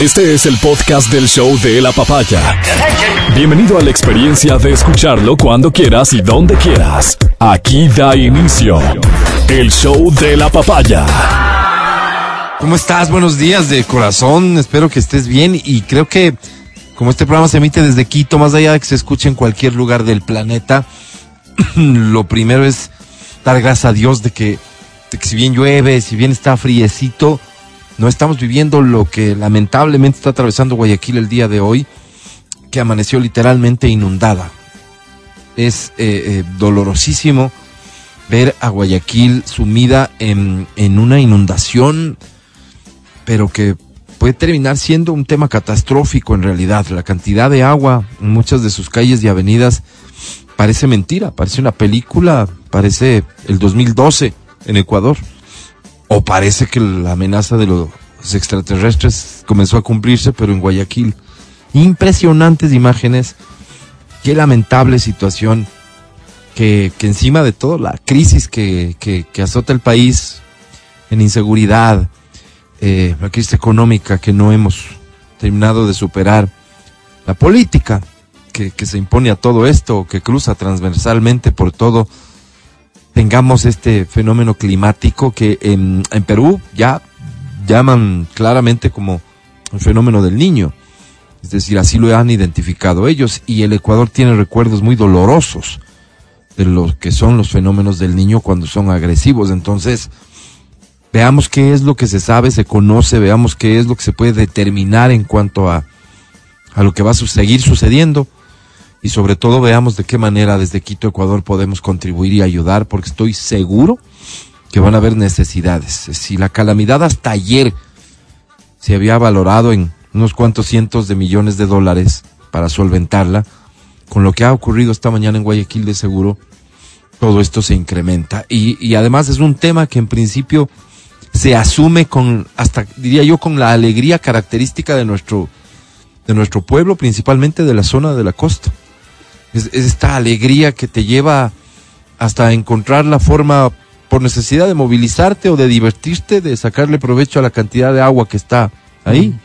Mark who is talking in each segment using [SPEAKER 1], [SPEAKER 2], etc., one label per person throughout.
[SPEAKER 1] Este es el podcast del show de la papaya. Bienvenido a la experiencia de escucharlo cuando quieras y donde quieras. Aquí da inicio el show de la papaya.
[SPEAKER 2] ¿Cómo estás? Buenos días de corazón. Espero que estés bien y creo que como este programa se emite desde Quito, más allá de que se escuche en cualquier lugar del planeta, lo primero es dar gracias a Dios de que, de que si bien llueve, si bien está friecito, no estamos viviendo lo que lamentablemente está atravesando Guayaquil el día de hoy, que amaneció literalmente inundada. Es eh, eh, dolorosísimo ver a Guayaquil sumida en, en una inundación, pero que puede terminar siendo un tema catastrófico en realidad. La cantidad de agua en muchas de sus calles y avenidas parece mentira, parece una película, parece el 2012 en Ecuador. O parece que la amenaza de los extraterrestres comenzó a cumplirse, pero en Guayaquil. Impresionantes imágenes. Qué lamentable situación. Que, que encima de todo la crisis que, que, que azota el país en inseguridad, eh, la crisis económica que no hemos terminado de superar, la política que, que, se impone a todo esto, que cruza transversalmente por todo, tengamos este fenómeno climático que en, en Perú ya llaman claramente como el fenómeno del niño. Es decir, así lo han identificado ellos y el Ecuador tiene recuerdos muy dolorosos de lo que son los fenómenos del niño cuando son agresivos. Entonces, veamos qué es lo que se sabe, se conoce, veamos qué es lo que se puede determinar en cuanto a, a lo que va a seguir sucediendo y sobre todo veamos de qué manera desde Quito, Ecuador podemos contribuir y ayudar porque estoy seguro que van a haber necesidades. Si la calamidad hasta ayer se había valorado en unos cuantos cientos de millones de dólares para solventarla, con lo que ha ocurrido esta mañana en Guayaquil de seguro, todo esto se incrementa. Y, y además es un tema que en principio se asume con hasta diría yo con la alegría característica de nuestro de nuestro pueblo principalmente de la zona de la costa es, es, esta alegría que te lleva hasta encontrar la forma por necesidad de movilizarte o de divertirte de sacarle provecho a la cantidad de agua que está ahí mm.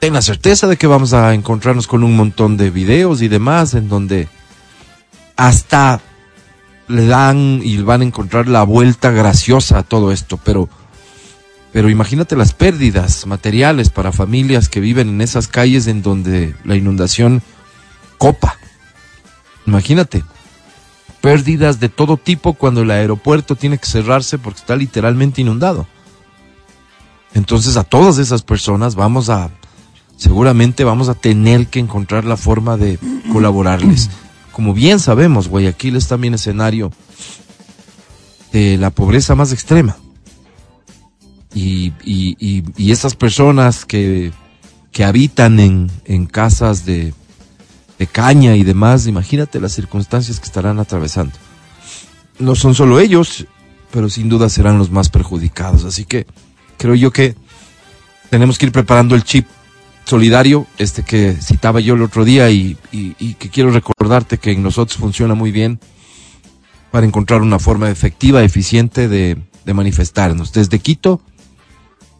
[SPEAKER 2] ten la certeza de que vamos a encontrarnos con un montón de videos y demás en donde hasta le dan y van a encontrar la vuelta graciosa a todo esto, pero pero imagínate las pérdidas materiales para familias que viven en esas calles en donde la inundación copa. Imagínate pérdidas de todo tipo cuando el aeropuerto tiene que cerrarse porque está literalmente inundado. Entonces a todas esas personas vamos a seguramente vamos a tener que encontrar la forma de colaborarles como bien sabemos, Guayaquil es también escenario de la pobreza más extrema. Y, y, y, y esas personas que, que habitan en, en casas de, de, caña y demás, imagínate las circunstancias que estarán atravesando. No son solo ellos, pero sin duda serán los más perjudicados. Así que creo yo que tenemos que ir preparando el chip solidario, este que citaba yo el otro día y, y, y, que quiero recordarte que en nosotros funciona muy bien para encontrar una forma efectiva, eficiente de, de, manifestarnos. Desde Quito,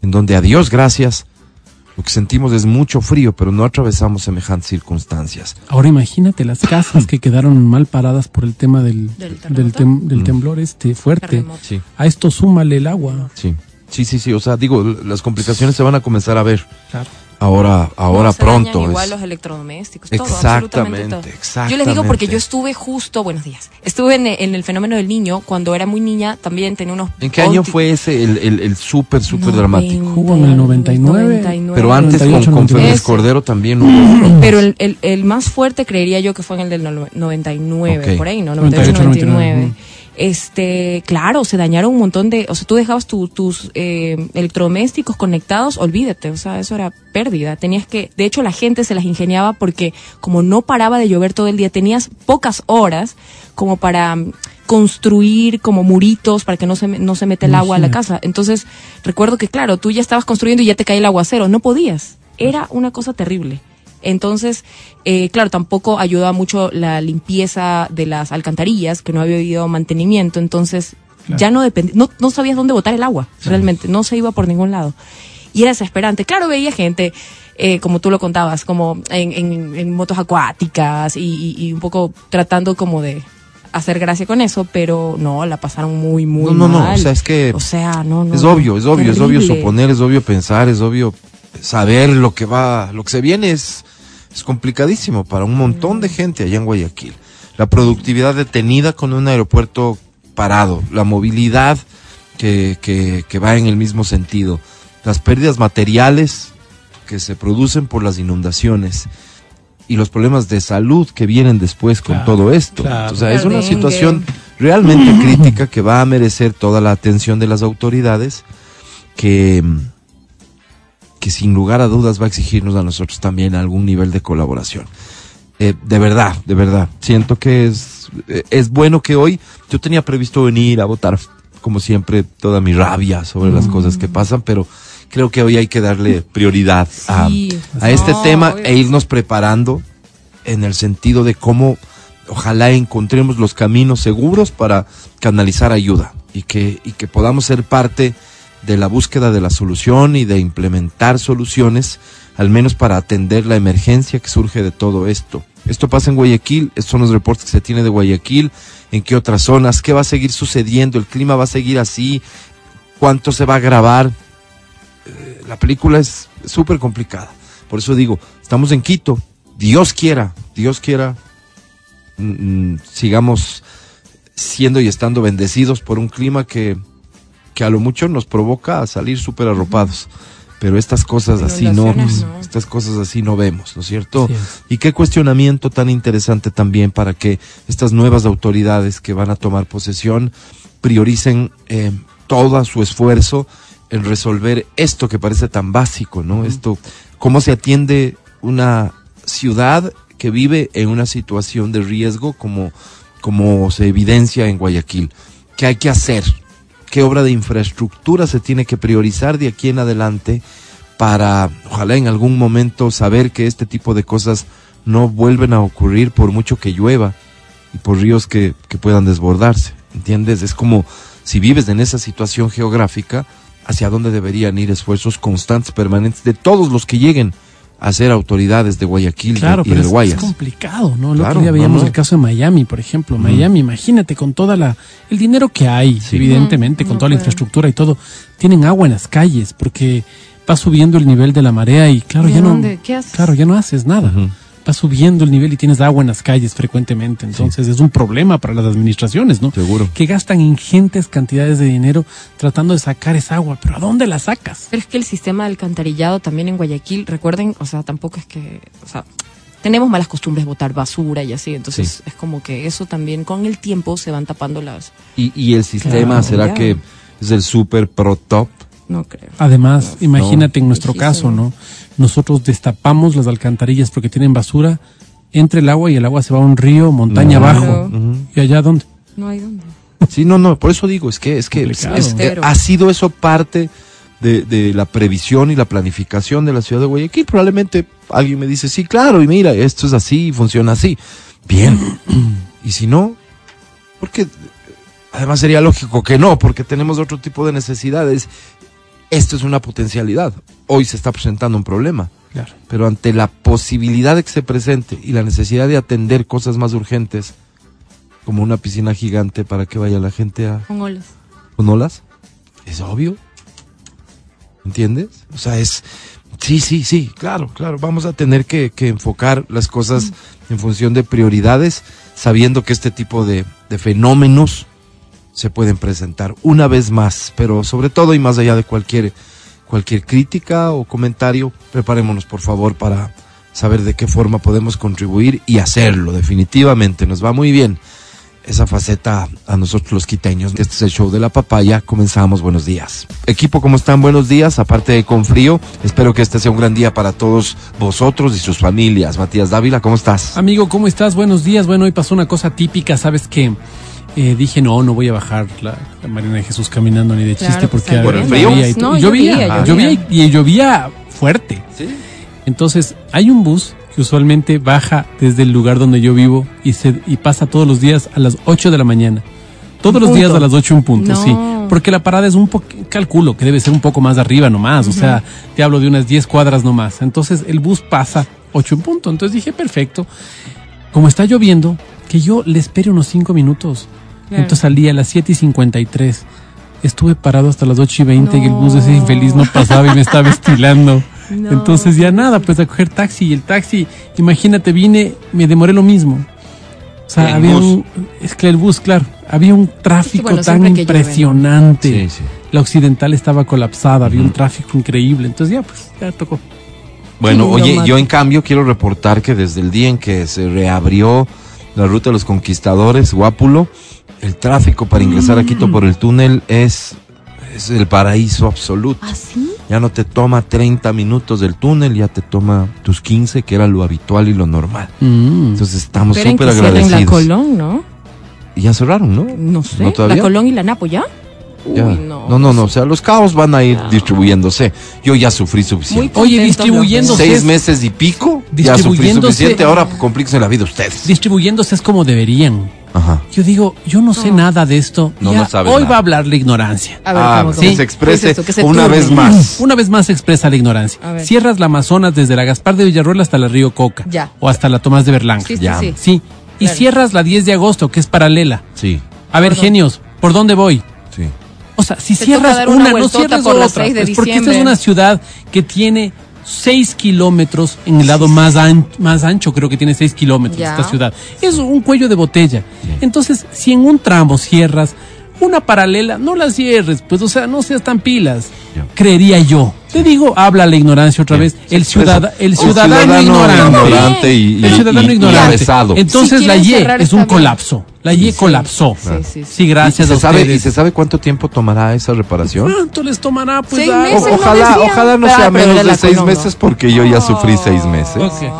[SPEAKER 2] en donde a Dios gracias, lo que sentimos es mucho frío, pero no atravesamos semejantes circunstancias.
[SPEAKER 3] Ahora imagínate las casas que quedaron mal paradas por el tema del, ¿Del, del, tem, del temblor este fuerte. Sí. A esto súmale el agua.
[SPEAKER 2] Sí. Sí, sí, sí, o sea, digo, las complicaciones se van a comenzar a ver. Claro ahora ahora no, pronto
[SPEAKER 4] es... igual los electrodomésticos
[SPEAKER 2] exactamente,
[SPEAKER 4] todo, absolutamente todo. Exactamente. yo les digo porque yo estuve justo buenos días estuve en, en, el fenómeno del niño cuando era muy niña también tenía unos
[SPEAKER 2] en qué año fue ese el, el, el súper súper dramático
[SPEAKER 3] hubo en el 99, 99
[SPEAKER 2] pero antes 98, con, con Fernández Cordero también hubo
[SPEAKER 4] pero el, el, el, más fuerte creería yo que fue en el del 99 okay. por ahí no 98, 98 99, 99. Mm este, claro, se dañaron un montón de, o sea, tú dejabas tu, tus eh, electrodomésticos conectados, olvídate, o sea, eso era pérdida. Tenías que, de hecho, la gente se las ingeniaba porque como no paraba de llover todo el día, tenías pocas horas como para mm, construir como muritos para que no se, no se mete el agua sí. a la casa. Entonces, recuerdo que, claro, tú ya estabas construyendo y ya te caía el aguacero, no podías. Era una cosa terrible. Entonces, eh, claro, tampoco ayudaba mucho la limpieza de las alcantarillas, que no había habido mantenimiento, entonces claro. ya no dependía, no, no, sabías dónde botar el agua, realmente, no se iba por ningún lado. y era desesperante. Claro, veía gente, eh, como tú lo contabas, como en, en, en motos acuáticas y, y, y un poco tratando como de hacer gracia con eso, pero no, la pasaron muy, muy
[SPEAKER 2] no, no,
[SPEAKER 4] mal.
[SPEAKER 2] No, o sea, es que.
[SPEAKER 4] O sea, no, no.
[SPEAKER 2] Es obvio, es obvio, terrible. es obvio suponer, es obvio pensar, es obvio saber lo que va, lo que se viene es, es complicadísimo para un montón de gente allá en Guayaquil. La productividad detenida con un aeropuerto parado, la movilidad que, que, que va en el mismo sentido, las pérdidas materiales que se producen por las inundaciones y los problemas de salud que vienen después con claro, todo esto. Claro, o sea, es una situación realmente crítica que va a merecer toda la atención de las autoridades que, que sin lugar a dudas va a exigirnos a nosotros también algún nivel de colaboración. Eh, de verdad, de verdad, siento que es, eh, es bueno que hoy yo tenía previsto venir a votar, como siempre, toda mi rabia sobre las cosas que pasan, pero creo que hoy hay que darle prioridad a, sí, a este no, tema obvio. e irnos preparando en el sentido de cómo ojalá encontremos los caminos seguros para canalizar ayuda y que, y que podamos ser parte de la búsqueda de la solución y de implementar soluciones, al menos para atender la emergencia que surge de todo esto. Esto pasa en Guayaquil, estos son los reportes que se tiene de Guayaquil, en qué otras zonas, qué va a seguir sucediendo, el clima va a seguir así, cuánto se va a grabar, la película es súper complicada. Por eso digo, estamos en Quito. Dios quiera, Dios quiera, mmm, sigamos siendo y estando bendecidos por un clima que, que a lo mucho nos provoca a salir súper arropados. Pero estas cosas así no, no, estas cosas así no vemos, ¿no es cierto? Sí. Y qué cuestionamiento tan interesante también para que estas nuevas autoridades que van a tomar posesión prioricen eh, todo su esfuerzo en resolver esto que parece tan básico, ¿no? Mm. Esto, cómo se atiende una ciudad que vive en una situación de riesgo como, como se evidencia en Guayaquil. ¿Qué hay que hacer? ¿Qué obra de infraestructura se tiene que priorizar de aquí en adelante para, ojalá en algún momento, saber que este tipo de cosas no vuelven a ocurrir por mucho que llueva y por ríos que, que puedan desbordarse? ¿Entiendes? Es como si vives en esa situación geográfica, hacia dónde deberían ir esfuerzos constantes, permanentes, de todos los que lleguen a ser autoridades de Guayaquil
[SPEAKER 3] claro,
[SPEAKER 2] y, y del Guayas.
[SPEAKER 3] Es complicado, ¿no? El claro, otro día veíamos no, no. el caso de Miami, por ejemplo. Miami, mm. imagínate, con toda la el dinero que hay, sí. evidentemente, mm, con no toda creo. la infraestructura y todo, tienen agua en las calles, porque va subiendo el nivel de la marea y claro, ¿Y ya no, ¿Qué haces? claro, ya no haces nada. Uh -huh. Va subiendo el nivel y tienes agua en las calles frecuentemente. Entonces sí. es un problema para las administraciones, ¿no?
[SPEAKER 2] Seguro.
[SPEAKER 3] Que gastan ingentes cantidades de dinero tratando de sacar esa agua. ¿Pero a dónde la sacas?
[SPEAKER 4] Pero es que el sistema de alcantarillado también en Guayaquil, recuerden, o sea, tampoco es que. O sea, tenemos malas costumbres, botar basura y así. Entonces sí. es como que eso también con el tiempo se van tapando las.
[SPEAKER 2] ¿Y, y el sistema claro, será ya. que es el super pro top?
[SPEAKER 4] No creo.
[SPEAKER 3] Además, no, imagínate no, en nuestro difícil. caso, ¿no? Nosotros destapamos las alcantarillas porque tienen basura entre el agua y el agua se va a un río, montaña no, abajo. Pero... Uh -huh. ¿Y allá dónde?
[SPEAKER 4] No hay dónde.
[SPEAKER 2] Sí, no, no, por eso digo, es que, es que es, es, ha sido eso parte de, de, la previsión y la planificación de la ciudad de Guayaquil. Probablemente alguien me dice, sí, claro, y mira, esto es así, funciona así. Bien. y si no, porque además sería lógico que no, porque tenemos otro tipo de necesidades esto es una potencialidad. Hoy se está presentando un problema.
[SPEAKER 3] Claro.
[SPEAKER 2] Pero ante la posibilidad de que se presente y la necesidad de atender cosas más urgentes, como una piscina gigante para que vaya la gente a.
[SPEAKER 4] Con olas.
[SPEAKER 2] Con olas. Es obvio. ¿Entiendes? O sea, es. Sí, sí, sí, claro, claro. Vamos a tener que, que enfocar las cosas mm. en función de prioridades, sabiendo que este tipo de, de fenómenos se pueden presentar una vez más, pero sobre todo y más allá de cualquier cualquier crítica o comentario, preparémonos por favor para saber de qué forma podemos contribuir y hacerlo definitivamente nos va muy bien esa faceta a nosotros los quiteños. Este es el show de la papaya, comenzamos, buenos días. Equipo, ¿cómo están? Buenos días, aparte de con frío, espero que este sea un gran día para todos vosotros y sus familias. Matías Dávila, ¿cómo estás?
[SPEAKER 3] Amigo, ¿cómo estás? Buenos días. Bueno, hoy pasó una cosa típica, ¿sabes qué? Eh, dije, no, no voy a bajar la, la, Marina de Jesús caminando ni de chiste claro, porque
[SPEAKER 2] por el frío.
[SPEAKER 3] Y no, llovía, ah, llovía, llovía, y llovía fuerte.
[SPEAKER 2] ¿Sí?
[SPEAKER 3] Entonces, hay un bus que usualmente baja desde el lugar donde yo vivo y, se, y pasa todos los días a las 8 de la mañana. Todos los punto. días a las 8 un punto, no. sí. Porque la parada es un poco, calculo que debe ser un poco más arriba nomás, uh -huh. o sea, te hablo de unas 10 cuadras nomás. Entonces el bus pasa 8 un punto. Entonces dije, perfecto, como está lloviendo, que yo le espere unos 5 minutos. Claro. Entonces salí a las 7 y 53. Estuve parado hasta las 8 y 20 no. y el bus de ese infeliz no pasaba y me estaba estilando. No. Entonces ya nada, pues a coger taxi y el taxi, imagínate, vine, me demoré lo mismo. O sea, el había bus. un, es que el bus, claro, había un tráfico es que, bueno, tan impresionante. Llueve, ¿no? sí, sí. La occidental estaba colapsada, uh -huh. había un tráfico increíble. Entonces ya, pues, ya tocó.
[SPEAKER 2] Bueno, oye, yo en cambio quiero reportar que desde el día en que se reabrió la ruta de los conquistadores, Guápulo, el tráfico para ingresar mm. a Quito por el túnel es es el paraíso absoluto.
[SPEAKER 4] ¿Ah, sí?
[SPEAKER 2] Ya no te toma 30 minutos del túnel, ya te toma tus 15, que era lo habitual y lo normal. Mm. Entonces estamos súper agradecidos.
[SPEAKER 4] en la Colón, ¿no?
[SPEAKER 2] Y ya cerraron, ¿no?
[SPEAKER 4] No sé. ¿No ¿La Colón y la Napo ya?
[SPEAKER 2] ya. Uy, no, no, no, no, o sea, los caos van a ir no. distribuyéndose. Yo ya sufrí suficiente.
[SPEAKER 3] Oye, distribuyéndose.
[SPEAKER 2] Seis meses y pico, ya sufrí suficiente. Ahora complíquense la vida ustedes.
[SPEAKER 3] Distribuyéndose es como deberían. Ajá. Yo digo, yo no sé no. nada de esto. No, ya, no hoy nada. va a hablar la ignorancia.
[SPEAKER 2] A ver, ah, ¿cómo, cómo? Que se
[SPEAKER 4] pues
[SPEAKER 2] exprese es esto, que se una turbe. vez más.
[SPEAKER 3] Una vez más se expresa la ignorancia. Cierras la Amazonas desde la Gaspar de Villarroel hasta la Río Coca.
[SPEAKER 4] Ya.
[SPEAKER 3] O hasta la Tomás de Berlanga.
[SPEAKER 4] Sí, sí, ya. sí.
[SPEAKER 3] sí. Y claro. cierras la 10 de agosto, que es paralela.
[SPEAKER 2] Sí.
[SPEAKER 3] A ver, Perdón. genios, ¿por dónde voy?
[SPEAKER 2] Sí.
[SPEAKER 3] O sea, si se cierras una, una no cierras por otra. Las de pues porque esta es una ciudad que tiene 6 kilómetros en el lado más, ancho, más ancho, creo que tiene 6 kilómetros yeah. esta ciudad. Es un cuello de botella. Entonces, si en un tramo cierras una paralela, no la cierres, pues, o sea, no seas tan pilas, yeah. creería yo. Te digo, habla la ignorancia otra vez. Sí, el,
[SPEAKER 2] pues,
[SPEAKER 3] ciudad, el ciudadano, ciudadano ignorante. ignorante
[SPEAKER 2] y, y,
[SPEAKER 3] el ciudadano
[SPEAKER 2] y,
[SPEAKER 3] ignorante. Entonces si la Y es un bien. colapso. La Y sí, colapsó. Sí, sí, sí. gracias
[SPEAKER 2] a
[SPEAKER 3] se
[SPEAKER 2] sabe, ¿Y se sabe cuánto tiempo tomará esa reparación?
[SPEAKER 3] ¿Cuánto les tomará? Pues,
[SPEAKER 2] seis meses, o, ojalá, no ojalá no sea menos de seis meses porque yo ya sufrí seis meses.
[SPEAKER 3] Okay.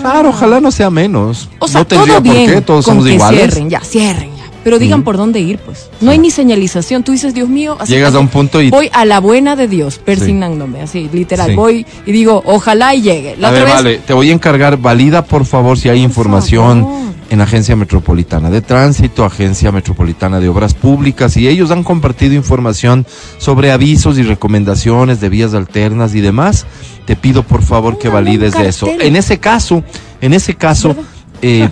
[SPEAKER 2] Claro, ojalá no sea menos.
[SPEAKER 4] O sea,
[SPEAKER 2] no tendría
[SPEAKER 4] todo bien
[SPEAKER 2] por qué, todos somos iguales.
[SPEAKER 4] Cierren, ya, cierren pero digan mm. por dónde ir, pues. No hay ni señalización. Tú dices, Dios mío,
[SPEAKER 2] así llegas a un punto y
[SPEAKER 4] voy a la buena de Dios, persignándome, sí. así, literal. Sí. Voy y digo, ojalá y llegue.
[SPEAKER 2] La a ver, vez... vale, te voy a encargar, valida por favor si hay por información. Favor. En Agencia Metropolitana de Tránsito, Agencia Metropolitana de Obras Públicas, y ellos han compartido información sobre avisos y recomendaciones de vías alternas y demás. Te pido por favor no, que valides de eso. En ese caso, en ese caso, eh,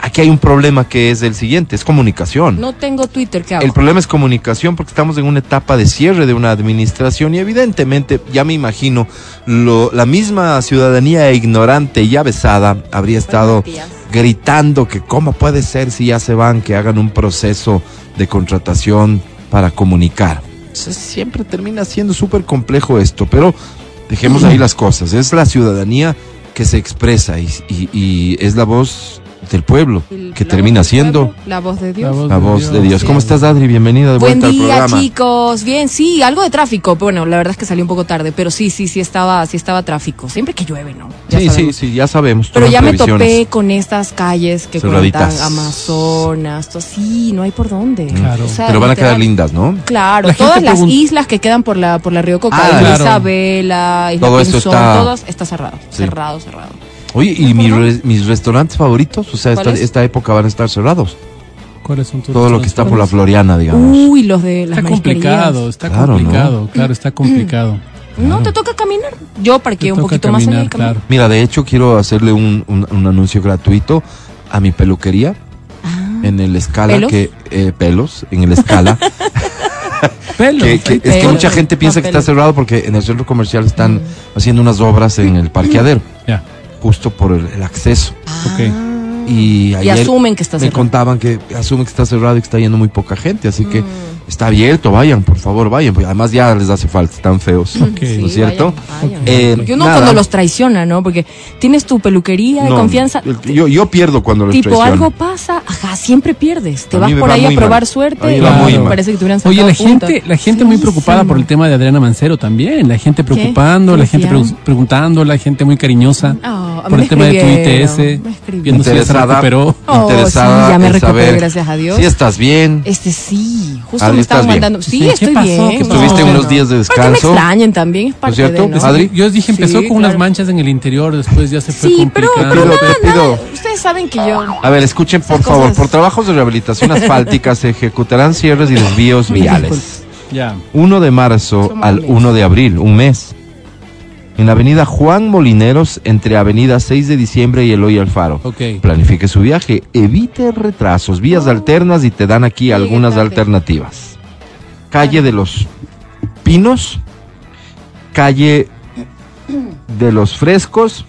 [SPEAKER 2] aquí hay un problema que es el siguiente, es comunicación.
[SPEAKER 4] No tengo Twitter, ¿qué hago?
[SPEAKER 2] El problema es comunicación porque estamos en una etapa de cierre de una administración y evidentemente, ya me imagino, lo, la misma ciudadanía ignorante y avesada habría estado gritando que cómo puede ser si ya se van, que hagan un proceso de contratación para comunicar. Entonces, siempre termina siendo súper complejo esto, pero dejemos ahí las cosas. Es la ciudadanía que se expresa y, y, y es la voz del pueblo, el, que termina siendo pueblo,
[SPEAKER 4] la voz de Dios.
[SPEAKER 2] La voz de Dios. De Dios. ¿Cómo estás, Adri? Bienvenida de vuelta
[SPEAKER 4] Buen día,
[SPEAKER 2] al programa.
[SPEAKER 4] chicos. Bien, sí, algo de tráfico. Bueno, la verdad es que salí un poco tarde, pero sí, sí, sí estaba, sí estaba tráfico. Siempre que llueve, ¿no?
[SPEAKER 2] Ya sí, sabemos. sí, sí, ya sabemos.
[SPEAKER 4] Pero ya me topé con estas calles que Cerraditas. cuentan Amazonas, todo, sí, no hay por dónde.
[SPEAKER 2] Claro. O sea, pero van a quedar lindas, ¿no?
[SPEAKER 4] Claro, la todas las islas que quedan por la por la Río Coca, ah, claro. Isabela, Isla
[SPEAKER 2] todo Pinzón, esto está...
[SPEAKER 4] todos está cerrado, sí. cerrado, cerrado.
[SPEAKER 2] Oye, ¿y mis, re, mis restaurantes favoritos? O sea, esta, es? esta, época van a estar cerrados.
[SPEAKER 3] ¿Cuáles son tus
[SPEAKER 2] Todo lo que está por la Floriana, digamos.
[SPEAKER 4] Uy, los de las
[SPEAKER 3] Está complicado, está claro, complicado, ¿no? claro, está complicado.
[SPEAKER 4] Mm. No, claro. te toca caminar. Yo parqué un poquito caminar, más allá claro.
[SPEAKER 2] Mira, de hecho, quiero hacerle un, un, un anuncio gratuito a mi peluquería. Ah, en el escala
[SPEAKER 4] ¿Pelos?
[SPEAKER 2] que. Eh, pelos, en el escala.
[SPEAKER 3] Pelos,
[SPEAKER 2] que, que, es pelos, que mucha gente piensa que está cerrado porque en el centro comercial están mm. haciendo unas obras en el parqueadero.
[SPEAKER 3] Ya. Yeah
[SPEAKER 2] justo por el, el acceso.
[SPEAKER 3] Okay.
[SPEAKER 2] Mm. Y,
[SPEAKER 4] Ah. y, asumen que está
[SPEAKER 2] me
[SPEAKER 4] cerrado.
[SPEAKER 2] Me contaban que asumen que está cerrado y que está yendo muy poca gente, así mm. que está abierto, vayan, por favor, vayan. Además ya les hace falta, están feos,
[SPEAKER 4] Mm.
[SPEAKER 2] okay. ¿no es sí, cierto?
[SPEAKER 4] Vayan, vayan. Eh, yo no nada. cuando los traiciona, ¿no? Porque tienes tu peluquería de no, confianza.
[SPEAKER 2] Yo, yo pierdo cuando los
[SPEAKER 4] tipo,
[SPEAKER 2] traiciona.
[SPEAKER 4] Tipo, algo pasa, ajá, siempre pierdes. Te a vas por ahí a probar mal. suerte
[SPEAKER 2] y claro.
[SPEAKER 4] me parece que te hubieran
[SPEAKER 3] Oye, la gente, punta. la gente sí, muy preocupada sí. por el tema de Adriana Mancero también. La gente preocupando, ¿Qué? la gente pre preguntando, la gente muy cariñosa
[SPEAKER 4] oh,
[SPEAKER 3] por el tema de tu
[SPEAKER 4] ITS.
[SPEAKER 3] Viendo si ya se recuperó.
[SPEAKER 2] interesada
[SPEAKER 4] Oh, ya me
[SPEAKER 2] recuperé,
[SPEAKER 4] gracias a Dios.
[SPEAKER 2] Si estás bien.
[SPEAKER 4] Este sí, justo me estaban
[SPEAKER 2] bien?
[SPEAKER 4] mandando. Sí, estoy bien.
[SPEAKER 2] Que tuviste unos días de
[SPEAKER 4] Para que me
[SPEAKER 2] descanso.
[SPEAKER 4] extrañen también, es parte
[SPEAKER 2] cierto? Pues
[SPEAKER 4] de, ¿no?
[SPEAKER 2] Adri,
[SPEAKER 3] Yo os dije, empezó
[SPEAKER 4] Sí,
[SPEAKER 3] con unas
[SPEAKER 4] claro.
[SPEAKER 3] manchas en el interior, después ya se fue
[SPEAKER 4] Sí, pero,
[SPEAKER 3] complicando.
[SPEAKER 4] pero
[SPEAKER 2] Te pido,
[SPEAKER 4] nada,
[SPEAKER 2] te
[SPEAKER 4] nada.
[SPEAKER 2] pido.
[SPEAKER 4] Ustedes saben que yo...
[SPEAKER 2] A ver, escuchen por
[SPEAKER 4] Esas
[SPEAKER 2] favor,
[SPEAKER 4] cosas.
[SPEAKER 2] por trabajos de rehabilitación asfáltica se ejecutarán cierres y desvíos viales.
[SPEAKER 3] Ya.
[SPEAKER 2] 1 de marzo
[SPEAKER 4] Somos
[SPEAKER 2] al
[SPEAKER 4] amigos.
[SPEAKER 2] 1 de abril, un mes. En la avenida Juan Molineros, entre avenida 6 de diciembre y Eloy Alfaro.
[SPEAKER 3] Ok.
[SPEAKER 2] Planifique su viaje, evite retrasos, vías alternas y te dan aquí algunas
[SPEAKER 4] tarde.
[SPEAKER 2] alternativas. Calle de los Pinos, calle de los Frescos,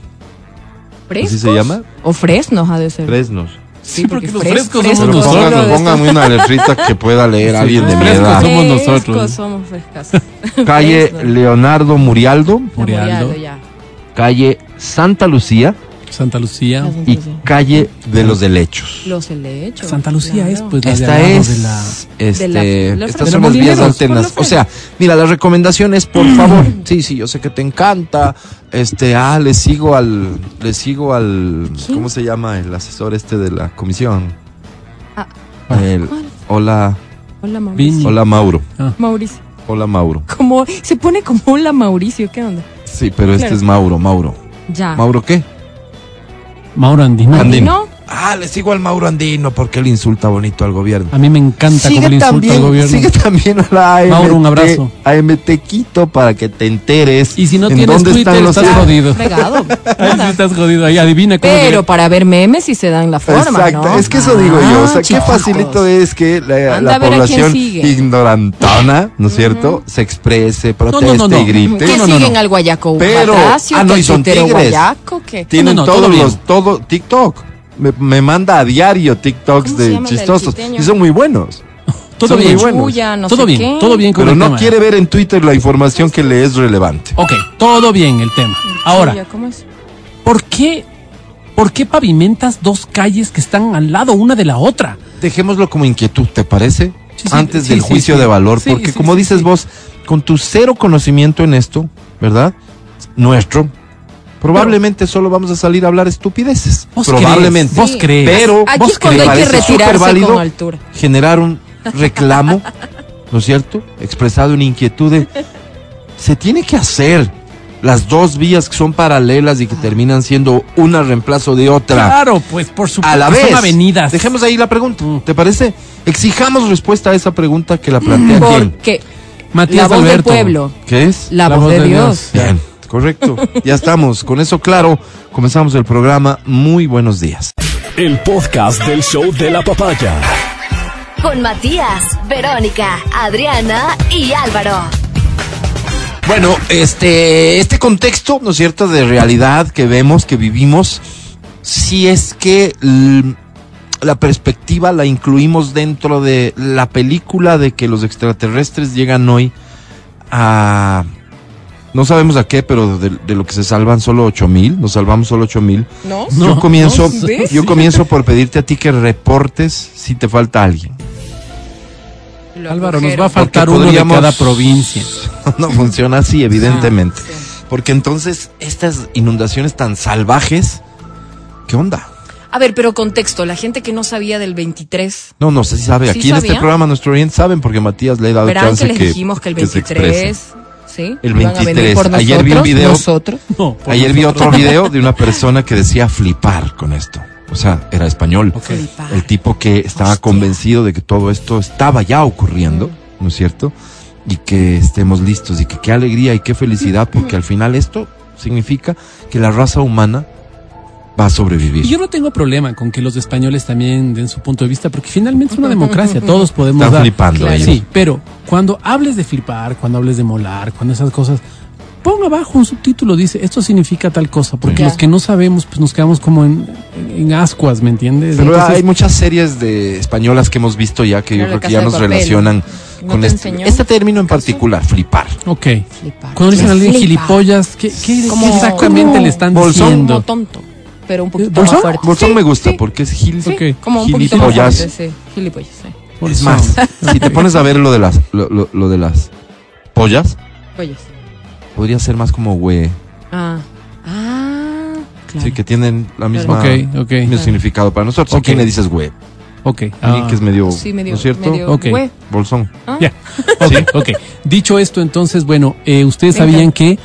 [SPEAKER 4] ¿Frescos?
[SPEAKER 2] ¿Así se llama?
[SPEAKER 4] O fresnos ha de ser.
[SPEAKER 2] Fresnos.
[SPEAKER 3] Sí, porque los frescos
[SPEAKER 4] fres-
[SPEAKER 3] somos
[SPEAKER 2] Pero
[SPEAKER 3] nosotros.
[SPEAKER 4] frescos son los
[SPEAKER 2] pónganme,
[SPEAKER 4] de-
[SPEAKER 2] pónganme una letrita que pueda leer
[SPEAKER 3] Sí,
[SPEAKER 2] alguien de mi
[SPEAKER 3] frescos
[SPEAKER 2] edad.
[SPEAKER 3] somos nosotros.
[SPEAKER 4] Frescos somos frescas.
[SPEAKER 2] Calle
[SPEAKER 4] Fresnos.
[SPEAKER 2] Leonardo Murialdo,
[SPEAKER 3] Murialdo,
[SPEAKER 4] ya.
[SPEAKER 2] calle Santa Lucía
[SPEAKER 3] Santa Lucía.
[SPEAKER 4] Las
[SPEAKER 2] y
[SPEAKER 4] entonces-
[SPEAKER 2] calle de los Delechos.
[SPEAKER 4] Los helechos.
[SPEAKER 3] Santa Lucía es,
[SPEAKER 4] claro.
[SPEAKER 3] pues, la de
[SPEAKER 2] Esta
[SPEAKER 3] al lado
[SPEAKER 2] es,
[SPEAKER 3] de la...
[SPEAKER 2] este,
[SPEAKER 4] de la- la
[SPEAKER 2] estas son las
[SPEAKER 3] de los
[SPEAKER 4] Fran-
[SPEAKER 2] vías
[SPEAKER 3] Molineros,
[SPEAKER 2] alternas.
[SPEAKER 4] por Mm. la
[SPEAKER 2] O sea, mira, la recomendación es, por favor, sí, sí, yo sé que te encanta, este, ah, le sigo al, le sigo al,
[SPEAKER 4] ¿Quién?
[SPEAKER 2] ¿cómo se llama el asesor este de la comisión?
[SPEAKER 4] Ah.
[SPEAKER 2] El-
[SPEAKER 4] ¿Cuál?
[SPEAKER 2] hola,
[SPEAKER 4] Hola, Mauricio.
[SPEAKER 3] Viña.
[SPEAKER 2] hola Mauro,
[SPEAKER 4] Mauricio.
[SPEAKER 2] hola Mauro.
[SPEAKER 4] Como, se pone como hola Mauricio, ¿qué onda?
[SPEAKER 2] Sí, pero este
[SPEAKER 4] Claro. Ah.
[SPEAKER 2] es Mauro, Mauro.
[SPEAKER 4] Ya.
[SPEAKER 2] ¿Mauro qué?
[SPEAKER 3] Mauro Andino.
[SPEAKER 2] Andino.
[SPEAKER 4] ¿No?
[SPEAKER 2] Ah, le sigo al Mauro Andino porque él insulta bonito al gobierno.
[SPEAKER 3] A mí me encanta cómo le insulta al gobierno.
[SPEAKER 2] sigue también a la AMT,
[SPEAKER 3] Mauro, un abrazo.
[SPEAKER 2] AMT Quito para que te enteres.
[SPEAKER 3] Y si no
[SPEAKER 2] en
[SPEAKER 3] tienes
[SPEAKER 2] dónde
[SPEAKER 3] Twitter,
[SPEAKER 2] están los
[SPEAKER 3] estás
[SPEAKER 2] temas.
[SPEAKER 3] jodido.
[SPEAKER 4] Fregado.
[SPEAKER 3] Ahí sí
[SPEAKER 4] Nada.
[SPEAKER 3] estás jodido. Ahí adivina cómo...
[SPEAKER 4] Pero para ver memes sí se dan la forma,
[SPEAKER 2] Exacto,
[SPEAKER 4] ¿no?
[SPEAKER 2] es que eso digo yo. O sea,
[SPEAKER 4] Ah,
[SPEAKER 2] qué facilito
[SPEAKER 4] chicos.
[SPEAKER 2] es que la,
[SPEAKER 4] Anda
[SPEAKER 2] la
[SPEAKER 4] a ver a quién
[SPEAKER 2] población
[SPEAKER 4] sigue.
[SPEAKER 2] ignorantona, ¿no es cierto?, se exprese, proteste
[SPEAKER 3] no, no.
[SPEAKER 2] y grite.
[SPEAKER 4] ¿Qué
[SPEAKER 3] No, no, no,
[SPEAKER 4] siguen
[SPEAKER 3] no.
[SPEAKER 4] al Guayaco?
[SPEAKER 2] Pero-
[SPEAKER 4] Batracio,
[SPEAKER 2] ah, no,
[SPEAKER 4] que
[SPEAKER 2] y
[SPEAKER 4] el
[SPEAKER 2] son
[SPEAKER 4] tuitero
[SPEAKER 2] tigres.
[SPEAKER 4] Guayaco? ¿qué?
[SPEAKER 2] Tienen
[SPEAKER 3] No, no,
[SPEAKER 2] todos
[SPEAKER 3] todo bien.
[SPEAKER 2] los, todo, TikTok. Me, me manda a diario TikToks
[SPEAKER 4] ¿Cómo se
[SPEAKER 2] de
[SPEAKER 4] llama el del
[SPEAKER 2] chistosos.
[SPEAKER 4] quiteño?
[SPEAKER 2] Y son muy buenos.
[SPEAKER 3] Todo
[SPEAKER 2] son muy
[SPEAKER 3] bien.
[SPEAKER 2] buenos.
[SPEAKER 4] Chuya, no
[SPEAKER 3] todo
[SPEAKER 4] sé
[SPEAKER 3] bien.
[SPEAKER 4] qué.
[SPEAKER 3] Todo bien con
[SPEAKER 2] Pero
[SPEAKER 3] el
[SPEAKER 2] no
[SPEAKER 3] tema.
[SPEAKER 2] quiere ver en Twitter la información que le es relevante.
[SPEAKER 3] Ok, todo bien el tema. Ahora,
[SPEAKER 4] Chuya, ¿cómo es?
[SPEAKER 3] ¿por qué, ¿por qué pavimentas dos calles que están al lado una de la otra?
[SPEAKER 2] Dejémoslo como inquietud, ¿te parece?
[SPEAKER 3] Sí, sí,
[SPEAKER 2] Antes
[SPEAKER 3] sí,
[SPEAKER 2] del
[SPEAKER 3] sí,
[SPEAKER 2] juicio
[SPEAKER 3] sí.
[SPEAKER 2] de valor,
[SPEAKER 3] Sí,
[SPEAKER 2] porque
[SPEAKER 3] sí,
[SPEAKER 2] como
[SPEAKER 3] sí,
[SPEAKER 2] dices
[SPEAKER 3] sí.
[SPEAKER 2] vos, con tu cero conocimiento en esto, ¿verdad? Nuestro, probablemente solo vamos a salir a hablar estupideces.
[SPEAKER 3] ¿Vos
[SPEAKER 2] Probablemente.
[SPEAKER 3] crees? ¿Vos
[SPEAKER 4] Sí.
[SPEAKER 3] crees?
[SPEAKER 2] Pero
[SPEAKER 4] Aquí
[SPEAKER 2] vos
[SPEAKER 4] es cuando
[SPEAKER 2] crees?
[SPEAKER 4] hay que
[SPEAKER 2] Parece
[SPEAKER 4] retirarse
[SPEAKER 2] superválido.
[SPEAKER 4] con altura.
[SPEAKER 2] generar un reclamo, ¿no es cierto? Expresado una inquietud de, se tiene que hacer las dos vías que son paralelas y que terminan siendo una reemplazo de otra.
[SPEAKER 3] Claro, pues por supuesto.
[SPEAKER 2] A la vez,
[SPEAKER 3] Son avenidas.
[SPEAKER 2] dejemos ahí la pregunta,
[SPEAKER 3] Mm.
[SPEAKER 2] ¿te parece? Exijamos respuesta a esa pregunta que la plantea quién.
[SPEAKER 4] Porque la
[SPEAKER 3] Matías
[SPEAKER 4] voz del
[SPEAKER 3] Alberto.
[SPEAKER 4] pueblo,
[SPEAKER 2] ¿Qué es?
[SPEAKER 4] la, voz, de Dios.
[SPEAKER 2] Bien, correcto. Ya estamos, con eso claro, comenzamos el programa. Muy buenos días.
[SPEAKER 1] El podcast del show de la papaya.
[SPEAKER 5] Con Matías, Verónica, Adriana y Álvaro.
[SPEAKER 2] Bueno, este, este contexto, ¿no es cierto?, de realidad que vemos, que vivimos, si es que l- la perspectiva la incluimos dentro de la película de que los extraterrestres llegan hoy a... No sabemos a qué, pero de, de lo que se salvan solo ocho mil, nos salvamos solo ocho mil.
[SPEAKER 4] ¿No?
[SPEAKER 2] yo comienzo,
[SPEAKER 4] no, ¿ves?
[SPEAKER 2] yo comienzo por pedirte a ti que reportes si te falta alguien.
[SPEAKER 4] Lo Ah,
[SPEAKER 3] Álvaro, nos
[SPEAKER 4] agujero.
[SPEAKER 3] va a faltar
[SPEAKER 2] Porque
[SPEAKER 3] uno
[SPEAKER 2] podríamos-
[SPEAKER 3] de cada provincia.
[SPEAKER 2] no funciona así, evidentemente.
[SPEAKER 4] Ah, sí.
[SPEAKER 2] Porque entonces estas inundaciones tan salvajes, ¿qué onda?
[SPEAKER 4] A ver, pero contexto, la gente que no sabía del 23,
[SPEAKER 2] No, no sé si sabe.
[SPEAKER 4] Sí
[SPEAKER 2] Aquí en este
[SPEAKER 4] sabía.
[SPEAKER 2] programa nuestro oriente saben porque Matías le he dado
[SPEAKER 4] verán
[SPEAKER 2] chance
[SPEAKER 4] que
[SPEAKER 2] que,
[SPEAKER 4] les dijimos que el
[SPEAKER 2] que se exprese.
[SPEAKER 4] 23, ¿sí?
[SPEAKER 2] El
[SPEAKER 4] Iban a venir
[SPEAKER 2] 23.
[SPEAKER 4] por
[SPEAKER 2] Ayer vi un
[SPEAKER 4] nosotros,
[SPEAKER 2] video-
[SPEAKER 4] Nosotros.
[SPEAKER 3] No, por
[SPEAKER 2] Ayer vi
[SPEAKER 3] nosotros.
[SPEAKER 2] otro video de una persona que decía flipar con esto. O sea, era español.
[SPEAKER 3] Ok.
[SPEAKER 4] Flipar.
[SPEAKER 2] El tipo que estaba
[SPEAKER 4] Hostia.
[SPEAKER 2] convencido de que todo esto estaba ya ocurriendo, ¿no es cierto? Y que estemos listos y que qué alegría y qué felicidad porque al final esto significa que la raza humana va a sobrevivir.
[SPEAKER 3] Y yo no tengo problema con que los españoles también den su punto de vista, porque finalmente es una democracia, todos podemos
[SPEAKER 2] Están
[SPEAKER 3] dar.
[SPEAKER 2] flipando ellos.
[SPEAKER 3] Sí, pero cuando hables de flipar, cuando hables de molar, cuando esas cosas, pon abajo un subtítulo, dice, esto significa tal cosa, porque
[SPEAKER 4] Sí.
[SPEAKER 3] los que no sabemos, pues nos quedamos como en, en ascuas, ¿me entiendes?
[SPEAKER 2] Pero
[SPEAKER 3] Entonces,
[SPEAKER 2] hay muchas series de españolas que hemos visto ya que yo creo
[SPEAKER 4] Claro, La
[SPEAKER 2] que
[SPEAKER 4] Casa
[SPEAKER 2] ya
[SPEAKER 4] de
[SPEAKER 2] nos
[SPEAKER 4] Papel.
[SPEAKER 2] relacionan
[SPEAKER 4] ¿No
[SPEAKER 2] con
[SPEAKER 4] te
[SPEAKER 2] este,
[SPEAKER 4] enseñó? Ah,
[SPEAKER 2] este término en particular, flipar.
[SPEAKER 3] Ok.
[SPEAKER 4] Flipar.
[SPEAKER 3] Cuando dicen a alguien
[SPEAKER 4] Flipa.
[SPEAKER 3] gilipollas, ¿qué, qué- qué
[SPEAKER 4] Como-
[SPEAKER 3] exactamente
[SPEAKER 4] como
[SPEAKER 3] le están
[SPEAKER 2] bolsón.
[SPEAKER 4] Como
[SPEAKER 3] diciendo?
[SPEAKER 4] tonto, pero un poquito
[SPEAKER 3] ¿Bolsón?
[SPEAKER 4] más fuerte.
[SPEAKER 2] Bolsón
[SPEAKER 4] Sí,
[SPEAKER 2] me gusta
[SPEAKER 4] sí,
[SPEAKER 2] porque es gil,
[SPEAKER 4] sí,
[SPEAKER 3] Ok.
[SPEAKER 4] Como un poquito más
[SPEAKER 2] Gilipollas.
[SPEAKER 4] fuerte, sí. Gilipollas, sí.
[SPEAKER 2] Es más, si te pones a ver lo de las, lo, lo- lo de las pollas,
[SPEAKER 4] Pollas.
[SPEAKER 2] podría ser más como güey,
[SPEAKER 4] Ah. Ah, claro.
[SPEAKER 2] sí, que tienen la misma,
[SPEAKER 3] Ok, ok.
[SPEAKER 2] el mismo significado para nosotros. ¿A
[SPEAKER 3] Ok.
[SPEAKER 2] quién le dices güey?
[SPEAKER 3] Ok.
[SPEAKER 2] Alguien
[SPEAKER 3] ah,
[SPEAKER 2] que es medio,
[SPEAKER 4] Sí, medio,
[SPEAKER 2] ¿no es cierto?
[SPEAKER 4] medio
[SPEAKER 3] Ok.
[SPEAKER 4] güey.
[SPEAKER 2] Bolsón.
[SPEAKER 4] Ah.
[SPEAKER 3] Ya. Ok, ok. Dicho esto, entonces, bueno, eh, ustedes
[SPEAKER 4] Venga.
[SPEAKER 3] sabían que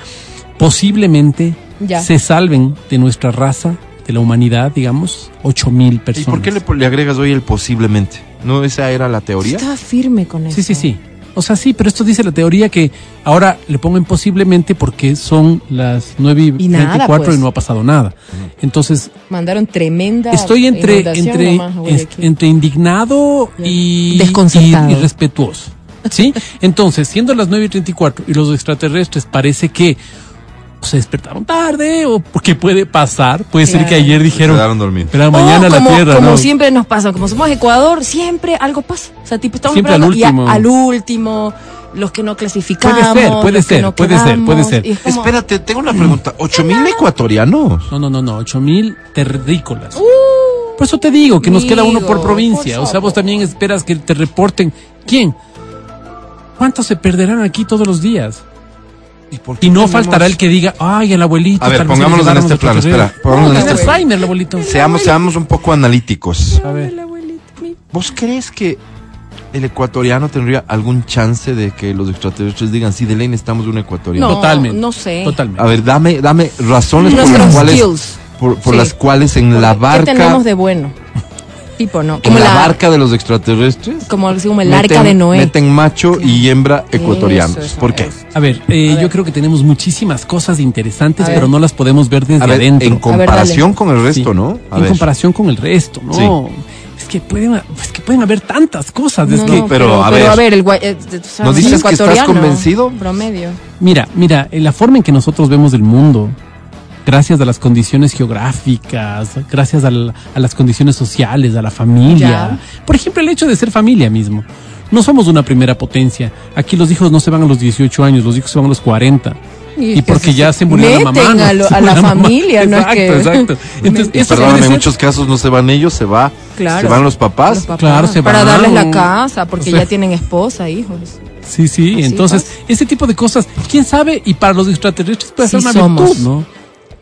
[SPEAKER 3] posiblemente
[SPEAKER 4] Ya.
[SPEAKER 3] se salven de nuestra raza, de la humanidad, digamos, 8 mil
[SPEAKER 2] ¿Y
[SPEAKER 3] personas.
[SPEAKER 2] por qué le, le agregas hoy el posiblemente? ¿No esa era la teoría?
[SPEAKER 4] Estaba firme con eso.
[SPEAKER 3] Sí, sí, sí. O sea, sí, pero esto dice la teoría que ahora le pongo posiblemente porque son las 9 y,
[SPEAKER 4] Y nada,
[SPEAKER 3] 24
[SPEAKER 4] pues.
[SPEAKER 3] y no ha pasado nada. Entonces,
[SPEAKER 4] Mandaron tremenda.
[SPEAKER 3] estoy entre,
[SPEAKER 4] inundación
[SPEAKER 3] entre,
[SPEAKER 4] nomás
[SPEAKER 3] es-
[SPEAKER 4] a Guayaquil.
[SPEAKER 3] entre indignado
[SPEAKER 4] Ya.
[SPEAKER 3] y,
[SPEAKER 4] Desconcertado.
[SPEAKER 3] y- y respetuoso. ¿Sí? Entonces, siendo las 9 y 34 y los extraterrestres parece que se despertaron tarde o porque puede pasar, puede ser que
[SPEAKER 4] Claro.
[SPEAKER 3] ayer
[SPEAKER 2] Se
[SPEAKER 3] dijeron,
[SPEAKER 2] quedaron dormidos.
[SPEAKER 3] pero
[SPEAKER 4] Oh,
[SPEAKER 3] mañana la
[SPEAKER 4] como,
[SPEAKER 3] Tierra,
[SPEAKER 4] como
[SPEAKER 3] ¿no?
[SPEAKER 4] siempre nos pasa, como somos Ecuador, siempre algo pasa. O sea, tipo, estamos
[SPEAKER 3] Siempre al
[SPEAKER 4] esperando y a-
[SPEAKER 3] último.
[SPEAKER 4] al último, los que no clasificamos.
[SPEAKER 3] Puede ser, puede
[SPEAKER 4] los que
[SPEAKER 3] ser,
[SPEAKER 4] no
[SPEAKER 3] puede ser,
[SPEAKER 4] quedamos,
[SPEAKER 3] puede ser.
[SPEAKER 4] y es como-
[SPEAKER 2] Espérate, tengo una pregunta. ¿Ocho mil ecuatorianos?
[SPEAKER 3] No, no, no, no, 8000 terrícolas. por eso te digo que nos queda uno por
[SPEAKER 4] amigo,
[SPEAKER 3] provincia.
[SPEAKER 4] Uh, por
[SPEAKER 3] o sea, vos
[SPEAKER 4] favor.
[SPEAKER 3] también esperas que te reporten. ¿Quién? ¿Cuántos se perderán aquí todos los días?
[SPEAKER 2] ¿Y, por qué
[SPEAKER 3] Y no
[SPEAKER 2] tenemos-
[SPEAKER 3] faltará el que diga, ay, el abuelito.
[SPEAKER 2] A ver,
[SPEAKER 3] tal vez se
[SPEAKER 2] pongámonos
[SPEAKER 3] le
[SPEAKER 2] en
[SPEAKER 3] llevaron
[SPEAKER 2] este
[SPEAKER 3] los
[SPEAKER 2] plano, espera,
[SPEAKER 3] cacharreros".
[SPEAKER 2] pongámonos
[SPEAKER 4] en
[SPEAKER 3] Está
[SPEAKER 4] este-
[SPEAKER 3] Alzheimer, el abuelito.
[SPEAKER 2] Seamos, seamos un poco analíticos.
[SPEAKER 3] A ver.
[SPEAKER 2] ¿Vos crees que el ecuatoriano tendría algún chance de que los extraterrestres digan, sí, de ley necesitamos un ecuatoriano?
[SPEAKER 4] No,
[SPEAKER 3] totalmente.
[SPEAKER 4] no sé.
[SPEAKER 3] Totalmente.
[SPEAKER 2] A ver, dame, dame razones por
[SPEAKER 4] Nuestros
[SPEAKER 2] las cuales,
[SPEAKER 4] skills.
[SPEAKER 2] por, por
[SPEAKER 4] Sí.
[SPEAKER 2] las cuales en la
[SPEAKER 4] ¿Qué tenemos
[SPEAKER 2] barca,
[SPEAKER 4] de bueno? Tipo, ¿no?
[SPEAKER 2] en
[SPEAKER 4] Como
[SPEAKER 2] la
[SPEAKER 4] la,
[SPEAKER 2] barca de los extraterrestres,
[SPEAKER 4] como, así como el
[SPEAKER 2] meten,
[SPEAKER 4] arca de Noé.
[SPEAKER 2] meten macho y hembra ecuatorianos.
[SPEAKER 4] Eso, eso,
[SPEAKER 2] ¿Por qué?
[SPEAKER 4] eso.
[SPEAKER 3] A ver, eh,
[SPEAKER 4] A ver.
[SPEAKER 3] yo creo que tenemos muchísimas cosas interesantes,
[SPEAKER 4] A ver.
[SPEAKER 3] pero no las podemos ver desde
[SPEAKER 2] A ver,
[SPEAKER 3] adentro.
[SPEAKER 2] en comparación con el resto,
[SPEAKER 3] Sí.
[SPEAKER 2] ¿no? A
[SPEAKER 3] en
[SPEAKER 2] ver.
[SPEAKER 3] comparación con el resto, ¿no?
[SPEAKER 2] Sí.
[SPEAKER 3] Es que pueden, es que pueden haber tantas cosas. es
[SPEAKER 4] No,
[SPEAKER 3] que-
[SPEAKER 4] no,
[SPEAKER 2] pero, a ver.
[SPEAKER 4] el guay- eh, eh, o sea,
[SPEAKER 2] ¿Nos
[SPEAKER 4] un
[SPEAKER 2] dices que estás
[SPEAKER 4] ecuatoriano
[SPEAKER 2] convencido?
[SPEAKER 4] Promedio.
[SPEAKER 3] Mira, mira, eh, la forma en que nosotros vemos el mundo, gracias a las condiciones geográficas, gracias al- a las condiciones sociales, a la familia. Por ejemplo, el hecho de ser familia mismo. No somos una primera potencia. Aquí los hijos no se van a los 18 años, los hijos se van a los 40. Y,
[SPEAKER 4] es que
[SPEAKER 3] porque
[SPEAKER 4] se-
[SPEAKER 3] ya se murió la mamá.
[SPEAKER 4] meten
[SPEAKER 3] ¿no?
[SPEAKER 4] a lo-
[SPEAKER 3] Se
[SPEAKER 4] a
[SPEAKER 3] murió
[SPEAKER 4] la
[SPEAKER 3] mamá.
[SPEAKER 4] familia, no es
[SPEAKER 3] exacto,
[SPEAKER 4] que-
[SPEAKER 3] Exacto, Entonces,
[SPEAKER 4] Y
[SPEAKER 3] eso
[SPEAKER 2] Perdóname,
[SPEAKER 3] puede
[SPEAKER 2] en
[SPEAKER 3] ser-
[SPEAKER 2] muchos casos no se van ellos, se va,
[SPEAKER 4] Claro.
[SPEAKER 2] se van los papás.
[SPEAKER 4] Los papás,
[SPEAKER 3] Claro, se
[SPEAKER 4] Para
[SPEAKER 3] van.
[SPEAKER 4] darles la casa, porque
[SPEAKER 3] O sea-
[SPEAKER 4] ya tienen esposa, hijos.
[SPEAKER 3] Sí, sí,
[SPEAKER 4] Así
[SPEAKER 3] entonces
[SPEAKER 4] pasa.
[SPEAKER 3] ese tipo de cosas, quién sabe, y para los extraterrestres puede
[SPEAKER 4] Sí
[SPEAKER 3] ser una
[SPEAKER 4] somos.
[SPEAKER 3] virtud, ¿no?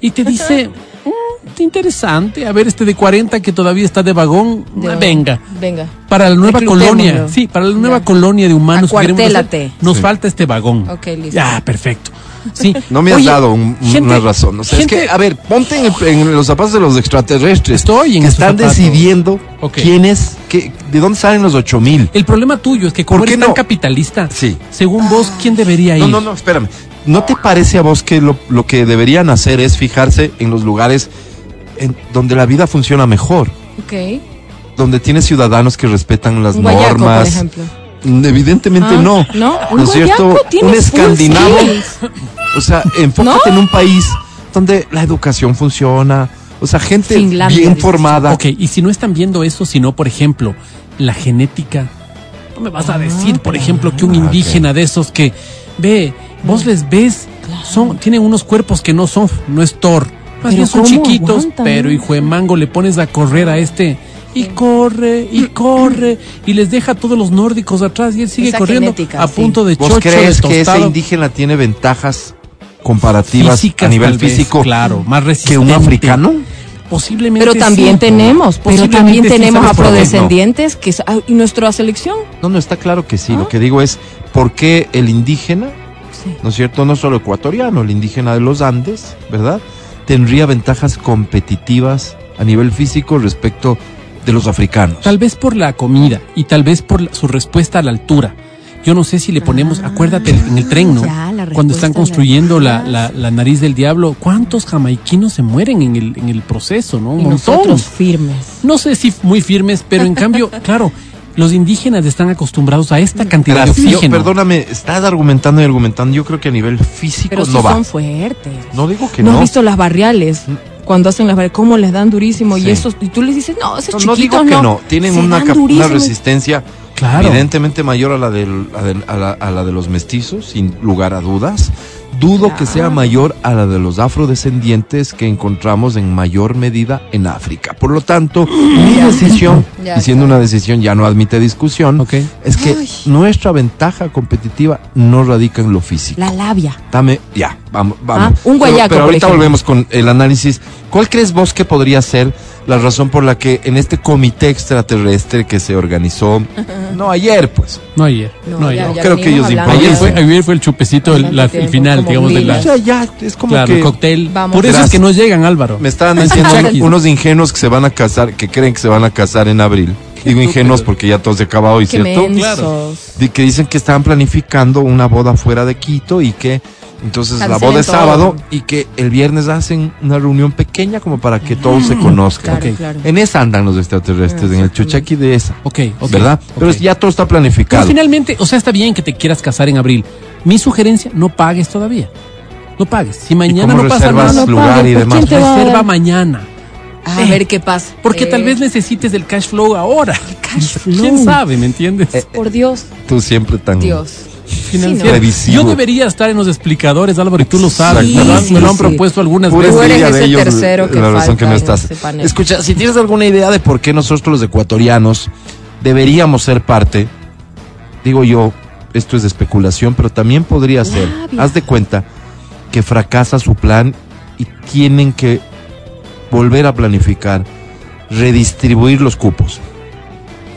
[SPEAKER 3] Y te dice, "Mm, interesante, a ver este de 40 que todavía está de vagón,
[SPEAKER 2] Ah,
[SPEAKER 4] De-
[SPEAKER 3] venga.
[SPEAKER 4] Venga.
[SPEAKER 3] Para la nueva
[SPEAKER 4] Reclutémoslo.
[SPEAKER 3] colonia, sí, para la nueva
[SPEAKER 4] Ya.
[SPEAKER 3] colonia de humanos que queremos hacer,
[SPEAKER 4] Acuartélate.
[SPEAKER 3] nos
[SPEAKER 2] Sí.
[SPEAKER 3] falta este vagón.
[SPEAKER 4] Ok, listo.
[SPEAKER 3] Ya, perfecto. Sí.
[SPEAKER 2] No me has
[SPEAKER 3] Oye,
[SPEAKER 2] dado un-
[SPEAKER 3] gente-
[SPEAKER 2] una razón. O sea, es
[SPEAKER 3] gente-
[SPEAKER 2] que, a ver, ponte en, el- en los zapatos de los extraterrestres.
[SPEAKER 3] Estoy en
[SPEAKER 2] que
[SPEAKER 3] esos
[SPEAKER 2] están
[SPEAKER 3] zapatos.
[SPEAKER 2] decidiendo
[SPEAKER 3] Ok.
[SPEAKER 2] quién es, qué- de dónde salen los ocho mil.
[SPEAKER 3] El problema tuyo es que como
[SPEAKER 2] ¿Por qué
[SPEAKER 3] eres tan
[SPEAKER 2] no?
[SPEAKER 3] capitalista,
[SPEAKER 2] Sí.
[SPEAKER 3] según vos, ¿quién debería ir?
[SPEAKER 2] No, no, no, espérame. ¿No te parece a vos que lo, lo que deberían hacer es fijarse en los lugares en donde la vida funciona mejor?
[SPEAKER 4] Ok.
[SPEAKER 2] Donde tienes ciudadanos que respetan las
[SPEAKER 4] Un guayaco, por
[SPEAKER 2] normas.
[SPEAKER 4] ejemplo.
[SPEAKER 2] Mm, Evidentemente
[SPEAKER 4] Ah,
[SPEAKER 2] no.
[SPEAKER 4] No, un
[SPEAKER 2] ¿No es cierto?
[SPEAKER 4] guayaco tiene
[SPEAKER 2] Un
[SPEAKER 4] full
[SPEAKER 2] escandinavo.
[SPEAKER 4] skills.
[SPEAKER 2] O sea, enfócate en un país donde la educación funciona. O sea, gente
[SPEAKER 4] Finlandia,
[SPEAKER 2] bien
[SPEAKER 4] dices.
[SPEAKER 2] formada.
[SPEAKER 3] Ok, y si no están viendo eso, sino, por ejemplo, la genética, no me
[SPEAKER 4] Ah,
[SPEAKER 3] vas a decir, por ejemplo, que un indígena de esos que ve, vos les ves, son, tienen unos cuerpos que no son, no es Thor, más
[SPEAKER 4] Pero
[SPEAKER 3] bien son
[SPEAKER 4] ¿cómo
[SPEAKER 3] chiquitos,
[SPEAKER 4] aguantan?
[SPEAKER 3] pero hijo de mango, le pones a correr a este. Y corre,
[SPEAKER 4] Mm,
[SPEAKER 3] y corre, y les deja a todos los nórdicos atrás, y él sigue
[SPEAKER 4] Esa
[SPEAKER 3] corriendo
[SPEAKER 4] genética,
[SPEAKER 3] a
[SPEAKER 4] sí.
[SPEAKER 3] punto de
[SPEAKER 2] ¿Vos
[SPEAKER 3] chocho,
[SPEAKER 2] crees
[SPEAKER 3] de
[SPEAKER 2] que ese
[SPEAKER 3] tostado,
[SPEAKER 2] indígena tiene ventajas comparativas
[SPEAKER 3] físicas,
[SPEAKER 2] a nivel
[SPEAKER 3] tal vez,
[SPEAKER 2] físico
[SPEAKER 3] claro, más
[SPEAKER 2] que un
[SPEAKER 3] resistente?
[SPEAKER 2] africano?
[SPEAKER 3] Posiblemente.
[SPEAKER 4] Pero también
[SPEAKER 3] sí.
[SPEAKER 4] tenemos, pero
[SPEAKER 3] Posiblemente
[SPEAKER 4] también
[SPEAKER 3] sí,
[SPEAKER 4] tenemos
[SPEAKER 3] ¿sabes por qué?
[SPEAKER 4] afrodescendientes que sa- ah, y nuestra selección.
[SPEAKER 2] No, no, está claro que sí.
[SPEAKER 4] Ah.
[SPEAKER 2] Lo que digo es, ¿por qué el indígena,
[SPEAKER 4] Sí.
[SPEAKER 2] no es cierto, no solo ecuatoriano, el indígena de los Andes, ¿verdad? Tendría ventajas competitivas a nivel físico respecto de los africanos.
[SPEAKER 3] Tal vez por la comida y tal vez por la- su respuesta a la altura. Yo no sé si le ponemos, acuérdate, en el tren, ¿no?
[SPEAKER 4] Ah, Ya, la
[SPEAKER 3] Cuando
[SPEAKER 4] respuesta a
[SPEAKER 3] están
[SPEAKER 4] la-
[SPEAKER 3] construyendo la, la- la nariz del diablo, ¿cuántos jamaiquinos se mueren en el, en el proceso, no? Un
[SPEAKER 4] y
[SPEAKER 3] montón.
[SPEAKER 4] nosotros firmes.
[SPEAKER 3] No sé si muy firmes, pero en cambio, claro, los indígenas están acostumbrados a esta cantidad
[SPEAKER 2] Verás,
[SPEAKER 3] de
[SPEAKER 2] yo-
[SPEAKER 3] oxígeno.
[SPEAKER 2] perdóname, estás argumentando y argumentando. Yo creo que a nivel físico
[SPEAKER 4] Pero sí
[SPEAKER 2] no va.
[SPEAKER 4] son fuertes.
[SPEAKER 2] No digo que
[SPEAKER 4] ¿No,
[SPEAKER 2] no. Mm.
[SPEAKER 4] has visto las barriales? Cuando hacen las barriales, cómo les dan durísimo.
[SPEAKER 2] Sí.
[SPEAKER 4] Y esos, y tú les dices, no, esos
[SPEAKER 2] No, no
[SPEAKER 4] chiquitos
[SPEAKER 2] digo que no. Tienen
[SPEAKER 4] Se
[SPEAKER 2] una,
[SPEAKER 4] dan
[SPEAKER 2] cap- una
[SPEAKER 4] durísimo.
[SPEAKER 2] resistencia
[SPEAKER 3] Claro.
[SPEAKER 2] evidentemente mayor a la, del- a del- a la- a la de los mestizos, sin lugar a dudas. Dudo que sea mayor a la de los afrodescendientes que encontramos en mayor medida en África. Por lo tanto, mi decisión,
[SPEAKER 4] Ya,
[SPEAKER 2] y siendo una decisión ya no admite discusión,
[SPEAKER 3] Ok.
[SPEAKER 2] es que
[SPEAKER 4] Ay.
[SPEAKER 2] nuestra ventaja competitiva no radica en lo físico.
[SPEAKER 4] La labia.
[SPEAKER 2] Dame, ya, Vamos, vamos.
[SPEAKER 4] Ah, un guayaco,
[SPEAKER 2] Pero, pero
[SPEAKER 4] por
[SPEAKER 2] ahorita
[SPEAKER 4] ejemplo.
[SPEAKER 2] volvemos con el análisis. ¿Cuál crees vos que podría ser la razón por la que en este comité extraterrestre que se organizó, no ayer, pues,
[SPEAKER 3] No ayer. No,
[SPEAKER 4] No,
[SPEAKER 3] ayer.
[SPEAKER 4] ya- ya
[SPEAKER 2] creo que
[SPEAKER 4] venimos
[SPEAKER 2] ellos
[SPEAKER 4] hablando
[SPEAKER 3] Ayer
[SPEAKER 4] de-
[SPEAKER 2] improvisan.
[SPEAKER 3] fue, ayer fue el chupecito, el, la- el
[SPEAKER 4] Bastante
[SPEAKER 3] final,
[SPEAKER 4] tiempo,
[SPEAKER 3] digamos, de
[SPEAKER 4] como
[SPEAKER 3] la.
[SPEAKER 4] mil.
[SPEAKER 2] o sea, ya es como
[SPEAKER 3] Claro,
[SPEAKER 2] que
[SPEAKER 3] cóctel.
[SPEAKER 4] Vamos.
[SPEAKER 3] Por eso es
[SPEAKER 2] Gracias.
[SPEAKER 3] que no llegan, Álvaro.
[SPEAKER 2] me estaban diciendo
[SPEAKER 3] Chucky.
[SPEAKER 2] unos ingenuos que se van a casar, que creen que se van a casar en abril. Digo ingenuos porque ya todo se acaba hoy,
[SPEAKER 4] Qué
[SPEAKER 2] ¿cierto?
[SPEAKER 4] mensos.
[SPEAKER 2] de que dicen que estaban planificando una boda fuera de Quito y que entonces la
[SPEAKER 4] Cancelen
[SPEAKER 2] boda es
[SPEAKER 4] todo.
[SPEAKER 2] sábado y que el viernes hacen una reunión pequeña como para que todos se conozcan.
[SPEAKER 4] Claro, claro.
[SPEAKER 2] En esa andan los extraterrestres, en el chuchaqui de esa.
[SPEAKER 3] Ok, ok,
[SPEAKER 2] ¿Verdad? Pero
[SPEAKER 3] ok.
[SPEAKER 2] ya todo está
[SPEAKER 3] Pero
[SPEAKER 2] planificado.
[SPEAKER 3] Pues finalmente, o sea, está bien que te quieras casar en abril. Mi sugerencia, no pagues todavía. No pagues. Si mañana
[SPEAKER 2] cómo
[SPEAKER 3] no pasa
[SPEAKER 2] reservas
[SPEAKER 3] nada, no
[SPEAKER 2] lugar
[SPEAKER 3] pagues.
[SPEAKER 2] y
[SPEAKER 3] ¿Por
[SPEAKER 2] demás?
[SPEAKER 3] quién te va a dar?
[SPEAKER 4] Reserva
[SPEAKER 3] Reserva mañana.
[SPEAKER 4] A ver qué pasa.
[SPEAKER 3] Porque
[SPEAKER 4] Eh,
[SPEAKER 3] tal vez necesites el cash flow ahora.
[SPEAKER 4] cash
[SPEAKER 3] ¿Quién
[SPEAKER 4] flow.
[SPEAKER 3] sabe, me
[SPEAKER 2] Eh,
[SPEAKER 3] entiendes?
[SPEAKER 4] Por Dios,
[SPEAKER 2] Tú siempre tan...
[SPEAKER 4] Dios.
[SPEAKER 3] Financiero.
[SPEAKER 4] Sí, ¿no?
[SPEAKER 2] Previsivo.
[SPEAKER 3] Yo debería estar en los explicadores, Álvaro, y tú lo sabes.
[SPEAKER 4] Sí,
[SPEAKER 3] me, lo han,
[SPEAKER 4] sí,
[SPEAKER 3] me lo han
[SPEAKER 4] sí.
[SPEAKER 3] propuesto algunas
[SPEAKER 2] Pura
[SPEAKER 4] Tú
[SPEAKER 3] veces.
[SPEAKER 4] eres
[SPEAKER 2] envidia
[SPEAKER 4] ese
[SPEAKER 2] de ellos,
[SPEAKER 4] tercero que
[SPEAKER 2] la razón
[SPEAKER 4] falta
[SPEAKER 2] que no
[SPEAKER 4] en
[SPEAKER 2] estás.
[SPEAKER 4] este panel.
[SPEAKER 2] Escucha, si tienes alguna idea de por qué nosotros los ecuatorianos deberíamos ser parte, digo yo, esto es de especulación, pero también podría ser, haz de cuenta que fracasa su plan y tienen que volver a planificar, redistribuir los cupos.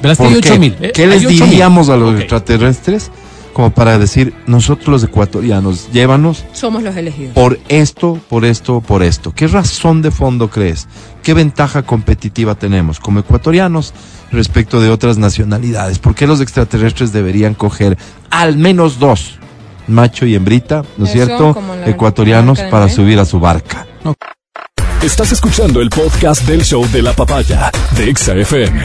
[SPEAKER 3] Verás que hay
[SPEAKER 2] ¿Por qué?
[SPEAKER 3] 8 mil.
[SPEAKER 2] ¿Qué les diríamos a los extraterrestres? Como para decir, nosotros los ecuatorianos, llévanos
[SPEAKER 4] Somos los elegidos.
[SPEAKER 2] por esto, por esto, por esto. ¿Qué razón de fondo crees? ¿Qué ventaja competitiva tenemos como ecuatorianos respecto de otras nacionalidades? ¿Por qué los extraterrestres deberían coger al menos dos, macho y hembrita, ¿no es
[SPEAKER 4] Eso,
[SPEAKER 2] cierto?
[SPEAKER 4] como la
[SPEAKER 2] Ecuatorianos
[SPEAKER 4] barca de
[SPEAKER 2] para
[SPEAKER 4] Noé.
[SPEAKER 2] subir a su barca.
[SPEAKER 1] Estás escuchando el podcast del show de la papaya de Exa FM.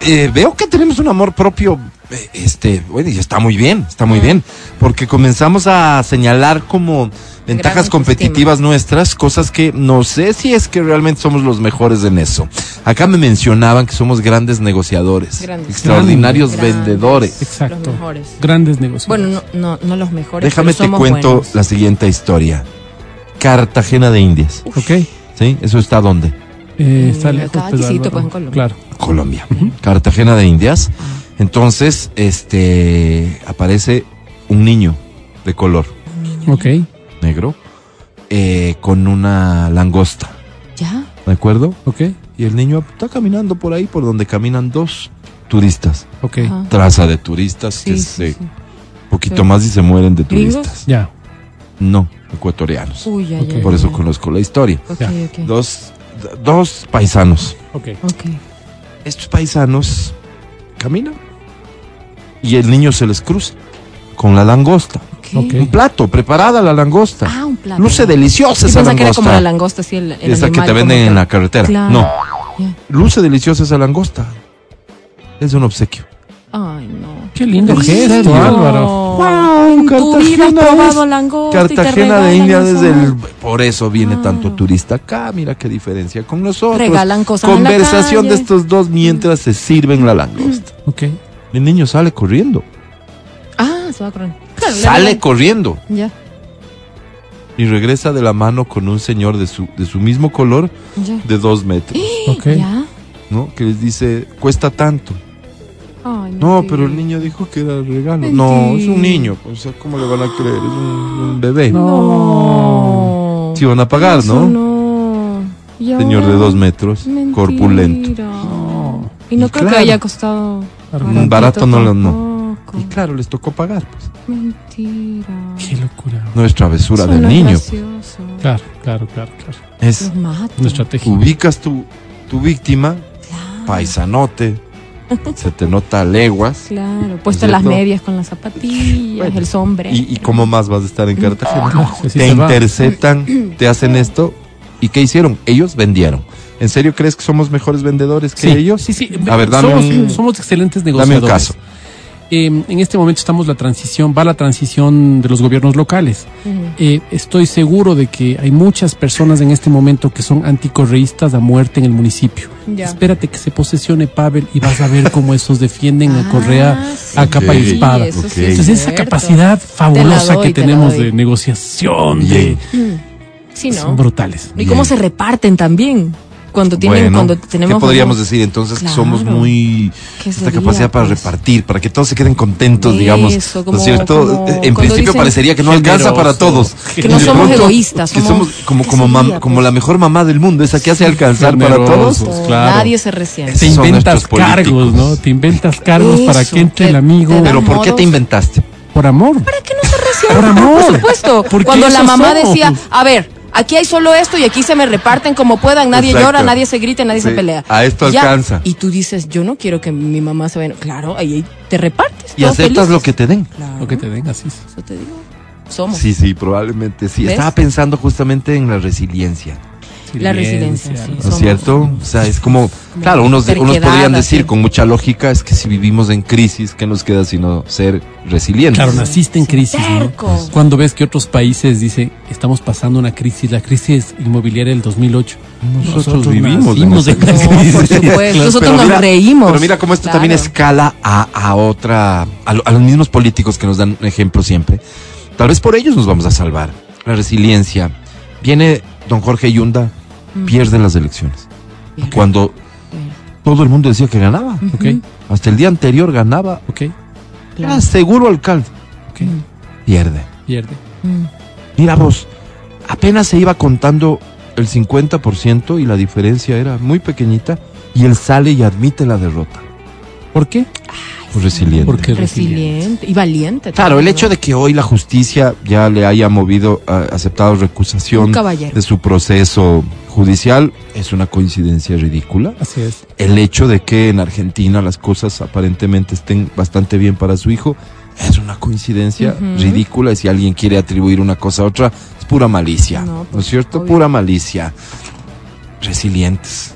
[SPEAKER 2] Eh, veo que tenemos un amor propio. eh, Este, bueno, y está muy bien, está
[SPEAKER 4] Mm.
[SPEAKER 2] muy bien. Porque comenzamos a señalar como ventajas
[SPEAKER 4] autoestima.
[SPEAKER 2] competitivas nuestras, cosas que no sé si es que realmente somos los mejores en eso. Acá me mencionaban que somos grandes negociadores,
[SPEAKER 4] Grandes.
[SPEAKER 2] extraordinarios
[SPEAKER 4] Grandes.
[SPEAKER 2] vendedores.
[SPEAKER 3] Exacto.
[SPEAKER 4] Los mejores.
[SPEAKER 3] Grandes negocios.
[SPEAKER 4] Bueno, no, no, no los mejores.
[SPEAKER 2] Déjame
[SPEAKER 4] pero
[SPEAKER 2] te
[SPEAKER 4] somos
[SPEAKER 2] cuento
[SPEAKER 4] buenos.
[SPEAKER 2] la siguiente historia. Cartagena de Indias.
[SPEAKER 3] Ok.
[SPEAKER 2] ¿Sí? ¿Eso está dónde?
[SPEAKER 3] Eh, está
[SPEAKER 4] Mm,
[SPEAKER 3] lejos,
[SPEAKER 4] cada
[SPEAKER 3] pero
[SPEAKER 4] quesito,
[SPEAKER 3] Álvaro,
[SPEAKER 4] pues, en Colombia.
[SPEAKER 3] Claro.
[SPEAKER 2] Colombia. Cartagena de Indias. Entonces, este aparece un niño de color
[SPEAKER 3] Ok.
[SPEAKER 2] negro eh, con una langosta,
[SPEAKER 4] Ya.
[SPEAKER 2] ¿de acuerdo?
[SPEAKER 3] Ok.
[SPEAKER 2] Y el niño está caminando por ahí, por donde caminan dos turistas.
[SPEAKER 3] Ok.
[SPEAKER 4] Ajá.
[SPEAKER 2] Traza de turistas
[SPEAKER 4] Ah, Sí,
[SPEAKER 2] que
[SPEAKER 4] sí,
[SPEAKER 2] se
[SPEAKER 4] sí.
[SPEAKER 2] poquito
[SPEAKER 4] Sí.
[SPEAKER 2] más y se mueren de
[SPEAKER 4] ¿Gringos?
[SPEAKER 2] turistas.
[SPEAKER 3] Ya.
[SPEAKER 2] No, ecuatorianos.
[SPEAKER 4] Uy, ya,
[SPEAKER 3] Ok.
[SPEAKER 4] ya.
[SPEAKER 2] por eso
[SPEAKER 4] ya.
[SPEAKER 2] conozco la historia.
[SPEAKER 4] Ok,
[SPEAKER 3] Ya.
[SPEAKER 4] ok.
[SPEAKER 2] Dos, dos paisanos.
[SPEAKER 3] Ok.
[SPEAKER 4] Ok.
[SPEAKER 2] estos paisanos caminan y el niño se les cruza con la langosta.
[SPEAKER 4] ok.
[SPEAKER 3] Ok.
[SPEAKER 2] Un plato, preparada la langosta.
[SPEAKER 4] Ah, un plato.
[SPEAKER 2] Luce deliciosa
[SPEAKER 4] Sí,
[SPEAKER 2] esa
[SPEAKER 4] pensaba que era como la
[SPEAKER 2] langosta.
[SPEAKER 4] langosta, así el, el
[SPEAKER 2] Esa que
[SPEAKER 4] animal,
[SPEAKER 2] te
[SPEAKER 4] como
[SPEAKER 2] venden en la carretera.
[SPEAKER 4] Claro.
[SPEAKER 2] No,
[SPEAKER 4] Ya.
[SPEAKER 2] luce deliciosa esa langosta. Es un obsequio.
[SPEAKER 4] Ay, no.
[SPEAKER 3] Qué lindo
[SPEAKER 4] Pues
[SPEAKER 3] gesto,
[SPEAKER 2] serio?
[SPEAKER 3] Álvaro.
[SPEAKER 2] Wow,
[SPEAKER 4] En tu vida has
[SPEAKER 2] Cartagena
[SPEAKER 4] probado
[SPEAKER 2] es-
[SPEAKER 4] langosta y te
[SPEAKER 2] Cartagena de
[SPEAKER 4] regalan
[SPEAKER 2] India
[SPEAKER 4] eso.
[SPEAKER 2] desde el... Por eso viene
[SPEAKER 4] Claro.
[SPEAKER 2] tanto turista acá. Mira qué diferencia con nosotros.
[SPEAKER 4] Regalan cosas en la
[SPEAKER 2] Conversación de
[SPEAKER 4] calle.
[SPEAKER 2] estos dos mientras se sirven la langosta.
[SPEAKER 3] Ok.
[SPEAKER 2] Mm. El niño sale corriendo.
[SPEAKER 4] Ah, se va a correr. Claro, le
[SPEAKER 2] Sale
[SPEAKER 4] regalan-
[SPEAKER 2] corriendo.
[SPEAKER 4] Ya,
[SPEAKER 2] y regresa de la mano con un señor de su, de su mismo color
[SPEAKER 4] ya.
[SPEAKER 2] de dos metros,
[SPEAKER 3] Ok.
[SPEAKER 4] Ya.
[SPEAKER 2] ¿no? Que les dice, cuesta tanto.
[SPEAKER 4] Ay,
[SPEAKER 2] No,
[SPEAKER 4] sí.
[SPEAKER 2] pero el niño dijo que era regalo. No, es un niño, pues, o sea, ¿cómo le van a creer? Es un, un bebé.
[SPEAKER 3] No.
[SPEAKER 4] No.
[SPEAKER 2] Sí van a pagar,
[SPEAKER 4] Eso
[SPEAKER 2] ¿no?
[SPEAKER 4] No. Y
[SPEAKER 2] Señor de
[SPEAKER 4] ahora-
[SPEAKER 2] dos metros,
[SPEAKER 4] Mentira.
[SPEAKER 2] corpulento.
[SPEAKER 3] No.
[SPEAKER 4] Y no
[SPEAKER 2] Y
[SPEAKER 4] creo
[SPEAKER 2] claro.
[SPEAKER 4] que haya costado
[SPEAKER 3] Barato
[SPEAKER 2] no lo-
[SPEAKER 4] tampoco.
[SPEAKER 2] Y claro, les tocó pagar, pues.
[SPEAKER 4] Mentira.
[SPEAKER 3] Qué locura.
[SPEAKER 2] Nuestra besura
[SPEAKER 4] Son
[SPEAKER 2] del
[SPEAKER 4] los
[SPEAKER 2] niño.
[SPEAKER 4] graciosos.
[SPEAKER 3] Claro, claro, claro, claro.
[SPEAKER 2] Es,
[SPEAKER 4] Los matan.
[SPEAKER 3] Una estrategia.
[SPEAKER 2] ubicas tu, tu víctima,
[SPEAKER 4] Claro,
[SPEAKER 2] paisanote, se te nota a leguas.
[SPEAKER 4] Claro, puesto
[SPEAKER 2] ¿Cierto?
[SPEAKER 4] las medias con las zapatillas, el sombrero.
[SPEAKER 2] ¿Y, ¿Y cómo más vas a estar en Cartagena?
[SPEAKER 3] Sí, sí
[SPEAKER 2] te
[SPEAKER 3] se va.
[SPEAKER 2] interceptan, te hacen esto. ¿Y qué hicieron? Ellos vendieron. ¿En serio crees que somos mejores vendedores que
[SPEAKER 3] Sí,
[SPEAKER 2] ellos?
[SPEAKER 3] sí, sí.
[SPEAKER 2] A ver, dame
[SPEAKER 3] somos,
[SPEAKER 2] un-
[SPEAKER 3] somos excelentes negociadores.
[SPEAKER 2] Dame un caso.
[SPEAKER 3] Eh, en este momento estamos la transición, va la transición de los gobiernos locales.
[SPEAKER 4] Ujú.
[SPEAKER 3] Eh, estoy seguro de que hay muchas personas en este momento que son anticorreístas a muerte en el municipio.
[SPEAKER 4] Ya.
[SPEAKER 3] Espérate que se posesione Pavel y vas a ver cómo esos defienden a Correa
[SPEAKER 4] Ah, sí,
[SPEAKER 3] a capa y
[SPEAKER 2] sí,
[SPEAKER 3] espada.
[SPEAKER 4] eso sí es
[SPEAKER 2] Ok.
[SPEAKER 3] Entonces esa
[SPEAKER 4] cierto.
[SPEAKER 3] capacidad fabulosa
[SPEAKER 4] doy,
[SPEAKER 3] que
[SPEAKER 4] te la
[SPEAKER 3] tenemos
[SPEAKER 4] doy.
[SPEAKER 3] de negociación, de,
[SPEAKER 2] Bien.
[SPEAKER 4] Sí,
[SPEAKER 3] son
[SPEAKER 4] ¿no?
[SPEAKER 3] brutales.
[SPEAKER 4] Y cómo se reparten también. cuando tienen
[SPEAKER 2] Bueno,
[SPEAKER 4] cuando tenemos
[SPEAKER 2] ¿Qué podríamos
[SPEAKER 4] como-
[SPEAKER 2] decir entonces que
[SPEAKER 4] Claro.
[SPEAKER 2] somos muy
[SPEAKER 4] ¿Qué
[SPEAKER 2] esta
[SPEAKER 4] sería,
[SPEAKER 2] capacidad para
[SPEAKER 4] pues?
[SPEAKER 2] repartir, para que todos se queden contentos,
[SPEAKER 4] Eso,
[SPEAKER 2] digamos, ¿no
[SPEAKER 4] como-
[SPEAKER 2] es cierto?
[SPEAKER 4] como
[SPEAKER 2] en
[SPEAKER 4] cuando
[SPEAKER 2] principio
[SPEAKER 4] dicen-
[SPEAKER 2] parecería que no alcanza para todos.
[SPEAKER 4] Que no
[SPEAKER 2] De
[SPEAKER 4] somos
[SPEAKER 2] pronto,
[SPEAKER 4] egoístas,
[SPEAKER 2] que
[SPEAKER 4] somos-
[SPEAKER 2] somos como
[SPEAKER 4] ¿qué
[SPEAKER 2] como mam-
[SPEAKER 4] sería,
[SPEAKER 2] como
[SPEAKER 4] pues?
[SPEAKER 2] la mejor mamá del mundo, esa que hace alcanzar para todos.
[SPEAKER 3] Generosos. Pues, claro.
[SPEAKER 4] Nadie se resiente.
[SPEAKER 2] Esos
[SPEAKER 3] Te
[SPEAKER 2] son
[SPEAKER 3] inventas
[SPEAKER 2] nuestros políticos.
[SPEAKER 3] cargos, ¿no? Te inventas cargos
[SPEAKER 4] Eso,
[SPEAKER 3] para que entre
[SPEAKER 4] te-
[SPEAKER 3] el amigo.
[SPEAKER 4] te da-
[SPEAKER 2] Pero ¿por qué te
[SPEAKER 4] modos.
[SPEAKER 2] inventaste?
[SPEAKER 3] por amor.
[SPEAKER 4] ¿Para qué no se resiente?
[SPEAKER 3] Por amor.
[SPEAKER 4] Por supuesto.
[SPEAKER 3] Porque
[SPEAKER 4] Cuando la
[SPEAKER 3] esos
[SPEAKER 4] mamá
[SPEAKER 3] somos.
[SPEAKER 4] decía, a ver, aquí hay solo esto y aquí se me reparten como puedan, nadie
[SPEAKER 2] Exacto.
[SPEAKER 4] llora, nadie se grita, nadie
[SPEAKER 2] Sí,
[SPEAKER 4] se pelea.
[SPEAKER 2] a esto
[SPEAKER 4] Ya.
[SPEAKER 2] alcanza.
[SPEAKER 4] Y tú dices, yo no quiero que mi mamá se vaya. Claro, ahí ahí te repartes.
[SPEAKER 2] Y aceptas lo que te den.
[SPEAKER 4] Claro,
[SPEAKER 3] Lo que te den, así es.
[SPEAKER 4] eso te digo. Somos.
[SPEAKER 2] Sí, sí, probablemente sí.
[SPEAKER 4] ¿Ves?
[SPEAKER 2] Estaba pensando justamente en la resiliencia.
[SPEAKER 4] La resiliencia, sí.
[SPEAKER 2] ¿No es
[SPEAKER 4] Somos-
[SPEAKER 2] cierto? O sea, es como, claro, unos, de- unos
[SPEAKER 4] terquedad,
[SPEAKER 2] podrían decir
[SPEAKER 4] así.
[SPEAKER 2] con mucha lógica, es que si vivimos en crisis, ¿qué nos queda sino ser resilientes?
[SPEAKER 3] Claro, naciste en crisis. ¿no?
[SPEAKER 4] Terco.
[SPEAKER 3] Cuando ves que otros países dicen, estamos pasando una crisis, la crisis inmobiliaria del 2008. Nosotros,
[SPEAKER 2] vivimos en
[SPEAKER 3] nacimos en
[SPEAKER 2] esa
[SPEAKER 3] la
[SPEAKER 4] crisis.
[SPEAKER 3] crisis.
[SPEAKER 4] No, por supuesto.
[SPEAKER 3] Claro.
[SPEAKER 4] Nosotros nos reímos.
[SPEAKER 2] Pero mira cómo esto también
[SPEAKER 4] Claro.
[SPEAKER 2] escala a, a otra, a, lo- a los mismos políticos que nos dan un ejemplo siempre. Tal vez por ellos nos vamos a salvar. La resiliencia. Viene don Jorge Yunda,
[SPEAKER 4] Mm.
[SPEAKER 2] pierde las elecciones.
[SPEAKER 4] Pierde.
[SPEAKER 2] Cuando todo el mundo decía que ganaba.
[SPEAKER 4] Mm.
[SPEAKER 3] Ok,
[SPEAKER 2] Hasta el día anterior ganaba.
[SPEAKER 3] ok,
[SPEAKER 2] Era seguro alcalde.
[SPEAKER 3] ok.
[SPEAKER 2] Pierde.
[SPEAKER 3] Pierde.
[SPEAKER 4] Mm.
[SPEAKER 2] Mira vos, apenas se iba contando el 50% y la diferencia era muy pequeñita y él sale y admite la derrota.
[SPEAKER 3] ¿Por qué?
[SPEAKER 2] Por resiliente.
[SPEAKER 3] Porque es resiliente.
[SPEAKER 4] Resiliente y valiente.
[SPEAKER 2] Claro, el
[SPEAKER 4] también,
[SPEAKER 2] hecho de que hoy la justicia ya le haya movido, a- aceptado recusación
[SPEAKER 4] Un caballero.
[SPEAKER 2] de su proceso judicial es una coincidencia ridícula.
[SPEAKER 3] Así es.
[SPEAKER 2] El hecho de que en Argentina las cosas aparentemente estén bastante bien para su hijo es una coincidencia ridícula. Y si alguien quiere atribuir una cosa a otra, es pura malicia.
[SPEAKER 4] No,
[SPEAKER 2] ¿No,
[SPEAKER 4] pues,
[SPEAKER 2] es cierto?
[SPEAKER 4] obvio.
[SPEAKER 2] Pura malicia. Resilientes.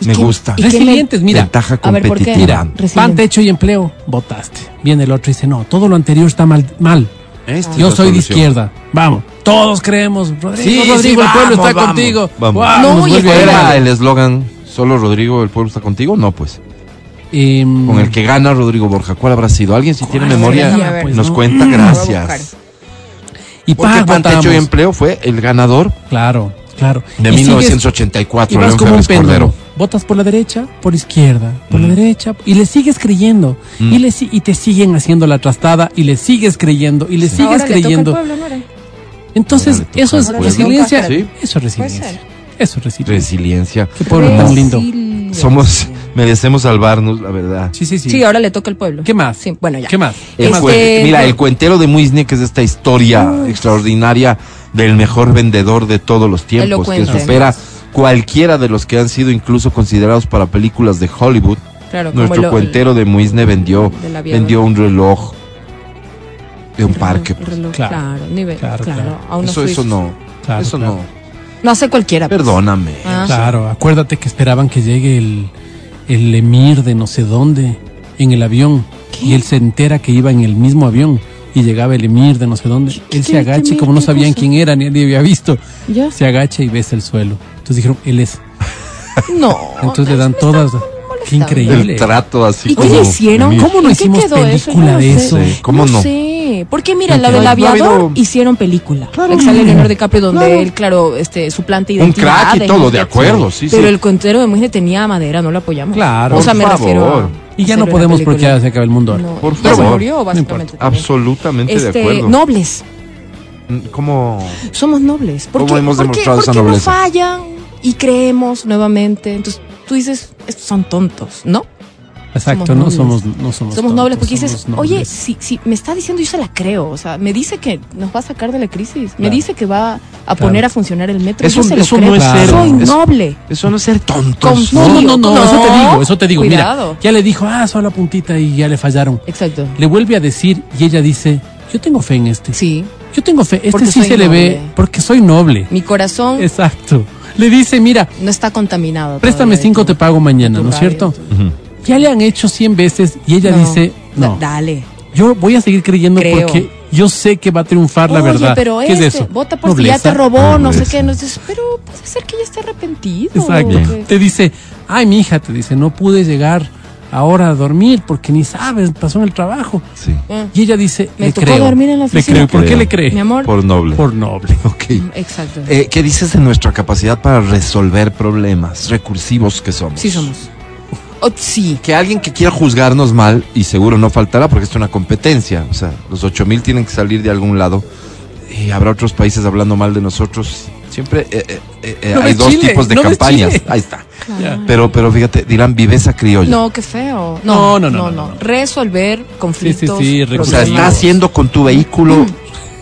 [SPEAKER 4] ¿Y
[SPEAKER 2] Me
[SPEAKER 4] quién-
[SPEAKER 2] gusta.
[SPEAKER 4] y- qué Pues
[SPEAKER 3] Resilientes, mira.
[SPEAKER 2] Ventaja
[SPEAKER 4] A ver, ¿por qué?
[SPEAKER 2] competitiva.
[SPEAKER 3] Mira,
[SPEAKER 4] Resiliente.
[SPEAKER 3] pan, techo y empleo, votaste. Viene el otro y dice, no, todo lo anterior está mal. mal.
[SPEAKER 2] Esta es
[SPEAKER 3] Yo
[SPEAKER 2] la
[SPEAKER 3] soy de
[SPEAKER 2] solución.
[SPEAKER 3] izquierda. Vamos. Todos creemos. Rodrigo,
[SPEAKER 2] Sí,
[SPEAKER 3] Rodrigo,
[SPEAKER 2] sí,
[SPEAKER 3] el
[SPEAKER 2] vamos,
[SPEAKER 3] pueblo está
[SPEAKER 2] vamos,
[SPEAKER 3] contigo.
[SPEAKER 2] vamos.
[SPEAKER 4] No,
[SPEAKER 3] nos
[SPEAKER 4] y
[SPEAKER 3] vuelve a
[SPEAKER 4] espera.
[SPEAKER 3] ganar.
[SPEAKER 2] ¿Era Ah, el eslogan solo Rodrigo, el pueblo está contigo? No, pues.
[SPEAKER 3] Em,
[SPEAKER 2] Con el
[SPEAKER 4] Mm.
[SPEAKER 2] que gana Rodrigo Borja, ¿cuál habrá sido? ¿Alguien si tiene
[SPEAKER 3] ¿Cuál
[SPEAKER 4] sería,
[SPEAKER 2] memoria
[SPEAKER 4] pues,
[SPEAKER 2] nos
[SPEAKER 3] no?
[SPEAKER 2] cuenta?
[SPEAKER 4] Lo voy a
[SPEAKER 2] Gracias.
[SPEAKER 3] y
[SPEAKER 2] Porque
[SPEAKER 3] pa,
[SPEAKER 2] Pan Techo y
[SPEAKER 3] votamos.
[SPEAKER 2] Empleo fue el ganador
[SPEAKER 3] Claro, claro.
[SPEAKER 2] de
[SPEAKER 3] Y sigues-
[SPEAKER 2] 1984,
[SPEAKER 3] Y vas
[SPEAKER 2] León
[SPEAKER 3] como un
[SPEAKER 2] Febres Cordero. Mm.
[SPEAKER 3] péndulo. Votas por la derecha, por izquierda, por la derecha, y le sigues creyendo. Y, le, si- y te siguen haciendo la trastada, y le sigues creyendo, y le sigues
[SPEAKER 4] Ahora le toca al
[SPEAKER 3] creyendo.
[SPEAKER 4] pueblo, ¿no era?
[SPEAKER 2] Este
[SPEAKER 3] Entonces,
[SPEAKER 2] Ahora le toca
[SPEAKER 3] eso
[SPEAKER 2] al
[SPEAKER 3] es
[SPEAKER 2] pueblo.
[SPEAKER 3] resiliencia.
[SPEAKER 2] Sí.
[SPEAKER 3] Eso es
[SPEAKER 4] Puede
[SPEAKER 3] resiliencia.
[SPEAKER 4] ser.
[SPEAKER 3] Eso es resiliencia.
[SPEAKER 2] Resiliencia.
[SPEAKER 3] Qué pueblo tan lindo.
[SPEAKER 4] Resiliencia.
[SPEAKER 2] Somos, merecemos salvarnos, la verdad.
[SPEAKER 3] Sí, sí, sí.
[SPEAKER 4] Sí, ahora le toca al pueblo.
[SPEAKER 3] ¿Qué más?
[SPEAKER 4] Sí, bueno, ya.
[SPEAKER 3] ¿Qué más?
[SPEAKER 2] El
[SPEAKER 3] ¿Qué más?
[SPEAKER 2] cuen- mira, el cuentero de Muisne, que es esta historia extraordinaria del mejor vendedor de todos los tiempos, que
[SPEAKER 4] Elocuente.
[SPEAKER 2] supera cualquiera de los que han sido incluso considerados para películas de Hollywood.
[SPEAKER 4] Claro, como
[SPEAKER 2] Nuestro
[SPEAKER 4] el-
[SPEAKER 2] cuentero de Muisne vendió,
[SPEAKER 4] del aviador.
[SPEAKER 2] vendió un reloj de un
[SPEAKER 4] el-
[SPEAKER 2] parque. pues.
[SPEAKER 4] el reloj,
[SPEAKER 3] Claro.
[SPEAKER 4] Claro, nivel,
[SPEAKER 3] Claro,
[SPEAKER 4] claro,
[SPEAKER 3] claro.
[SPEAKER 4] a unos
[SPEAKER 2] Eso, eso
[SPEAKER 4] suizos.
[SPEAKER 2] no.
[SPEAKER 3] Claro,
[SPEAKER 2] eso
[SPEAKER 3] claro.
[SPEAKER 4] No hace cualquiera.
[SPEAKER 2] no.
[SPEAKER 4] pues.
[SPEAKER 2] Perdóname.
[SPEAKER 4] Ah.
[SPEAKER 3] Claro, acuérdate que esperaban que llegue el, el emir de no sé dónde en el avión y él se entera que iba en el mismo avión y llegaba el emir de no sé dónde. Él se
[SPEAKER 4] qué
[SPEAKER 3] agacha y
[SPEAKER 4] emir?
[SPEAKER 3] como no
[SPEAKER 4] ¿Qué
[SPEAKER 3] sabían
[SPEAKER 4] cosa?
[SPEAKER 3] quién era ni nadie había visto,
[SPEAKER 4] ¿Ya?
[SPEAKER 3] se agacha y besa el suelo. Entonces dijeron, él es.
[SPEAKER 4] No.
[SPEAKER 3] Entonces le dan todas. Qué increíble.
[SPEAKER 2] El trato así
[SPEAKER 4] ¿Y qué
[SPEAKER 2] como-
[SPEAKER 4] le hicieron?
[SPEAKER 2] Mira,
[SPEAKER 3] ¿Cómo no
[SPEAKER 4] ¿En
[SPEAKER 3] hicimos
[SPEAKER 4] qué quedó
[SPEAKER 3] película
[SPEAKER 4] Yo no
[SPEAKER 3] de
[SPEAKER 4] sé.
[SPEAKER 3] eso?
[SPEAKER 2] Sí, ¿cómo no?
[SPEAKER 4] sé. Porque mira, la
[SPEAKER 2] No,
[SPEAKER 4] del
[SPEAKER 2] no ha
[SPEAKER 4] aviador
[SPEAKER 2] habido-
[SPEAKER 4] hicieron película. Claro, sale Leonardo DiCaprio donde él, claro, este, suplanta
[SPEAKER 2] Un
[SPEAKER 4] identidad.
[SPEAKER 2] crack y
[SPEAKER 4] de
[SPEAKER 2] todo,
[SPEAKER 4] gente.
[SPEAKER 2] de acuerdo, sí, sí.
[SPEAKER 4] Pero el cuentero de Mujer tenía madera, no lo apoyamos.
[SPEAKER 3] Claro.
[SPEAKER 4] O sea,
[SPEAKER 2] Por
[SPEAKER 4] me refiero
[SPEAKER 2] favor.
[SPEAKER 4] a
[SPEAKER 3] Y ya no
[SPEAKER 4] hacer una
[SPEAKER 3] podemos porque
[SPEAKER 4] película.
[SPEAKER 3] ya se acaba el mundo ahora.
[SPEAKER 4] No,
[SPEAKER 2] Por
[SPEAKER 4] ya se
[SPEAKER 2] favor.
[SPEAKER 4] murió, básicamente. también.
[SPEAKER 2] Absolutamente de
[SPEAKER 4] Este,
[SPEAKER 2] acuerdo.
[SPEAKER 4] nobles.
[SPEAKER 2] ¿Cómo?
[SPEAKER 4] Somos nobles. ¿Por
[SPEAKER 2] ¿Cómo
[SPEAKER 4] qué,
[SPEAKER 2] hemos
[SPEAKER 4] por qué-
[SPEAKER 2] demostrado
[SPEAKER 4] por
[SPEAKER 2] esa
[SPEAKER 4] qué no
[SPEAKER 2] nobleza?
[SPEAKER 4] fallan y creemos nuevamente? Entonces tú dices, estos son tontos, ¿no?
[SPEAKER 3] Exacto,
[SPEAKER 4] somos
[SPEAKER 3] no
[SPEAKER 4] nobles.
[SPEAKER 3] somos, no somos.
[SPEAKER 4] somos nobles
[SPEAKER 3] tontos,
[SPEAKER 4] porque dices,
[SPEAKER 3] somos
[SPEAKER 4] oye,
[SPEAKER 3] nobles.
[SPEAKER 4] si, si me está diciendo, yo se la creo. O sea, me dice que nos va a sacar de la crisis. Me
[SPEAKER 3] Claro.
[SPEAKER 4] dice que va a
[SPEAKER 3] Claro.
[SPEAKER 4] poner a funcionar el metro.
[SPEAKER 2] Eso-
[SPEAKER 4] yo se lo
[SPEAKER 2] eso
[SPEAKER 4] creo.
[SPEAKER 2] no
[SPEAKER 3] es ser-
[SPEAKER 4] Soy
[SPEAKER 2] es-
[SPEAKER 4] noble.
[SPEAKER 2] Eso no es ser tontos.
[SPEAKER 4] Confío.
[SPEAKER 3] No, no, no, no,
[SPEAKER 4] No.
[SPEAKER 3] eso te digo, eso te digo.
[SPEAKER 4] Cuidado.
[SPEAKER 3] Mira, ya le dijo, ah, solo la puntita y ya le fallaron.
[SPEAKER 4] Exacto.
[SPEAKER 3] Le vuelve a decir y ella dice, yo tengo fe en este.
[SPEAKER 4] Sí.
[SPEAKER 3] Yo tengo fe, este
[SPEAKER 4] Porque
[SPEAKER 3] sí
[SPEAKER 4] soy
[SPEAKER 3] se le ve
[SPEAKER 4] noble.
[SPEAKER 3] porque soy noble.
[SPEAKER 4] Mi corazón
[SPEAKER 3] Exacto. Le dice, mira,
[SPEAKER 4] no está contaminado.
[SPEAKER 3] préstame
[SPEAKER 4] todavía de
[SPEAKER 3] cinco,
[SPEAKER 4] tu-
[SPEAKER 3] te pago mañana,
[SPEAKER 4] tu
[SPEAKER 3] ¿no es
[SPEAKER 4] rabia,
[SPEAKER 3] cierto?
[SPEAKER 4] tu-
[SPEAKER 3] Ya le han hecho 100 veces y ella
[SPEAKER 4] No.
[SPEAKER 3] dice, no,
[SPEAKER 4] Da- Dale.
[SPEAKER 3] yo voy a seguir creyendo
[SPEAKER 4] Creo.
[SPEAKER 3] porque yo sé que va a triunfar la
[SPEAKER 4] Oye,
[SPEAKER 3] verdad.
[SPEAKER 4] pero
[SPEAKER 3] ¿Qué
[SPEAKER 4] este,
[SPEAKER 3] es eso?
[SPEAKER 4] Vota por si ya
[SPEAKER 3] Nobleza.
[SPEAKER 4] te robó, no sé
[SPEAKER 2] Nobleza.
[SPEAKER 4] qué. No sé, pero puede ser que ya esté arrepentido.
[SPEAKER 3] Exacto.
[SPEAKER 4] que-
[SPEAKER 3] Te dice, ay, mi hija, te dice, no pude llegar ahora a dormir porque ni sabes, pasó en el trabajo.
[SPEAKER 2] Sí.
[SPEAKER 4] Ah,
[SPEAKER 3] Y ella dice,
[SPEAKER 4] Me
[SPEAKER 3] le
[SPEAKER 4] tocó
[SPEAKER 3] creo.
[SPEAKER 4] dormir en la
[SPEAKER 3] le creo.
[SPEAKER 4] oficina.
[SPEAKER 3] ¿Por qué
[SPEAKER 2] Creo.
[SPEAKER 3] le cree?
[SPEAKER 4] Mi amor.
[SPEAKER 2] Por noble.
[SPEAKER 3] Por noble.
[SPEAKER 2] Ok.
[SPEAKER 4] Exacto.
[SPEAKER 2] Eh, ¿Qué dices de nuestra capacidad para resolver problemas recursivos que somos?
[SPEAKER 4] sí somos. Oh, sí.
[SPEAKER 2] Que alguien que quiera juzgarnos mal, y seguro no faltará porque esto es una competencia, o sea, los 8000 tienen que salir de algún lado y habrá otros países hablando mal de nosotros. Siempre eh, eh, eh, eh,
[SPEAKER 3] No
[SPEAKER 2] hay
[SPEAKER 3] de
[SPEAKER 2] dos
[SPEAKER 3] Chile,
[SPEAKER 2] tipos de
[SPEAKER 3] no de
[SPEAKER 2] campañas.
[SPEAKER 3] Chile.
[SPEAKER 2] Ahí está.
[SPEAKER 3] Ya.
[SPEAKER 2] Pero, pero fíjate, dirán viveza criolla.
[SPEAKER 4] No, qué feo.
[SPEAKER 3] No,
[SPEAKER 4] No,
[SPEAKER 3] Pues no,
[SPEAKER 4] no,
[SPEAKER 3] no,
[SPEAKER 4] no.
[SPEAKER 3] no, no.
[SPEAKER 4] Resolver conflictos.
[SPEAKER 3] Sí, sí, sí,
[SPEAKER 2] o sea,
[SPEAKER 3] recursivos.
[SPEAKER 2] está haciendo con tu vehículo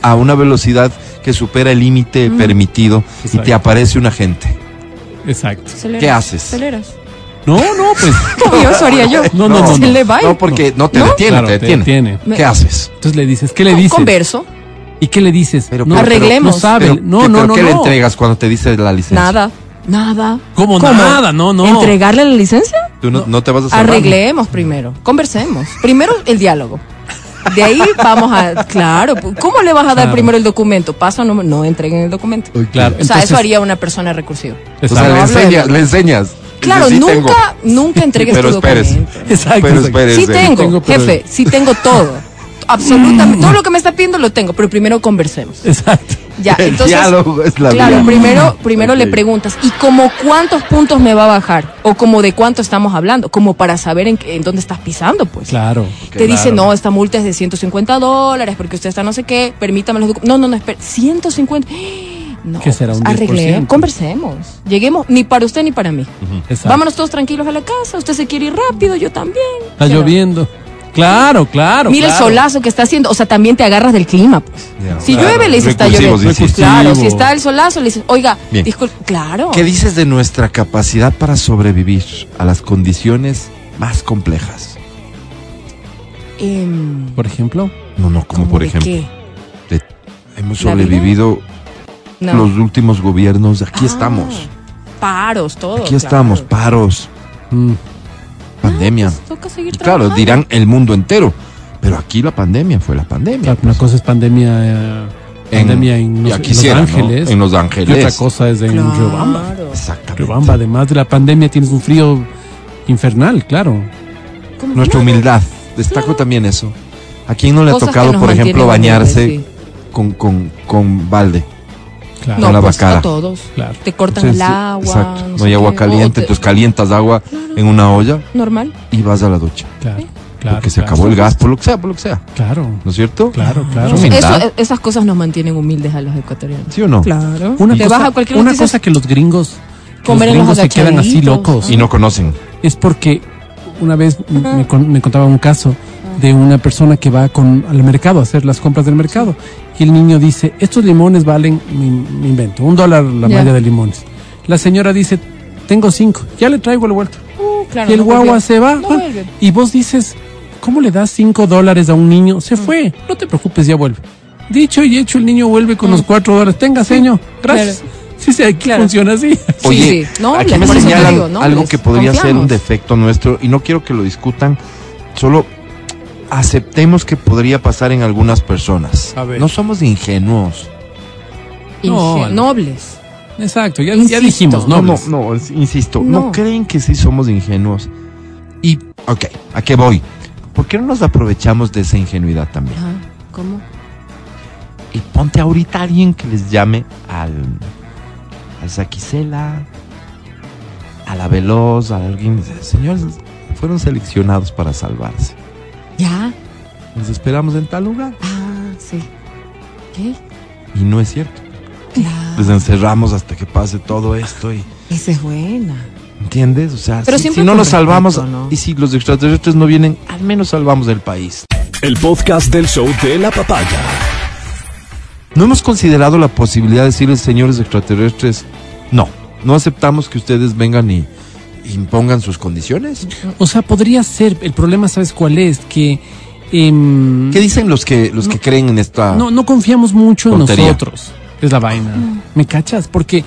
[SPEAKER 2] a una velocidad que supera el límite permitido y te
[SPEAKER 3] Exacto.
[SPEAKER 2] aparece un agente.
[SPEAKER 3] Exacto.
[SPEAKER 4] Aceleras,
[SPEAKER 2] ¿Qué haces?
[SPEAKER 4] Aceleras.
[SPEAKER 3] No, no, pues.
[SPEAKER 4] Como yo, eso haría yo.
[SPEAKER 3] No, no, no,
[SPEAKER 4] Se
[SPEAKER 3] no. pues,
[SPEAKER 4] le va y-
[SPEAKER 2] No, porque no te
[SPEAKER 4] ¿No?
[SPEAKER 2] detiene,
[SPEAKER 3] Claro,
[SPEAKER 2] te detiene.
[SPEAKER 4] Me-
[SPEAKER 2] ¿Qué haces?
[SPEAKER 3] Entonces le dices, ¿qué le
[SPEAKER 4] No,
[SPEAKER 3] dices?
[SPEAKER 4] Converso.
[SPEAKER 3] ¿Y qué le dices?
[SPEAKER 2] Pero-
[SPEAKER 3] no,
[SPEAKER 2] pero-
[SPEAKER 4] Arreglemos.
[SPEAKER 3] No sabe.
[SPEAKER 2] Pero,
[SPEAKER 3] no,
[SPEAKER 2] ¿qué-
[SPEAKER 3] no,
[SPEAKER 2] pero
[SPEAKER 3] no.
[SPEAKER 2] ¿Qué le
[SPEAKER 3] no.
[SPEAKER 2] entregas cuando te dice la licencia?
[SPEAKER 4] Nada. Nada.
[SPEAKER 3] ¿Cómo nada? No, no.
[SPEAKER 4] ¿Entregarle la licencia?
[SPEAKER 2] ¿Tú no, no te vas a cerrar?
[SPEAKER 4] Arreglemos primero, conversemos. Primero el diálogo. De ahí vamos a. Claro, pu- ¿cómo le vas a dar
[SPEAKER 3] Claro.
[SPEAKER 4] primero el documento? Paso número. No entreguen el documento.
[SPEAKER 2] Uy,
[SPEAKER 3] Claro.
[SPEAKER 4] o sea,
[SPEAKER 3] entonces-
[SPEAKER 4] eso haría una persona recursiva.
[SPEAKER 2] O sea,
[SPEAKER 3] Exacto.
[SPEAKER 2] le
[SPEAKER 4] hablo de-
[SPEAKER 2] enseñas, le enseñas.
[SPEAKER 4] Claro,
[SPEAKER 2] Dices, "Sí
[SPEAKER 4] nunca,
[SPEAKER 2] tengo".
[SPEAKER 4] nunca entregues
[SPEAKER 2] Pero
[SPEAKER 4] tu
[SPEAKER 2] espérese.
[SPEAKER 4] documento.
[SPEAKER 3] Exacto.
[SPEAKER 2] Pero
[SPEAKER 3] exacto.
[SPEAKER 2] espere,
[SPEAKER 4] Sí
[SPEAKER 2] espere.
[SPEAKER 4] tengo,
[SPEAKER 3] Tengo, pero- Mm.
[SPEAKER 4] jefe, sí tengo todo. Absolutamente. Todo lo que me está pidiendo lo tengo, pero primero conversemos.
[SPEAKER 3] Exacto.
[SPEAKER 4] Ya,
[SPEAKER 2] El
[SPEAKER 4] entonces.
[SPEAKER 2] diálogo es la
[SPEAKER 4] claro,
[SPEAKER 2] vida.
[SPEAKER 4] primero, primero
[SPEAKER 2] Ok.
[SPEAKER 4] le preguntas, ¿y como cuántos puntos me va a bajar? O como de cuánto estamos hablando, como para saber en, qué- en dónde estás pisando, pues.
[SPEAKER 3] Claro.
[SPEAKER 4] Te dice, no, esta multa es de 150 dólares porque usted está no sé qué, permítame los documentos. No, no, no, espera, 150. No,
[SPEAKER 3] ¿Qué será, un
[SPEAKER 4] pues, arreglemos,
[SPEAKER 3] 10%?
[SPEAKER 4] conversemos. Lleguemos, ni para usted ni para mí.
[SPEAKER 3] Exacto.
[SPEAKER 4] Vámonos todos tranquilos a la casa, usted se quiere ir rápido, yo también.
[SPEAKER 3] Está
[SPEAKER 4] Pero-
[SPEAKER 3] lloviendo. Claro, claro.
[SPEAKER 4] Mira
[SPEAKER 3] claro.
[SPEAKER 4] el solazo que está haciendo, o sea, también te agarras del clima, pues.
[SPEAKER 2] Ya,
[SPEAKER 4] si
[SPEAKER 2] claro.
[SPEAKER 4] llueve, le dices, está
[SPEAKER 2] Recursivos,
[SPEAKER 4] lloviendo.
[SPEAKER 2] dices.
[SPEAKER 4] Claro,
[SPEAKER 3] Recursivo.
[SPEAKER 4] si está el solazo, le dices, oiga,
[SPEAKER 2] Bien.
[SPEAKER 4] disculpe, claro.
[SPEAKER 2] ¿Qué dices de nuestra capacidad para sobrevivir a las condiciones más complejas?
[SPEAKER 4] Em,
[SPEAKER 3] Por ejemplo.
[SPEAKER 2] No, no, como
[SPEAKER 4] ¿cómo
[SPEAKER 2] por
[SPEAKER 4] de
[SPEAKER 2] ejemplo.
[SPEAKER 4] qué?
[SPEAKER 2] de- hemos
[SPEAKER 4] ¿La vida?
[SPEAKER 2] sobrevivido
[SPEAKER 4] No.
[SPEAKER 2] los últimos gobiernos. Aquí
[SPEAKER 4] Ah,
[SPEAKER 2] estamos.
[SPEAKER 4] Paros, todo.
[SPEAKER 2] Aquí
[SPEAKER 4] claro. Ah,
[SPEAKER 2] estamos. Paros,
[SPEAKER 3] mm,
[SPEAKER 2] pandemia.
[SPEAKER 4] Toca seguir
[SPEAKER 2] Y claro,
[SPEAKER 4] trabajando.
[SPEAKER 2] dirán el mundo entero. Pero aquí la pandemia fue la pandemia.
[SPEAKER 3] claro, una cosa es pandemia. eh,
[SPEAKER 2] En-
[SPEAKER 3] pandemia en, no
[SPEAKER 2] ya
[SPEAKER 3] sé, en
[SPEAKER 2] quisiera, ¿no?
[SPEAKER 3] Los Ángeles.
[SPEAKER 2] En Los
[SPEAKER 3] Y otra
[SPEAKER 2] Ángeles.
[SPEAKER 3] cosa es en
[SPEAKER 4] Claro.
[SPEAKER 3] Riobamba.
[SPEAKER 2] Exactamente.
[SPEAKER 3] Riobamba, además de la pandemia, tienes un frío infernal, claro.
[SPEAKER 4] Como
[SPEAKER 2] Nuestra
[SPEAKER 4] que no,
[SPEAKER 2] humildad. Destaco también eso. ¿A quién no le ha
[SPEAKER 4] Cosas que
[SPEAKER 2] tocado,
[SPEAKER 4] nos
[SPEAKER 2] por ejemplo,
[SPEAKER 4] mantienen humildes,
[SPEAKER 2] bañarse
[SPEAKER 4] sí.
[SPEAKER 2] con, con, con balde?
[SPEAKER 3] Claro.
[SPEAKER 2] con
[SPEAKER 4] No,
[SPEAKER 2] la
[SPEAKER 4] pues
[SPEAKER 2] vacara.
[SPEAKER 4] a todos.
[SPEAKER 3] Claro.
[SPEAKER 4] Te cortan
[SPEAKER 2] Entonces,
[SPEAKER 4] el agua.
[SPEAKER 2] Exacto. No
[SPEAKER 4] sé
[SPEAKER 2] hay agua
[SPEAKER 4] qué,
[SPEAKER 2] caliente, pues.
[SPEAKER 4] o te-
[SPEAKER 2] entonces calientas agua en una olla
[SPEAKER 4] Normal.
[SPEAKER 2] y vas a la ducha.
[SPEAKER 3] Claro, claro.
[SPEAKER 2] porque se
[SPEAKER 3] claro.
[SPEAKER 2] acabó el gas, por lo que sea, por lo que sea.
[SPEAKER 3] Claro,
[SPEAKER 2] ¿No es cierto?
[SPEAKER 3] claro, claro.
[SPEAKER 2] Eso- Humildad.
[SPEAKER 4] Eso- e-, esas cosas nos mantienen humildes a los ecuatorianos.
[SPEAKER 2] ¿Sí o no?
[SPEAKER 4] Claro.
[SPEAKER 3] Una,
[SPEAKER 4] te
[SPEAKER 3] cosa,
[SPEAKER 4] vas a cualquier
[SPEAKER 3] una
[SPEAKER 4] noticia-
[SPEAKER 3] cosa que los gringos, que
[SPEAKER 4] Comer
[SPEAKER 3] los
[SPEAKER 4] en los
[SPEAKER 3] gringos se quedan así
[SPEAKER 4] agachaditos.
[SPEAKER 3] locos
[SPEAKER 2] Y no conocen.
[SPEAKER 3] es porque una vez me, con- me contaba un caso
[SPEAKER 4] Ah.
[SPEAKER 3] de una persona que va con, al mercado a hacer las compras del mercado y el niño dice, estos limones valen, me, me invento, un dólar la
[SPEAKER 4] Ya.
[SPEAKER 3] malla de limones. La señora dice, tengo cinco, ya le traigo el vuelto.
[SPEAKER 4] Uh, claro,
[SPEAKER 3] y el
[SPEAKER 4] no
[SPEAKER 3] guagua
[SPEAKER 4] volvió.
[SPEAKER 3] se va.
[SPEAKER 4] No
[SPEAKER 3] bueno,
[SPEAKER 4] vuelve.
[SPEAKER 3] y vos dices, ¿cómo le das cinco dólares a un niño?
[SPEAKER 4] Mm.
[SPEAKER 3] Se fue, no te preocupes, ya vuelve. Dicho y hecho, el niño vuelve
[SPEAKER 4] Mm.
[SPEAKER 3] con los cuatro dólares. Tenga, señor, gracias. Sí, sí, aquí funciona así.
[SPEAKER 4] Sí,
[SPEAKER 2] Oye,
[SPEAKER 4] sí. No,
[SPEAKER 2] aquí
[SPEAKER 4] hombre,
[SPEAKER 2] me
[SPEAKER 4] por eso te
[SPEAKER 2] señalan
[SPEAKER 4] digo, no,
[SPEAKER 2] algo
[SPEAKER 4] hombres,
[SPEAKER 2] que podría ser un
[SPEAKER 4] confiamos.
[SPEAKER 2] defecto nuestro y no quiero que lo discutan, solo aceptemos que podría pasar en algunas personas.
[SPEAKER 3] A ver.
[SPEAKER 2] No somos ingenuos.
[SPEAKER 3] No,
[SPEAKER 4] Inge-
[SPEAKER 3] Alba.
[SPEAKER 4] nobles.
[SPEAKER 3] Exacto, ya, ya
[SPEAKER 4] Insisto.
[SPEAKER 3] dijimos,
[SPEAKER 2] No,
[SPEAKER 3] no,
[SPEAKER 2] no, no, es- insisto, no.
[SPEAKER 4] No.
[SPEAKER 2] creen que sí somos ingenuos. Y, ok, ¿a qué voy? ¿Por qué no nos aprovechamos de esa ingenuidad también?
[SPEAKER 4] Ajá. ¿Cómo?
[SPEAKER 2] Y ponte ahorita a alguien que les llame al, al Saquicela, a la Veloz, a alguien. Señores, fueron seleccionados para salvarse.
[SPEAKER 4] Ya.
[SPEAKER 2] Nos esperamos en tal lugar.
[SPEAKER 4] Ah, sí. ¿Qué?
[SPEAKER 2] Y no es cierto.
[SPEAKER 4] Claro.
[SPEAKER 2] Les encerramos hasta que pase todo esto y...
[SPEAKER 4] Esa es buena.
[SPEAKER 2] ¿Entiendes? O sea,
[SPEAKER 4] Pero
[SPEAKER 2] si,
[SPEAKER 4] siempre
[SPEAKER 2] si no
[SPEAKER 4] con
[SPEAKER 2] nos salvamos
[SPEAKER 4] respeto, ¿no?
[SPEAKER 2] y si los extraterrestres no vienen, al menos salvamos el país.
[SPEAKER 1] El podcast del show de la papaya.
[SPEAKER 2] No hemos considerado la posibilidad de decirles, señores extraterrestres, no, no aceptamos que ustedes vengan y impongan sus condiciones.
[SPEAKER 3] O sea, podría ser. El problema, ¿sabes cuál es? Que. em,
[SPEAKER 2] ¿Qué dicen los que los que creen en esta?
[SPEAKER 3] no, no confiamos mucho en
[SPEAKER 2] Ah. Tontería.
[SPEAKER 3] Mm. nosotros. Es la vaina. ¿Me cachas? Porque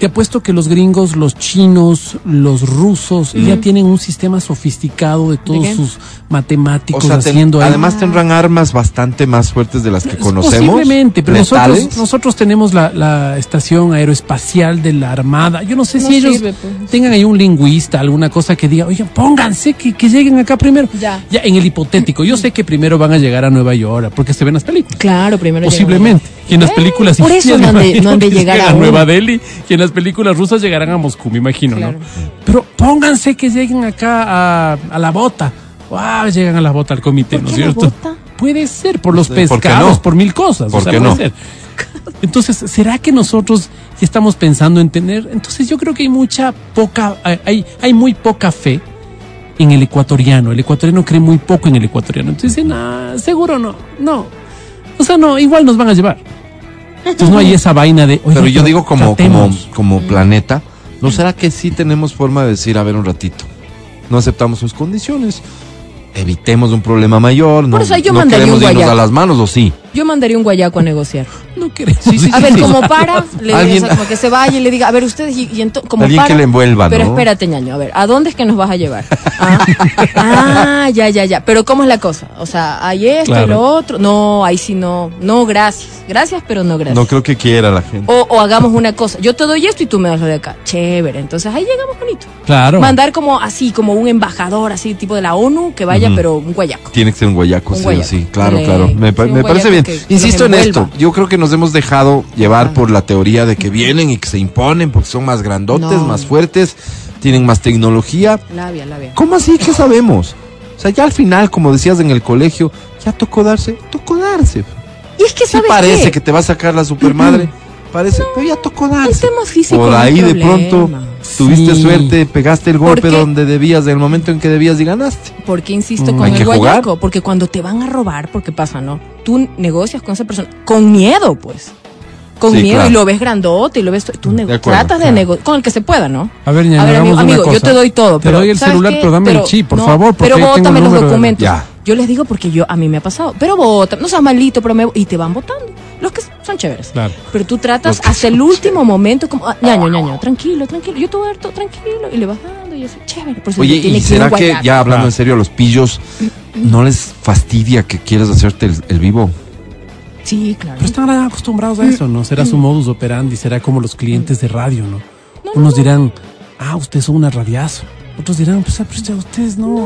[SPEAKER 3] Te apuesto que los gringos, los chinos, los rusos mm. ya tienen un sistema sofisticado de todos ¿De sus matemáticos o sea, haciendo.
[SPEAKER 2] Ten, además tendrán armas bastante más fuertes de las que conocemos.
[SPEAKER 3] Posiblemente, pero letales. nosotros, nosotros tenemos la, la, estación aeroespacial de la Armada. Yo no sé no si sirve, ellos pues. tengan ahí un lingüista, alguna cosa que diga, oye, pónganse que, que lleguen acá primero. Ya. Mm. ya. en el hipotético, yo sé que primero van a llegar a Nueva York porque se ven las películas.
[SPEAKER 4] Claro, primero.
[SPEAKER 3] Posiblemente. Y en las películas. Eh,
[SPEAKER 4] por eso no han de, no han de llegar
[SPEAKER 3] a Nueva Delhi y en las películas rusas llegarán a Moscú, me imagino, claro. ¿no? Pero pónganse que lleguen acá a, a la bota. Wow, llegan a la bota al comité, ¿no es cierto? Bota? Puede ser, por los sí, pescados, ¿por, no? por, mil cosas.
[SPEAKER 2] ¿Por o sea, qué
[SPEAKER 3] puede
[SPEAKER 2] no?
[SPEAKER 3] ser. Entonces, ¿será que nosotros estamos pensando en tener? Entonces, yo creo que hay mucha poca, eh, hay, hay muy poca fe en el ecuatoriano. El ecuatoriano cree muy poco en el ecuatoriano. Entonces dicen, ah, seguro no, no. O sea, no, igual nos van a llevar. Entonces no hay esa vaina de.
[SPEAKER 2] Pero yo digo como, tratemos. como,
[SPEAKER 4] Mm.
[SPEAKER 2] como planeta, ¿no será que sí tenemos forma de decir, a ver un ratito, no aceptamos sus condiciones? Evitemos un problema mayor, no,
[SPEAKER 4] Por eso yo
[SPEAKER 2] no
[SPEAKER 4] mandaría
[SPEAKER 2] queremos
[SPEAKER 4] un
[SPEAKER 2] irnos a las manos, ¿o sí?
[SPEAKER 4] Yo mandaría un guayaco a negociar.
[SPEAKER 3] No queremos. Sí, sí,
[SPEAKER 4] a sí, ver, como para, le, ¿Alguien? O sea, como que se vaya y le diga, a ver, ustedes, y, y entonces, como
[SPEAKER 2] Alguien
[SPEAKER 4] para,
[SPEAKER 2] que le envuelva,
[SPEAKER 4] Pero
[SPEAKER 2] ¿no?
[SPEAKER 4] espérate, ñaño, a ver, ¿a dónde es que nos vas a llevar? Ah, ah ya, ya, ya. Pero ¿cómo es la cosa? O sea, hay esto claro. y lo otro. No, ahí sí no. No, gracias. Gracias, pero no gracias.
[SPEAKER 2] No creo que quiera la gente.
[SPEAKER 4] O, o hagamos una cosa. Yo te doy esto y tú me das lo de acá. Chévere. Entonces ahí llegamos bonito.
[SPEAKER 3] Claro.
[SPEAKER 4] Mandar como así, como un embajador, así, tipo de la ONU, que vaya, uh -huh. pero un guayaco.
[SPEAKER 2] Tiene que ser un guayaco, un sí, guayaco. sí. Claro, le, claro. Me, pa me parece bien. Insisto en esto. Yo creo que nos hemos dejado llevar ah. por la teoría de que vienen y que se imponen porque son más grandotes, no. más fuertes, tienen más tecnología.
[SPEAKER 4] Labia, labia.
[SPEAKER 2] ¿Cómo así que sabemos? O sea, ya al final, como decías en el colegio, ya tocó darse, tocó darse.
[SPEAKER 4] Y es que
[SPEAKER 2] sí parece qué? que te va a sacar la supermadre. Uh -huh. Parece, no, Este pero ya tocó darse.
[SPEAKER 4] El tema físico.
[SPEAKER 2] Por ahí
[SPEAKER 4] no
[SPEAKER 2] de pronto tuviste sí. suerte, pegaste el golpe donde debías, en el momento en que debías y ganaste.
[SPEAKER 4] Porque insisto mm. con el guayaco, jugar? porque cuando te van a robar, porque pasa, ¿no? Tú negocias con esa persona con miedo, pues. Con sí, miedo claro. y lo ves grandote y lo ves tú de acuerdo, tratas claro. de negociar con el que se pueda, ¿no?
[SPEAKER 3] A ver, ya, a ver
[SPEAKER 4] amigo, amigo yo te doy todo,
[SPEAKER 3] te
[SPEAKER 4] pero,
[SPEAKER 3] doy el celular, qué? pero dame pero, el chip, por
[SPEAKER 4] no,
[SPEAKER 3] favor,
[SPEAKER 4] pero bótame los documentos.
[SPEAKER 2] Ya.
[SPEAKER 4] Yo les digo porque yo a mí me ha pasado, pero bota, no seas malito, pero me y te van votando los que son chéveres. Claro. Pero tú tratas hasta el último chéveres. momento como, ah, ñaño, ñaño, tranquilo, tranquilo, yo te voy a dar todo tranquilo y le vas dando y así, chévere. Por eso
[SPEAKER 2] Oye, ¿y será que, guayar. ya hablando ah. en serio, a los pillos no les fastidia que quieras hacerte el, el vivo?
[SPEAKER 4] Sí, claro.
[SPEAKER 3] Pero están acostumbrados a eso, ¿no? Será su modus operandi, será como los clientes de radio, ¿no? no Unos no, dirán, ah, ustedes son una radiazo. Otros dirán, pues, pues ustedes no.
[SPEAKER 4] No, no,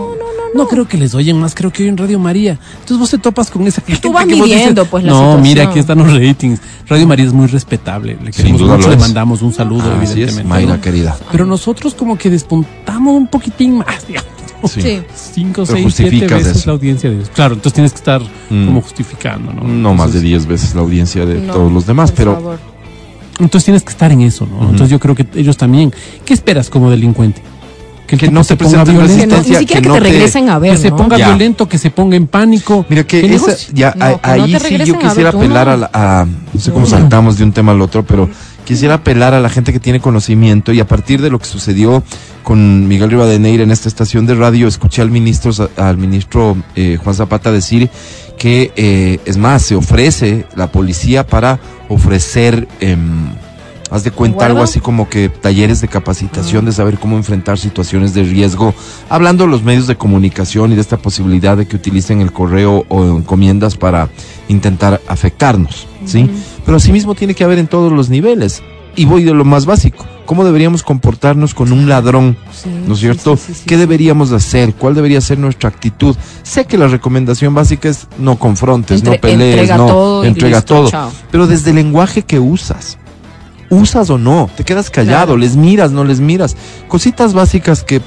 [SPEAKER 3] no, no. creo que les oyen más, creo que oyen Radio María. Entonces vos te topas con esa gente
[SPEAKER 4] Tú vas midiendo, pues, la
[SPEAKER 3] No, situación. mira, aquí están los ratings. Radio María es muy respetable. Le queremos mucho, le mandamos un saludo, ah, evidentemente.
[SPEAKER 2] Es, Mayra, Pues, ¿no? querida.
[SPEAKER 3] Pero nosotros como que despuntamos un poquitín más, digamos.
[SPEAKER 4] Sí. sí.
[SPEAKER 3] Cinco, Pero seis, siete veces eso. la audiencia de Dios. Claro, entonces tienes que estar mm. como justificando, ¿no? No
[SPEAKER 2] entonces, más de diez veces la audiencia de no, todos los demás, pero... Favor.
[SPEAKER 3] Entonces tienes que estar en eso, ¿no? Uh -huh. Entonces yo creo que ellos también. ¿Qué esperas como delincuente?
[SPEAKER 2] que, que no se presenten resistencia,
[SPEAKER 4] que, no, que, que no te regresen te, a ver,
[SPEAKER 3] que se
[SPEAKER 4] ¿no?
[SPEAKER 3] ponga ya. violento, que se ponga en pánico.
[SPEAKER 2] Mira que esa, ya no, a, ahí sí yo quisiera apelar a, la, a, no sé cómo saltamos de un tema al otro, pero quisiera apelar a la gente que tiene conocimiento y a partir de lo que sucedió con Miguel Rivadeneira en esta estación de radio, escuché al ministro al ministro eh, Juan Zapata decir que eh, es más se ofrece la policía para ofrecer eh, Haz de cuenta ¿Guarda? algo así como que talleres de capacitación, uh -huh. de saber cómo enfrentar situaciones de riesgo, hablando de los medios de comunicación y de esta posibilidad de que utilicen el correo o encomiendas para intentar afectarnos, uh -huh. ¿sí? Pero asimismo tiene que haber en todos los niveles. Y voy de lo más básico, ¿cómo deberíamos comportarnos con un ladrón? Mm, Sí, ¿No es cierto? Sí, sí, ¿Qué deberíamos hacer? ¿Cuál debería ser nuestra actitud? Sé que la recomendación básica es no confrontes, Entre, no pelees,
[SPEAKER 4] entrega
[SPEAKER 2] no
[SPEAKER 4] todo,
[SPEAKER 2] entrega
[SPEAKER 4] listo,
[SPEAKER 2] todo.
[SPEAKER 4] Chao.
[SPEAKER 2] Pero desde el lenguaje que usas, usas o no, te quedas callado, claro. les miras, no les miras. Cositas básicas que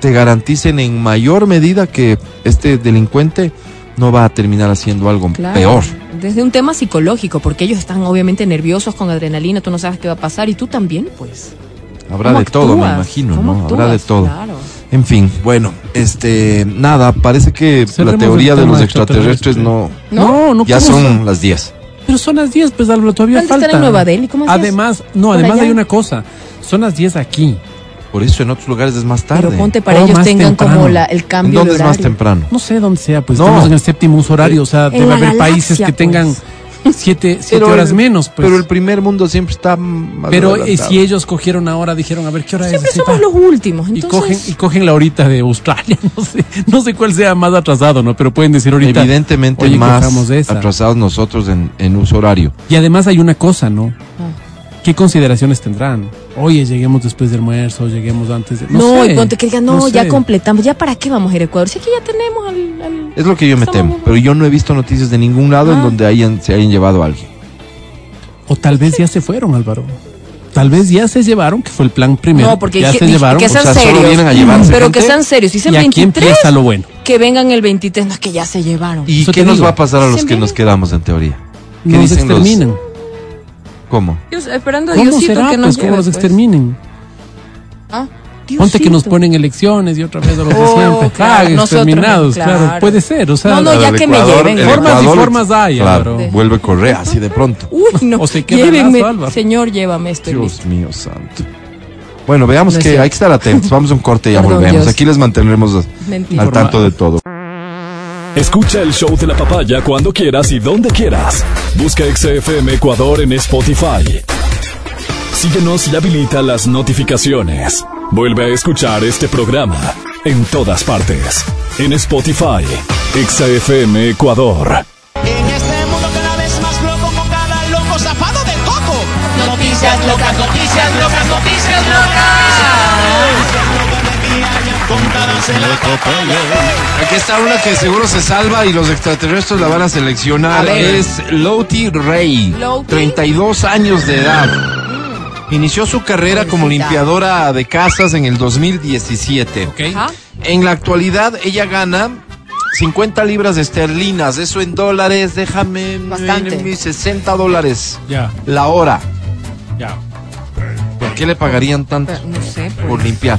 [SPEAKER 2] te garanticen en mayor medida que este delincuente no va a terminar haciendo algo claro. peor.
[SPEAKER 4] Desde un tema psicológico, porque ellos están obviamente nerviosos con adrenalina, tú no sabes qué va a pasar y tú también, pues.
[SPEAKER 2] Habrá de actúas? todo, me imagino, ¿no? Actúas? Habrá de todo.
[SPEAKER 4] Claro.
[SPEAKER 2] En fin, bueno, este, nada, parece que la teoría de los extraterrestres, extraterrestres no,
[SPEAKER 3] no, no
[SPEAKER 2] ya son eso? las 10.
[SPEAKER 3] Pero son las 10, pues Álvaro, todavía
[SPEAKER 4] ¿Dónde
[SPEAKER 3] falta.
[SPEAKER 4] Están en Nueva Delhi? ¿Cómo
[SPEAKER 3] además, no, además allá? hay una cosa. Son las 10 aquí.
[SPEAKER 2] Por eso en otros lugares es más tarde.
[SPEAKER 4] Pero ponte para o ellos tengan temprano. como la, el cambio
[SPEAKER 2] ¿En dónde
[SPEAKER 4] de
[SPEAKER 2] es más temprano?
[SPEAKER 3] No sé dónde sea, pues no. estamos en el séptimo uso horario, o sea, debe haber galaxia, países que pues. tengan siete, siete horas
[SPEAKER 2] el-
[SPEAKER 3] menos, pues.
[SPEAKER 2] Pero el primer mundo siempre está más
[SPEAKER 3] Pero eh,
[SPEAKER 2] adelantado.
[SPEAKER 3] si ellos cogieron ahora, dijeron, a ver, ¿qué hora
[SPEAKER 4] Siempre
[SPEAKER 3] es? Así,
[SPEAKER 4] somos
[SPEAKER 3] pa.
[SPEAKER 4] los últimos,
[SPEAKER 3] y
[SPEAKER 4] entonces...
[SPEAKER 3] cogen, y cogen la horita de Australia, no sé, no sé cuál sea más atrasado, ¿no? Pero pueden decir ahorita.
[SPEAKER 2] Evidentemente
[SPEAKER 3] "Oye, cojamos
[SPEAKER 2] más
[SPEAKER 3] esa".
[SPEAKER 2] atrasados nosotros en, en uso horario.
[SPEAKER 3] Y además hay una cosa, ¿no?
[SPEAKER 4] Ah.
[SPEAKER 3] ¿Qué consideraciones tendrán? Oye, lleguemos después del almuerzo, lleguemos antes de.
[SPEAKER 4] No,
[SPEAKER 3] sé,
[SPEAKER 4] y ponte que digan, no, ya
[SPEAKER 3] sé.
[SPEAKER 4] completamos, ¿ya para qué vamos a ir a Ecuador? Si aquí ya tenemos al... al-
[SPEAKER 2] Es lo que yo me
[SPEAKER 4] Estamos
[SPEAKER 2] temo.
[SPEAKER 4] bien.
[SPEAKER 2] Pero yo no he visto noticias de ningún lado en
[SPEAKER 4] Ah.
[SPEAKER 2] donde hayan, se hayan llevado a alguien.
[SPEAKER 3] O tal vez ya se fueron, Álvaro. Tal vez ya se llevaron, que fue el plan primero.
[SPEAKER 4] No, porque
[SPEAKER 3] ya
[SPEAKER 4] que,
[SPEAKER 3] se
[SPEAKER 4] que
[SPEAKER 3] llevaron.
[SPEAKER 2] se-
[SPEAKER 4] sean
[SPEAKER 2] sea, solo
[SPEAKER 4] serios.
[SPEAKER 2] vienen a llevarse
[SPEAKER 4] pero
[SPEAKER 2] gente.
[SPEAKER 4] que sean serios. Si dicen
[SPEAKER 3] y aquí
[SPEAKER 4] 23,
[SPEAKER 3] empieza lo bueno.
[SPEAKER 4] que vengan el 23. No, es que ya se llevaron.
[SPEAKER 2] ¿Y
[SPEAKER 3] Eso
[SPEAKER 2] qué
[SPEAKER 3] te
[SPEAKER 2] nos
[SPEAKER 3] digo.
[SPEAKER 2] va a pasar a los
[SPEAKER 4] Se
[SPEAKER 2] que
[SPEAKER 4] ven.
[SPEAKER 2] nos quedamos en teoría? ¿Qué
[SPEAKER 3] Nos
[SPEAKER 2] dicen los-
[SPEAKER 3] exterminan.
[SPEAKER 2] ¿Cómo?
[SPEAKER 4] Dios, esperando a
[SPEAKER 3] ¿Cómo
[SPEAKER 4] Diosito
[SPEAKER 3] será?
[SPEAKER 4] que
[SPEAKER 3] pues,
[SPEAKER 4] nos
[SPEAKER 3] ¿cómo
[SPEAKER 4] lleve,
[SPEAKER 3] los
[SPEAKER 4] pues.
[SPEAKER 3] exterminen?
[SPEAKER 4] Ah,
[SPEAKER 3] Ponte que nos
[SPEAKER 4] Diosito.
[SPEAKER 3] ponen elecciones y otra vez a los de
[SPEAKER 4] Oh,
[SPEAKER 3] siempre.
[SPEAKER 4] claro,
[SPEAKER 3] Ah,
[SPEAKER 4] nosotros,
[SPEAKER 3] exterminados, claro.
[SPEAKER 4] claro.
[SPEAKER 3] Puede ser, o sea.
[SPEAKER 4] No, no,
[SPEAKER 2] Claro,
[SPEAKER 4] ya
[SPEAKER 2] el
[SPEAKER 4] que me
[SPEAKER 2] Ecuador-
[SPEAKER 4] lleven.
[SPEAKER 2] el
[SPEAKER 3] Formas y
[SPEAKER 2] Ecuador-
[SPEAKER 3] formas hay,
[SPEAKER 2] Claro,
[SPEAKER 3] Álvaro.
[SPEAKER 2] vuelve Correa así de pronto.
[SPEAKER 4] Uy, no.
[SPEAKER 3] O se queda
[SPEAKER 4] Llévenme.
[SPEAKER 3] lazo, Álvaro.
[SPEAKER 4] Señor, llévame este esto.
[SPEAKER 2] Dios mío santo. Bueno, veamos
[SPEAKER 4] No es
[SPEAKER 2] que
[SPEAKER 4] cierto.
[SPEAKER 2] hay que estar atentos. Vamos a un corte y ya
[SPEAKER 4] Perdón,
[SPEAKER 2] volvemos.
[SPEAKER 4] Dios.
[SPEAKER 2] Aquí les mantendremos
[SPEAKER 4] Mentira.
[SPEAKER 2] al tanto de todo.
[SPEAKER 1] Escucha el show de la papaya cuando quieras y donde quieras. Busca XFM Ecuador en Spotify. Síguenos y habilita las notificaciones. Vuelve a escuchar este programa en todas partes. En Spotify, XFM Ecuador.
[SPEAKER 6] En este mundo cada vez más loco con cada loco zapado de coco. Noticias locas, noticias locas, noticias locas. Contadas en la
[SPEAKER 2] Aquí está una que seguro se salva y los extraterrestres la van a seleccionar. es Loti Rey,
[SPEAKER 4] Loti. Mm.
[SPEAKER 2] 32 años de edad. Inició su carrera como
[SPEAKER 4] Pobrecita.
[SPEAKER 2] limpiadora de casas en el 2017.
[SPEAKER 4] Ajá.
[SPEAKER 2] En la actualidad ella gana 50 libras esterlinas, eso en dólares, déjame
[SPEAKER 4] Bastante.
[SPEAKER 2] mis 60 dólares
[SPEAKER 3] Ya,
[SPEAKER 2] la hora.
[SPEAKER 3] ya.
[SPEAKER 2] ¿Por qué le pagarían tanto
[SPEAKER 4] Pero, No sé, pues,
[SPEAKER 2] por limpiar?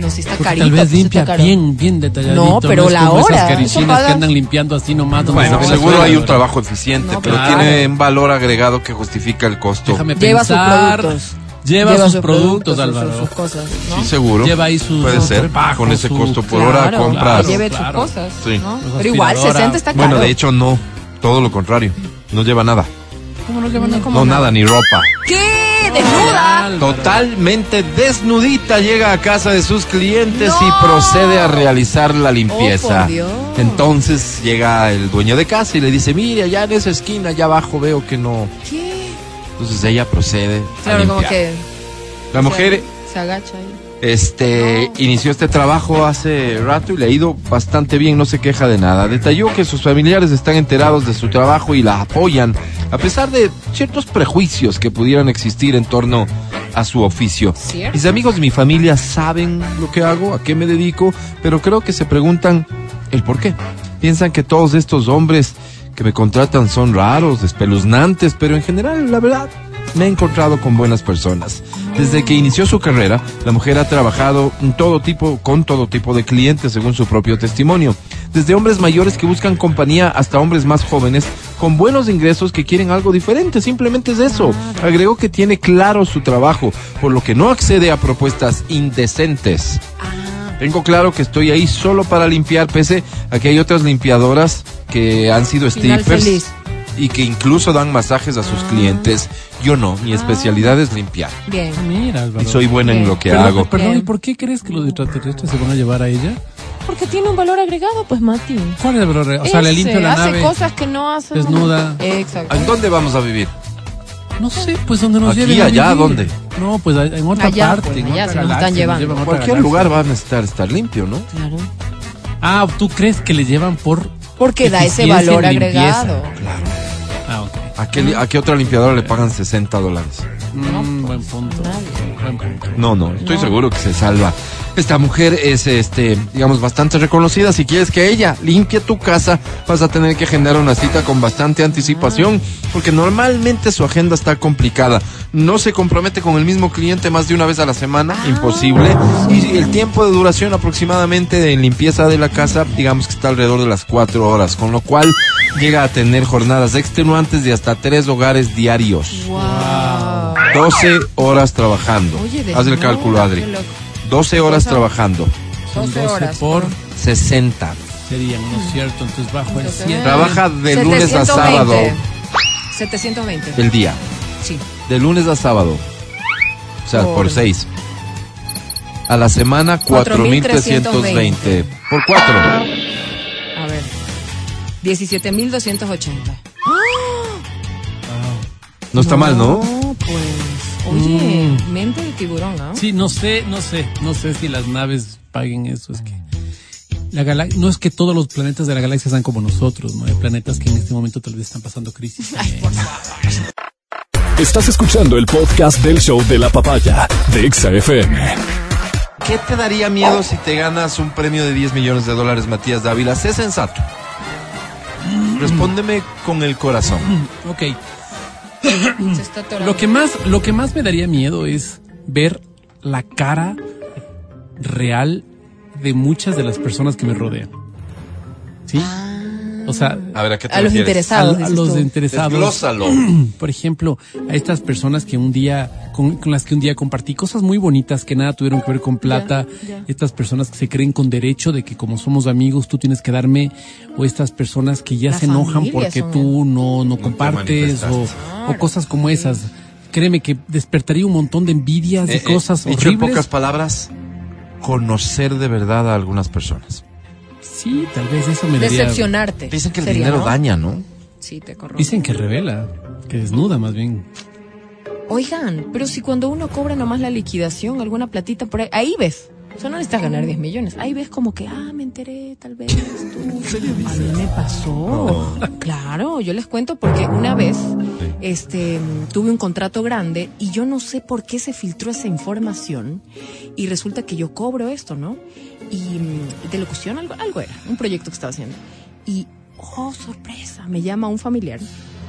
[SPEAKER 4] no sé, está
[SPEAKER 3] Porque
[SPEAKER 4] carito.
[SPEAKER 3] tal vez
[SPEAKER 4] pues,
[SPEAKER 3] limpia
[SPEAKER 4] está caro.
[SPEAKER 3] bien, bien detalladito.
[SPEAKER 4] No, pero
[SPEAKER 3] es
[SPEAKER 4] la
[SPEAKER 3] como
[SPEAKER 4] hora,
[SPEAKER 3] Esas
[SPEAKER 4] eso
[SPEAKER 3] carichinas
[SPEAKER 4] pagas.
[SPEAKER 3] que andan limpiando así nomás. donde
[SPEAKER 2] Bueno, pues
[SPEAKER 3] se ve la
[SPEAKER 2] seguro
[SPEAKER 3] suela,
[SPEAKER 2] hay un
[SPEAKER 3] ¿verdad?
[SPEAKER 2] trabajo eficiente,
[SPEAKER 4] No,
[SPEAKER 2] pero
[SPEAKER 3] claro.
[SPEAKER 2] tiene un valor agregado que justifica el costo.
[SPEAKER 3] Déjame
[SPEAKER 4] Lleva sus
[SPEAKER 3] pensar.
[SPEAKER 4] productos.
[SPEAKER 3] Lleva, sus, productos,
[SPEAKER 4] sus-
[SPEAKER 3] Álvaro.
[SPEAKER 4] Sus, cosas, ¿no?
[SPEAKER 2] Sí, seguro.
[SPEAKER 3] Lleva ahí sus-
[SPEAKER 2] Puede
[SPEAKER 3] sus
[SPEAKER 2] ser, Ah,
[SPEAKER 3] trabajos,
[SPEAKER 2] con ese
[SPEAKER 3] su-
[SPEAKER 2] costo por hora
[SPEAKER 4] Claro,
[SPEAKER 2] compras.
[SPEAKER 4] que Lleve
[SPEAKER 3] Claro. Pues
[SPEAKER 4] sus cosas,
[SPEAKER 2] Sí.
[SPEAKER 4] ¿no?
[SPEAKER 3] Sus
[SPEAKER 4] Pero igual,
[SPEAKER 3] aspiradora.
[SPEAKER 4] 60 está caro.
[SPEAKER 2] Bueno, de hecho no, todo lo contrario, no lleva nada.
[SPEAKER 4] ¿Cómo no llevan como
[SPEAKER 2] No nada, ni ropa.
[SPEAKER 4] ¿Qué? ¿Desnuda?
[SPEAKER 3] Álvaro.
[SPEAKER 2] Totalmente desnudita llega a casa de sus clientes
[SPEAKER 4] No.
[SPEAKER 2] y procede a realizar la
[SPEAKER 4] Oh,
[SPEAKER 2] limpieza.
[SPEAKER 4] por Dios.
[SPEAKER 2] Entonces llega el dueño de casa y le dice, mire, allá en esa esquina, allá abajo veo que no.
[SPEAKER 4] ¿Qué?
[SPEAKER 2] Entonces ella procede. a
[SPEAKER 4] Claro, como
[SPEAKER 2] limpiar.
[SPEAKER 4] que
[SPEAKER 2] La mujer
[SPEAKER 4] se agacha ahí.
[SPEAKER 2] este, inició este trabajo hace rato y le ha ido bastante bien, no se queja de nada. Detalló que sus familiares están enterados de su trabajo y la apoyan, a pesar de ciertos prejuicios que pudieran existir en torno a su oficio.
[SPEAKER 4] ¿Cierto?
[SPEAKER 2] Mis amigos de mi familia saben lo que hago, a qué me dedico, pero creo que se preguntan el por qué. Piensan que todos estos hombres que me contratan son raros, espeluznantes, pero en general, la verdad, me he encontrado con buenas personas. Desde que inició su carrera, la mujer ha trabajado en todo tipo, con todo tipo de clientes, según su propio testimonio. Desde hombres mayores que buscan compañía hasta hombres más jóvenes con buenos ingresos que quieren algo diferente, simplemente es eso. Agregó que tiene claro su trabajo, por lo que no accede a propuestas indecentes.
[SPEAKER 4] Ah.
[SPEAKER 2] Tengo claro que estoy ahí solo para limpiar, pese a que hay otras limpiadoras que han sido
[SPEAKER 4] Final feliz.
[SPEAKER 2] strippers y que incluso dan masajes a sus clientes. Yo no,
[SPEAKER 4] Ah.
[SPEAKER 2] mi especialidad es limpiar.
[SPEAKER 4] Bien.
[SPEAKER 3] Ah, Mira, Álvaro.
[SPEAKER 2] Y soy buena en lo que
[SPEAKER 3] Pero,
[SPEAKER 2] hago.
[SPEAKER 3] Perdón, ¿y
[SPEAKER 4] Bien.
[SPEAKER 3] por qué crees que los extraterrestres se van a llevar a ella?
[SPEAKER 4] Porque tiene un valor agregado, pues, Mati.
[SPEAKER 3] ¿Cuál es el valor? O sea, le
[SPEAKER 4] Ese,
[SPEAKER 3] limpio la
[SPEAKER 4] hace
[SPEAKER 3] nave.
[SPEAKER 4] cosas que no hace.
[SPEAKER 3] desnuda.
[SPEAKER 4] Exacto.
[SPEAKER 2] ¿A dónde vamos a vivir?
[SPEAKER 3] No sé, pues dónde nos
[SPEAKER 2] Aquí,
[SPEAKER 3] lleven. a
[SPEAKER 2] allá,
[SPEAKER 3] vivir.
[SPEAKER 2] ¿dónde?
[SPEAKER 3] No, pues a- en otra
[SPEAKER 4] Allá,
[SPEAKER 3] parte.
[SPEAKER 4] pues,
[SPEAKER 3] en
[SPEAKER 4] allá
[SPEAKER 3] otra
[SPEAKER 4] se nos están
[SPEAKER 3] galaxia,
[SPEAKER 4] llevando.
[SPEAKER 3] llevan a otra
[SPEAKER 2] Cualquier
[SPEAKER 3] galaxia.
[SPEAKER 2] lugar va a necesitar estar limpio, ¿no?
[SPEAKER 4] Claro.
[SPEAKER 3] Ah, ¿tú crees que le llevan por...?
[SPEAKER 4] Porque da ese
[SPEAKER 3] Eficiencia
[SPEAKER 4] valor
[SPEAKER 3] en limpieza.
[SPEAKER 4] agregado.
[SPEAKER 3] Ah, ok.
[SPEAKER 2] ¿A qué, li- a qué otra limpiadora le pagan 60 dólares?
[SPEAKER 3] Mm, buen punto. Buen punto.
[SPEAKER 2] No, no, estoy
[SPEAKER 4] No.
[SPEAKER 2] seguro que se salva. Esta mujer es, este, digamos, bastante reconocida. Si quieres que ella limpie tu casa, vas a tener que generar una cita con bastante anticipación, porque normalmente su agenda está complicada. No se compromete con el mismo cliente más de una vez a la semana, imposible. Y el tiempo de duración aproximadamente de limpieza de la casa, digamos que está alrededor de las cuatro horas, con lo cual llega a tener jornadas extenuantes de hasta tres hogares diarios.
[SPEAKER 4] Wow.
[SPEAKER 2] 12 horas trabajando.
[SPEAKER 4] Oye,
[SPEAKER 2] Haz el
[SPEAKER 4] desnuda,
[SPEAKER 2] cálculo,
[SPEAKER 4] qué
[SPEAKER 2] Adri.
[SPEAKER 4] loco.
[SPEAKER 2] 12 horas
[SPEAKER 4] Cosa-
[SPEAKER 2] trabajando.
[SPEAKER 3] Son
[SPEAKER 4] 12 horas.
[SPEAKER 3] por
[SPEAKER 2] 60.
[SPEAKER 3] serían, ¿no es cierto? Entonces bajo el
[SPEAKER 4] Entonces,
[SPEAKER 3] 100.
[SPEAKER 2] Trabaja de lunes a
[SPEAKER 4] 720.
[SPEAKER 2] sábado.
[SPEAKER 4] 720.
[SPEAKER 2] el día,
[SPEAKER 4] Sí.
[SPEAKER 2] de lunes a sábado. O sea, por
[SPEAKER 4] Por-
[SPEAKER 2] 6. A la semana 4.320. Por 4.
[SPEAKER 4] A ver. 17.280.
[SPEAKER 2] No está mal, ¿no?
[SPEAKER 4] pues. Oye, mente de tiburón, ¿ah? ¿no?
[SPEAKER 3] Sí, no sé, no sé, no sé si las naves paguen eso, es que la gala- no es que todos los planetas de la galaxia sean como nosotros, no hay planetas que en este momento tal vez están pasando crisis. eh,
[SPEAKER 1] Estás escuchando el podcast del show de la papaya de Exa FM.
[SPEAKER 2] ¿Qué te daría miedo si te ganas un premio de 10 millones de dólares, Matías Dávila? Sé sensato.
[SPEAKER 4] Mm.
[SPEAKER 2] Respóndeme con el corazón.
[SPEAKER 3] ok,
[SPEAKER 4] Se está atorando.
[SPEAKER 3] lo que más, lo que más me daría miedo es ver la cara real de muchas de las personas que me rodean. ¿Sí? O sea,
[SPEAKER 2] A ver, ¿a qué te
[SPEAKER 4] A los
[SPEAKER 2] refieres?
[SPEAKER 3] a,
[SPEAKER 4] Ah. interesados.
[SPEAKER 3] a
[SPEAKER 4] dices
[SPEAKER 3] los
[SPEAKER 4] tú.
[SPEAKER 3] interesados.
[SPEAKER 2] Desglósalo.
[SPEAKER 3] por ejemplo, a estas personas que un día, con, con las que un día compartí cosas muy bonitas que nada tuvieron que ver con plata,
[SPEAKER 4] ya.
[SPEAKER 3] estas personas que se creen con derecho de que como somos amigos tú tienes que darme, o estas personas que ya
[SPEAKER 4] La
[SPEAKER 3] se enojan
[SPEAKER 4] familia
[SPEAKER 3] porque
[SPEAKER 4] son-
[SPEAKER 3] tú no, no, compartes, o,
[SPEAKER 2] manifestaste.
[SPEAKER 3] o cosas como esas. Créeme que despertaría un montón de envidias
[SPEAKER 2] Eh,
[SPEAKER 3] y
[SPEAKER 2] eh,
[SPEAKER 3] cosas
[SPEAKER 2] dicho en
[SPEAKER 3] horribles.
[SPEAKER 2] pocas palabras, conocer de verdad a algunas personas.
[SPEAKER 3] Sí, tal vez eso me daría.
[SPEAKER 4] Decepcionarte.
[SPEAKER 2] Dicen que el
[SPEAKER 4] sería,
[SPEAKER 2] dinero
[SPEAKER 4] ¿no?
[SPEAKER 2] daña, ¿no?
[SPEAKER 4] Sí, te corrompe.
[SPEAKER 3] Dicen que revela, que desnuda más bien.
[SPEAKER 4] Oigan, pero si cuando uno cobra nomás la liquidación, alguna platita por ahí, ahí ves. O sea, no necesitas ganar 10 millones. Ahí ves como que, ah, me enteré, tal vez. Tú. A mí me pasó. Claro, yo les cuento porque una vez este, mm, tuve un contrato grande y yo no sé por qué se filtró esa información y resulta que yo cobro esto, ¿no? Y mm, de locución algo, algo era, un proyecto que estaba haciendo. Y, oh, sorpresa, me llama un familiar.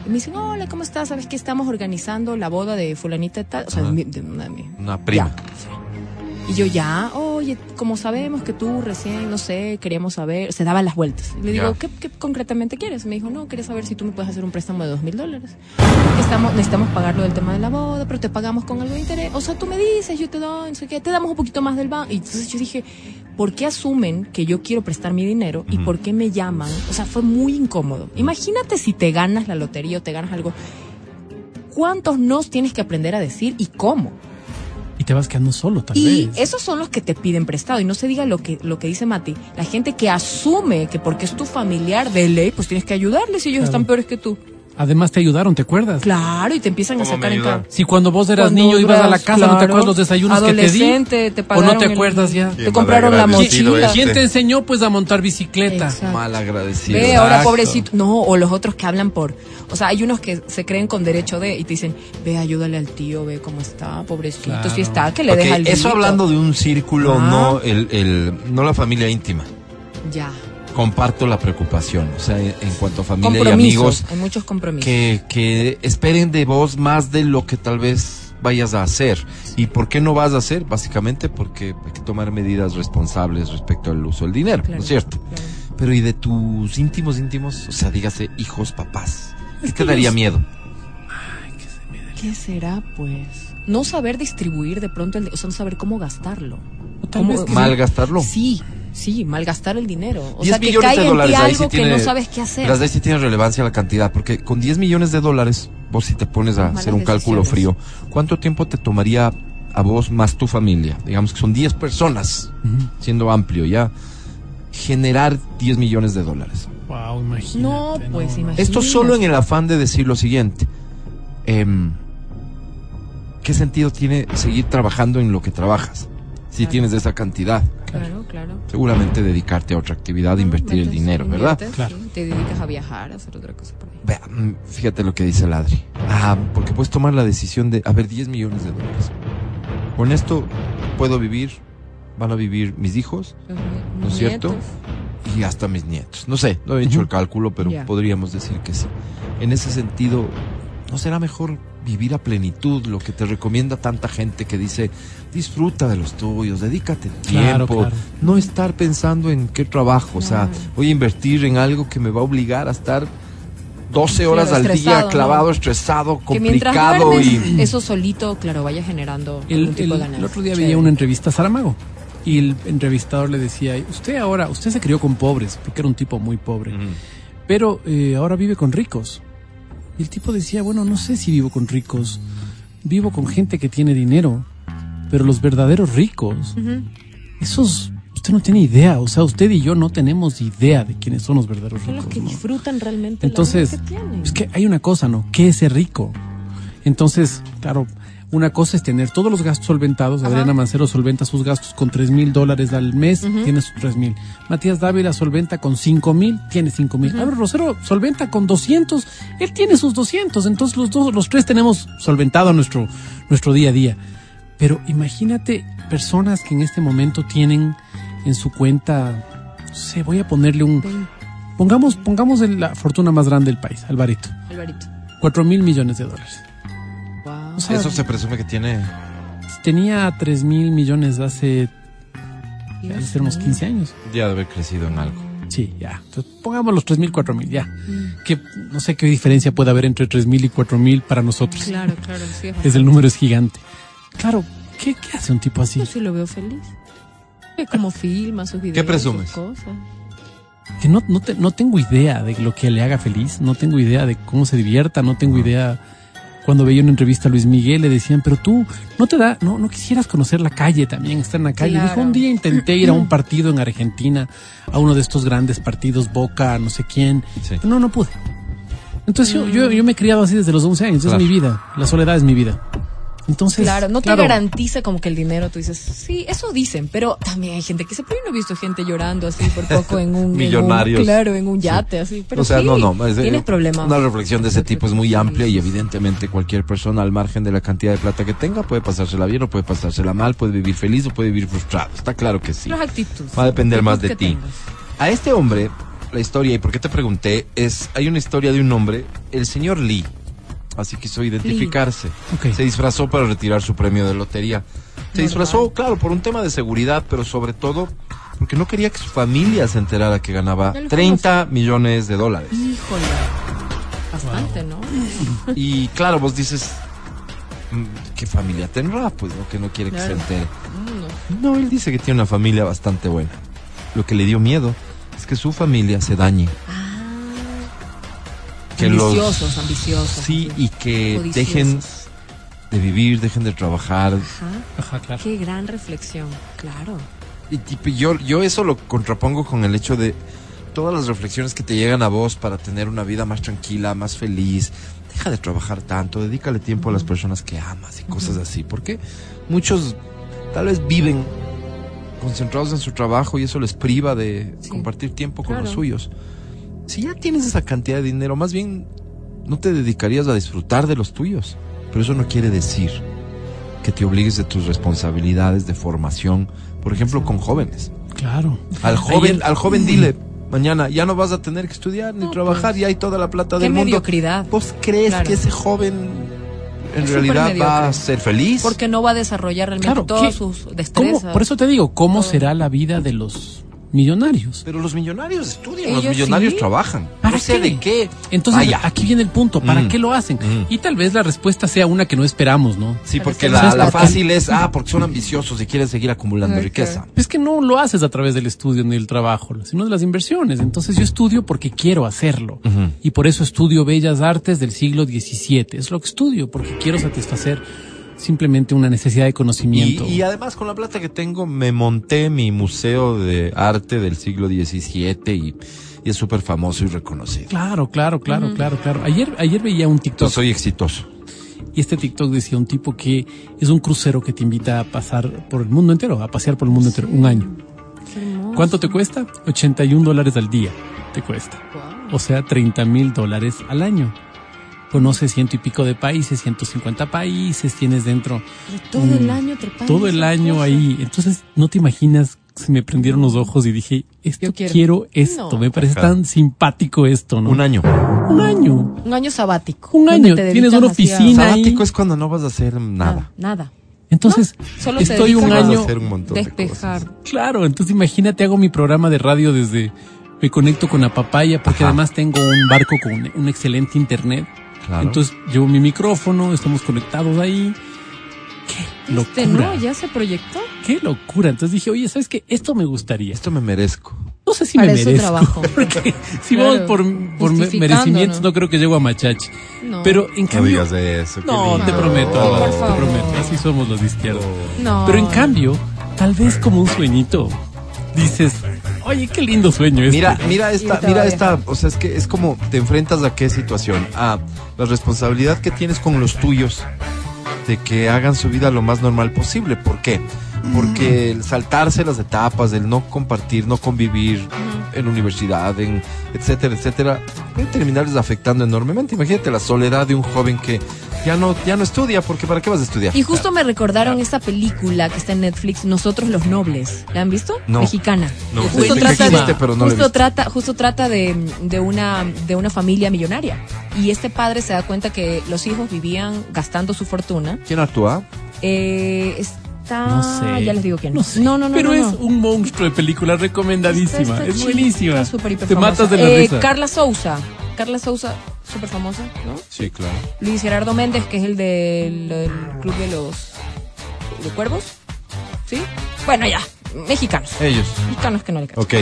[SPEAKER 4] Y me dicen, hola, ¿cómo estás? ¿Sabes que estamos organizando la boda de fulanita de tal? O sea, de mi- de una de mis-
[SPEAKER 2] Una prima.
[SPEAKER 4] Ya. y yo ya, oye, como sabemos que tú recién, no sé, queríamos saber, se daban las vueltas. Y le digo,
[SPEAKER 2] Ya.
[SPEAKER 4] ¿qué, qué concretamente quieres? Me dijo, no, quería saber si tú me puedes hacer un préstamo de dos mil dólares. Porque Estamos, necesitamos pagarlo del tema de la boda, pero te pagamos con algo de interés. O sea, tú me dices, yo te doy, no sé qué, te damos un poquito más del banco. Y entonces yo dije, ¿por qué asumen que yo quiero prestar mi dinero y por qué me llaman? O sea, fue muy incómodo. Imagínate si te ganas la lotería o te ganas algo. ¿Cuántos nos tienes que aprender a decir y cómo?
[SPEAKER 3] Y te vas quedando solo, tal
[SPEAKER 4] Y
[SPEAKER 3] vez.
[SPEAKER 4] esos son los que te piden prestado. Y no se diga lo que, lo que dice Mati. La gente que asume que porque es tu familiar de ley, pues tienes que ayudarles y ellos están peores que tú.
[SPEAKER 3] Además te ayudaron, ¿te acuerdas?
[SPEAKER 4] Claro, y te empiezan a
[SPEAKER 2] ¿Cómo me
[SPEAKER 4] sacar en
[SPEAKER 2] ayudan?
[SPEAKER 4] cara.
[SPEAKER 3] Si cuando vos eras
[SPEAKER 4] Cuando
[SPEAKER 3] niño ibas a la
[SPEAKER 4] duras,
[SPEAKER 3] casa, no te
[SPEAKER 4] claro.
[SPEAKER 3] acuerdas los desayunos que te di.
[SPEAKER 4] Adolescente, te
[SPEAKER 3] o no
[SPEAKER 4] pagaron
[SPEAKER 3] te
[SPEAKER 4] el-
[SPEAKER 3] compradas ya.
[SPEAKER 4] Te
[SPEAKER 2] Qué
[SPEAKER 4] compraron la
[SPEAKER 2] malagradecido
[SPEAKER 4] mochila.
[SPEAKER 2] este.
[SPEAKER 3] ¿Quién te enseñó pues a montar bicicleta?
[SPEAKER 4] Exacto.
[SPEAKER 2] Mal agradecido.
[SPEAKER 4] Ve, ahora
[SPEAKER 2] Exacto.
[SPEAKER 4] pobrecito. No, o los otros que hablan por. O sea, hay unos que se creen con derecho de y te dicen, ve, ayúdale al tío, ve cómo está, pobrecito.
[SPEAKER 3] Claro.
[SPEAKER 4] Si está, que le
[SPEAKER 2] Ok,
[SPEAKER 4] deja el
[SPEAKER 2] eso hablando de un círculo,
[SPEAKER 4] Ah.
[SPEAKER 2] no, el, el- no la familia íntima.
[SPEAKER 4] Ya.
[SPEAKER 2] Comparto la preocupación, o sea, en en cuanto a familia y
[SPEAKER 4] Compromisos.
[SPEAKER 2] amigos,
[SPEAKER 4] hay muchos compromisos.
[SPEAKER 2] que, que esperen de vos más de lo que tal vez vayas a hacer. ¿Y por qué no vas a hacer? Básicamente porque hay que tomar medidas responsables respecto al uso del dinero, ¿no
[SPEAKER 4] Claro,
[SPEAKER 2] es cierto?
[SPEAKER 4] claro.
[SPEAKER 2] Pero ¿y de tus íntimos íntimos? O sea, dígase hijos, papás. ¿Qué te
[SPEAKER 3] que
[SPEAKER 2] daría
[SPEAKER 3] los-
[SPEAKER 2] miedo?
[SPEAKER 4] ¿Qué será, pues? No saber distribuir de pronto, el, o sea, no saber cómo gastarlo.
[SPEAKER 3] O tal
[SPEAKER 4] ¿Cómo-
[SPEAKER 3] vez que
[SPEAKER 2] ¿Malgastarlo?
[SPEAKER 4] Sí, sí, malgastar el dinero. O
[SPEAKER 2] 10
[SPEAKER 4] sea, que
[SPEAKER 2] millones
[SPEAKER 4] caiga
[SPEAKER 2] de
[SPEAKER 4] en ti
[SPEAKER 2] dólares. ahí sí
[SPEAKER 4] algo que
[SPEAKER 2] tiene-
[SPEAKER 4] no sabes qué hacer.
[SPEAKER 2] verás, ahí sí tiene relevancia la cantidad, porque con 10 millones de dólares, vos si te pones a
[SPEAKER 4] Malas
[SPEAKER 2] hacer un cálculo frío,
[SPEAKER 4] decisiones.
[SPEAKER 2] ¿cuánto tiempo te tomaría a vos más tu familia? Digamos que son 10 personas, siendo amplio ya, generar 10 millones de dólares.
[SPEAKER 3] Wow, imagínate.
[SPEAKER 4] No, pues imagínate.
[SPEAKER 2] Esto solo en el afán de decir lo siguiente. em, ¿Qué sentido tiene seguir trabajando en lo que trabajas? Si
[SPEAKER 4] Claro.
[SPEAKER 2] tienes esa cantidad,
[SPEAKER 4] Claro, claro.
[SPEAKER 2] seguramente dedicarte a otra actividad, invertir el
[SPEAKER 4] Metes,
[SPEAKER 2] dinero, ¿verdad?
[SPEAKER 4] inviertes,
[SPEAKER 3] Claro.
[SPEAKER 4] Ah, sí, Te dedicas a viajar, a hacer otra cosa por ahí.
[SPEAKER 2] Vea, mm, fíjate lo que dice Ladri. Ah, porque puedes tomar la decisión de, a ver, 10 millones de dólares. Con esto puedo vivir, van a vivir mis hijos
[SPEAKER 4] Los nie-
[SPEAKER 2] ¿No es cierto?
[SPEAKER 4] nietos.
[SPEAKER 2] y hasta mis nietos. No sé, no he hecho el cálculo, pero
[SPEAKER 4] Ya.
[SPEAKER 2] podríamos decir que sí. En ese sentido, ¿no será mejor vivir a plenitud lo que te recomienda tanta gente que dice, disfruta de los tuyos, dedícate
[SPEAKER 3] Claro,
[SPEAKER 2] tiempo,
[SPEAKER 3] claro.
[SPEAKER 2] no estar pensando en qué trabajo, o sea, voy a invertir en algo que me va a obligar a estar 12
[SPEAKER 4] Claro,
[SPEAKER 2] horas al día
[SPEAKER 4] estresado,
[SPEAKER 2] clavado,
[SPEAKER 4] ¿no?
[SPEAKER 2] estresado,
[SPEAKER 4] Que mientras
[SPEAKER 2] complicado
[SPEAKER 4] duermes,
[SPEAKER 2] y...
[SPEAKER 4] eso solito, claro, vaya generando
[SPEAKER 3] El,
[SPEAKER 4] algún tipo de
[SPEAKER 3] el-
[SPEAKER 4] ganancia.
[SPEAKER 3] el otro día veía una entrevista a Saramago y el entrevistador le decía, usted ahora, usted se crió con pobres, porque era un tipo muy pobre, pero eh, ahora vive con ricos. Y el tipo decía, bueno, no sé si vivo con ricos, vivo con gente que tiene dinero, pero los verdaderos ricos, esos, usted no tiene idea, o sea, usted y yo no tenemos idea de quiénes son los verdaderos
[SPEAKER 4] Son los
[SPEAKER 3] ricos.
[SPEAKER 4] que
[SPEAKER 3] ¿no?
[SPEAKER 4] disfrutan realmente. la
[SPEAKER 3] Entonces,
[SPEAKER 4] vida que tienen.
[SPEAKER 3] es que hay una cosa, ¿no? ¿Qué es ser rico? Entonces, claro, una cosa es tener todos los gastos solventados. Adriana Mancero solventa sus gastos con 3 mil dólares al mes, tiene sus 3 mil. Matías Dávila solventa con 5 mil, tiene 5 mil. Álvaro Rosero solventa con 200, él tiene sus 200. Entonces, los dos, los tres tenemos solventado nuestro, nuestro día a día. Pero imagínate personas que en este momento tienen en su cuenta, no sé, voy a ponerle un... Pongamos, pongamos el- la fortuna más grande del país, Alvarito.
[SPEAKER 4] Alvarito.
[SPEAKER 3] 4 mil millones de dólares. O sea,
[SPEAKER 2] Eso se presume que tiene.
[SPEAKER 3] tenía 3 mil millones hace, hace unos 15 años.
[SPEAKER 2] Ya debe haber crecido en algo.
[SPEAKER 3] Sí, ya. Entonces, pongamos los 3 mil, 4 mil, ya. Que no sé qué diferencia puede haber entre 3 mil y 4 mil para nosotros.
[SPEAKER 4] Claro, claro, sí. es
[SPEAKER 3] Es el número es gigante. Claro, ¿qué, qué hace un tipo así?
[SPEAKER 4] Yo sí lo veo feliz. Ve cómo filma sus videos.
[SPEAKER 2] presumes?
[SPEAKER 4] sus cosas.
[SPEAKER 3] Que no, no, te- no tengo idea de lo que le haga feliz, no tengo idea de cómo se divierta, no tengo idea. Cuando veía una entrevista a Luis Miguel le decían, pero tú no te da, no, no quisieras conocer la calle también, estar en la calle.
[SPEAKER 4] Claro.
[SPEAKER 3] Dijo, un día intenté ir a un partido en Argentina, a uno de estos grandes partidos, Boca, no sé quién.
[SPEAKER 2] Sí.
[SPEAKER 3] No, no pude. Entonces yo, yo,
[SPEAKER 4] Mm.
[SPEAKER 3] yo me he criado así desde los 11 años,
[SPEAKER 2] Claro.
[SPEAKER 3] es mi vida, la soledad es mi vida. Entonces,
[SPEAKER 4] Claro, no te
[SPEAKER 3] claro,
[SPEAKER 4] garantiza como que el dinero, tú dices, sí, eso dicen, pero también hay gente que se pero yo no he visto gente llorando así por poco en un- en un
[SPEAKER 2] Millonarios.
[SPEAKER 4] claro, en un yate así, pero
[SPEAKER 2] o sea,
[SPEAKER 4] sí,
[SPEAKER 2] no, no. es, eh,
[SPEAKER 4] tienes problemas.
[SPEAKER 2] Una reflexión de ese tipo es muy amplia y evidentemente cualquier persona, al margen de la cantidad de plata que tenga, puede pasársela bien o puede pasársela mal, puede vivir feliz o puede vivir frustrado. Está claro que sí.
[SPEAKER 4] Las actitudes.
[SPEAKER 2] Va a depender más de
[SPEAKER 4] que
[SPEAKER 2] ti.
[SPEAKER 4] tengas.
[SPEAKER 2] A este hombre, la historia, y por qué te pregunté, es, hay una historia de un hombre, el señor Lee, así quiso identificarse.
[SPEAKER 3] Ok.
[SPEAKER 2] Se disfrazó para retirar su premio de lotería. Se disfrazó, claro, por un tema de seguridad, pero sobre todo porque no quería que su familia se enterara que ganaba
[SPEAKER 4] Ya lo
[SPEAKER 2] 30 millones de dólares.
[SPEAKER 4] Híjole. Bastante, ¿no?
[SPEAKER 2] Y claro, vos dices, mm, ¿qué familia tendrá? Pues lo que no quiere que
[SPEAKER 4] Claro.
[SPEAKER 2] se entere. No, él dice que tiene una familia bastante buena. Lo que le dio miedo es que su familia se dañe. Que los-
[SPEAKER 4] Ah. ambiciosos, ambiciosos.
[SPEAKER 2] Sí, y que
[SPEAKER 4] Codiciosos.
[SPEAKER 2] dejen de vivir, dejen de trabajar.
[SPEAKER 4] Ajá.
[SPEAKER 3] Ajá, claro.
[SPEAKER 4] Qué gran reflexión, claro.
[SPEAKER 2] Y tipo, yo, yo eso lo contrapongo con el hecho de todas las reflexiones que te llegan a vos para tener una vida más tranquila, más feliz. Deja de trabajar tanto, dedícale tiempo a las personas que amas y cosas así. Porque muchos tal vez viven concentrados en su trabajo y eso les priva de
[SPEAKER 4] Sí.
[SPEAKER 2] compartir tiempo con los
[SPEAKER 4] Claro.
[SPEAKER 2] suyos. Si ya tienes esa cantidad de dinero, más bien no te dedicarías a disfrutar de los tuyos. Pero eso no quiere decir que te obligues de tus responsabilidades de formación, por ejemplo, con jóvenes.
[SPEAKER 3] Claro.
[SPEAKER 2] Al joven,
[SPEAKER 3] Ayer-
[SPEAKER 2] al joven dile, mañana ya no vas a tener que estudiar ni trabajar, ya hay toda la plata
[SPEAKER 4] pues, Qué
[SPEAKER 2] del mundo.
[SPEAKER 4] mediocridad.
[SPEAKER 2] ¿Vos crees
[SPEAKER 4] Claro.
[SPEAKER 2] que ese joven en
[SPEAKER 4] Es
[SPEAKER 2] realidad
[SPEAKER 4] supermediocre.
[SPEAKER 2] va a ser feliz?
[SPEAKER 4] Porque no va a desarrollar realmente
[SPEAKER 3] Claro, ¿qué-
[SPEAKER 4] todas sus
[SPEAKER 3] ¿Cómo?
[SPEAKER 4] destrezas.
[SPEAKER 3] Por eso te digo, ¿cómo
[SPEAKER 4] Todo.
[SPEAKER 3] será la vida de los millonarios?
[SPEAKER 2] Pero los millonarios estudian, los
[SPEAKER 4] Ellos
[SPEAKER 2] millonarios
[SPEAKER 4] sí.
[SPEAKER 2] trabajan.
[SPEAKER 3] ¿Para
[SPEAKER 2] no sé
[SPEAKER 3] qué?
[SPEAKER 2] de qué.
[SPEAKER 3] Entonces,
[SPEAKER 2] Vaya.
[SPEAKER 3] aquí viene el punto, ¿para
[SPEAKER 2] Mm.
[SPEAKER 3] qué lo hacen?
[SPEAKER 2] Mm.
[SPEAKER 3] Y tal vez la respuesta sea una que no esperamos, ¿no?
[SPEAKER 2] Sí, porque
[SPEAKER 4] ¿Sabes
[SPEAKER 2] la, la
[SPEAKER 3] por qué?
[SPEAKER 2] fácil es, ah, porque son ambiciosos y quieren seguir acumulando
[SPEAKER 4] Ok.
[SPEAKER 2] riqueza.
[SPEAKER 3] Es que no lo haces a través del estudio ni del trabajo, sino de las inversiones. Entonces yo estudio porque quiero hacerlo. Y por eso estudio Bellas Artes del siglo XVII. Es lo que estudio, porque quiero satisfacer simplemente una necesidad de
[SPEAKER 2] Y,
[SPEAKER 3] conocimiento.
[SPEAKER 2] y además con la plata que tengo me monté mi museo de arte del siglo XVII y, y es súper famoso y reconocido.
[SPEAKER 3] Claro, claro, claro, claro, claro. Ayer, ayer veía un TikTok.
[SPEAKER 2] Entonces soy exitoso.
[SPEAKER 3] Y este TikTok decía un tipo que es un crucero que te invita a pasar por el mundo entero, a pasear por el mundo entero, un año. ¿Cuánto te cuesta? 81 dólares al día te cuesta. O sea, 30 mil dólares al año. Conoces ciento y pico de países, 150 países, tienes dentro
[SPEAKER 4] Todo el año trepando.
[SPEAKER 3] Mm. todo el
[SPEAKER 4] esas
[SPEAKER 3] año
[SPEAKER 4] cosas.
[SPEAKER 3] ahí. Entonces, no te imaginas, se me prendieron los ojos y dije, esto
[SPEAKER 4] Yo
[SPEAKER 3] quiero.
[SPEAKER 4] quiero.
[SPEAKER 3] esto,
[SPEAKER 4] No.
[SPEAKER 3] me parece
[SPEAKER 2] Claro.
[SPEAKER 3] tan simpático esto, ¿no?
[SPEAKER 2] Un año.
[SPEAKER 3] Un año.
[SPEAKER 4] Un año sabático.
[SPEAKER 3] Un
[SPEAKER 4] donde
[SPEAKER 3] año,
[SPEAKER 4] te
[SPEAKER 3] tienes
[SPEAKER 4] dedicas
[SPEAKER 3] una
[SPEAKER 4] así a-
[SPEAKER 3] oficina.
[SPEAKER 2] Sabático es cuando no vas a hacer nada.
[SPEAKER 4] Nada.
[SPEAKER 3] Entonces,
[SPEAKER 4] Solo te
[SPEAKER 3] estoy un
[SPEAKER 4] dedicas a
[SPEAKER 2] Vas a
[SPEAKER 3] año
[SPEAKER 2] hacer un montón de
[SPEAKER 4] Despejar.
[SPEAKER 2] cosas.
[SPEAKER 3] Claro, entonces imagínate, hago mi programa de radio desde. Me conecto con la papaya porque
[SPEAKER 2] Ajá.
[SPEAKER 3] además tengo un barco con un, un excelente internet.
[SPEAKER 2] Claro.
[SPEAKER 3] Entonces llevo mi micrófono, estamos conectados ahí. ¡Qué locura!
[SPEAKER 4] Este no, ya se proyectó.
[SPEAKER 3] ¡Qué locura! Entonces dije, oye, ¿sabes qué? Esto me gustaría.
[SPEAKER 2] Esto me merezco.
[SPEAKER 3] No sé si
[SPEAKER 4] Para
[SPEAKER 3] me
[SPEAKER 4] eso
[SPEAKER 3] merezco.
[SPEAKER 4] trabajo.
[SPEAKER 3] Porque si
[SPEAKER 4] Claro,
[SPEAKER 3] vamos por, por me-
[SPEAKER 4] justificando,
[SPEAKER 3] merecimientos,
[SPEAKER 4] ¿no?
[SPEAKER 3] no creo que llego a Machachi.
[SPEAKER 4] No.
[SPEAKER 3] Pero en
[SPEAKER 2] No
[SPEAKER 3] cambio.
[SPEAKER 2] digas de eso. qué
[SPEAKER 3] No,
[SPEAKER 2] lindo.
[SPEAKER 3] te prometo,
[SPEAKER 4] Ay, por
[SPEAKER 3] te
[SPEAKER 4] favor.
[SPEAKER 3] prometo. Así somos los de izquierda.
[SPEAKER 4] No.
[SPEAKER 3] Pero en cambio, tal vez como un sueñito, dices, oye, qué lindo sueño este". es.
[SPEAKER 2] Mira, mira esta,
[SPEAKER 4] Irte a
[SPEAKER 2] mira
[SPEAKER 4] Vallejo.
[SPEAKER 2] esta, o sea, es que es como te enfrentas a qué situación, a la responsabilidad que tienes con los tuyos de que hagan su vida lo más normal posible. ¿Por qué?
[SPEAKER 4] Mm.
[SPEAKER 2] Porque el saltarse las etapas, el no compartir, no convivir en universidad, en etcétera, etcétera, puede terminarles afectando enormemente. Imagínate la soledad de un joven que ya no, ya no estudia, porque ¿para qué vas a estudiar?
[SPEAKER 4] Y justo me recordaron esta película que está en Netflix, Nosotros los Nobles. ¿La han visto?
[SPEAKER 2] No.
[SPEAKER 4] Mexicana.
[SPEAKER 2] No,
[SPEAKER 4] Y
[SPEAKER 2] sé
[SPEAKER 4] justo
[SPEAKER 2] que
[SPEAKER 4] trata,
[SPEAKER 2] existe,
[SPEAKER 4] de,
[SPEAKER 2] pero no la he
[SPEAKER 4] justo
[SPEAKER 2] visto.
[SPEAKER 4] trata, justo trata de, de una, de una familia millonaria. Y este padre se da cuenta que los hijos vivían gastando su fortuna.
[SPEAKER 2] ¿Quién actúa?
[SPEAKER 4] Eh, está.
[SPEAKER 3] No sé.
[SPEAKER 4] Ya les digo quién.
[SPEAKER 3] No, sé.
[SPEAKER 4] no, no, no.
[SPEAKER 3] Pero
[SPEAKER 4] no,
[SPEAKER 3] es
[SPEAKER 4] no.
[SPEAKER 3] un monstruo de película recomendadísima.
[SPEAKER 4] Está esta
[SPEAKER 3] es
[SPEAKER 4] chica,
[SPEAKER 3] buenísima.
[SPEAKER 4] súper hiper
[SPEAKER 3] Te
[SPEAKER 4] famosa.
[SPEAKER 3] matas de la
[SPEAKER 4] Eh,
[SPEAKER 3] risa.
[SPEAKER 4] Carla Sousa. Carla Sousa, súper famosa, ¿no?
[SPEAKER 2] Sí, claro.
[SPEAKER 4] Luis Gerardo Méndez, que es el del, el Club de los de Cuervos. ¿Sí? Bueno, ya. Mexicanos.
[SPEAKER 2] Ellos.
[SPEAKER 4] Mexicanos que no le cacho.
[SPEAKER 2] Ok.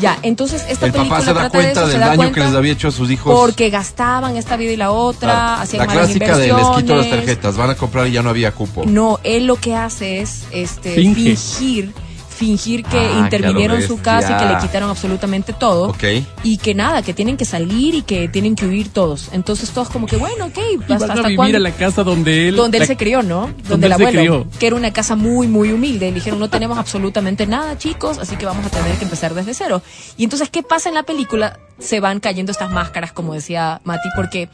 [SPEAKER 4] Ya, entonces esta
[SPEAKER 2] el
[SPEAKER 4] película
[SPEAKER 2] papá se da
[SPEAKER 4] trata de
[SPEAKER 2] cuenta
[SPEAKER 4] eso, se
[SPEAKER 2] del
[SPEAKER 4] da
[SPEAKER 2] daño
[SPEAKER 4] cuenta
[SPEAKER 2] que les había hecho a sus hijos.
[SPEAKER 4] porque gastaban esta vida y la otra,
[SPEAKER 2] Claro,
[SPEAKER 4] hacían
[SPEAKER 2] la
[SPEAKER 4] malas
[SPEAKER 2] clásica de les quito las
[SPEAKER 4] inversiones.
[SPEAKER 2] tarjetas, van a comprar y ya no había cupo.
[SPEAKER 4] No, él lo que hace es este
[SPEAKER 3] Finge.
[SPEAKER 4] fingir fingir que
[SPEAKER 2] Ah,
[SPEAKER 4] intervinieron
[SPEAKER 2] claro,
[SPEAKER 4] su casa y que
[SPEAKER 2] bestia.
[SPEAKER 4] le quitaron absolutamente todo
[SPEAKER 2] Ok.
[SPEAKER 4] y que nada, que tienen que salir y que tienen que huir todos. Entonces todos como que bueno, ok,
[SPEAKER 3] Y
[SPEAKER 4] hasta,
[SPEAKER 3] van a
[SPEAKER 4] hasta
[SPEAKER 3] vivir
[SPEAKER 4] cuándo?
[SPEAKER 3] a la casa donde él.
[SPEAKER 4] donde él
[SPEAKER 3] la-
[SPEAKER 4] se crió, ¿no? Donde,
[SPEAKER 3] donde
[SPEAKER 4] el
[SPEAKER 3] él se
[SPEAKER 4] abuelo,
[SPEAKER 3] crió.
[SPEAKER 4] que era una casa muy, muy humilde. Y le dijeron, no tenemos absolutamente nada, chicos, así que vamos a tener que empezar desde cero. Y entonces, ¿qué pasa en la película? Se van cayendo estas máscaras, como decía Mati, porque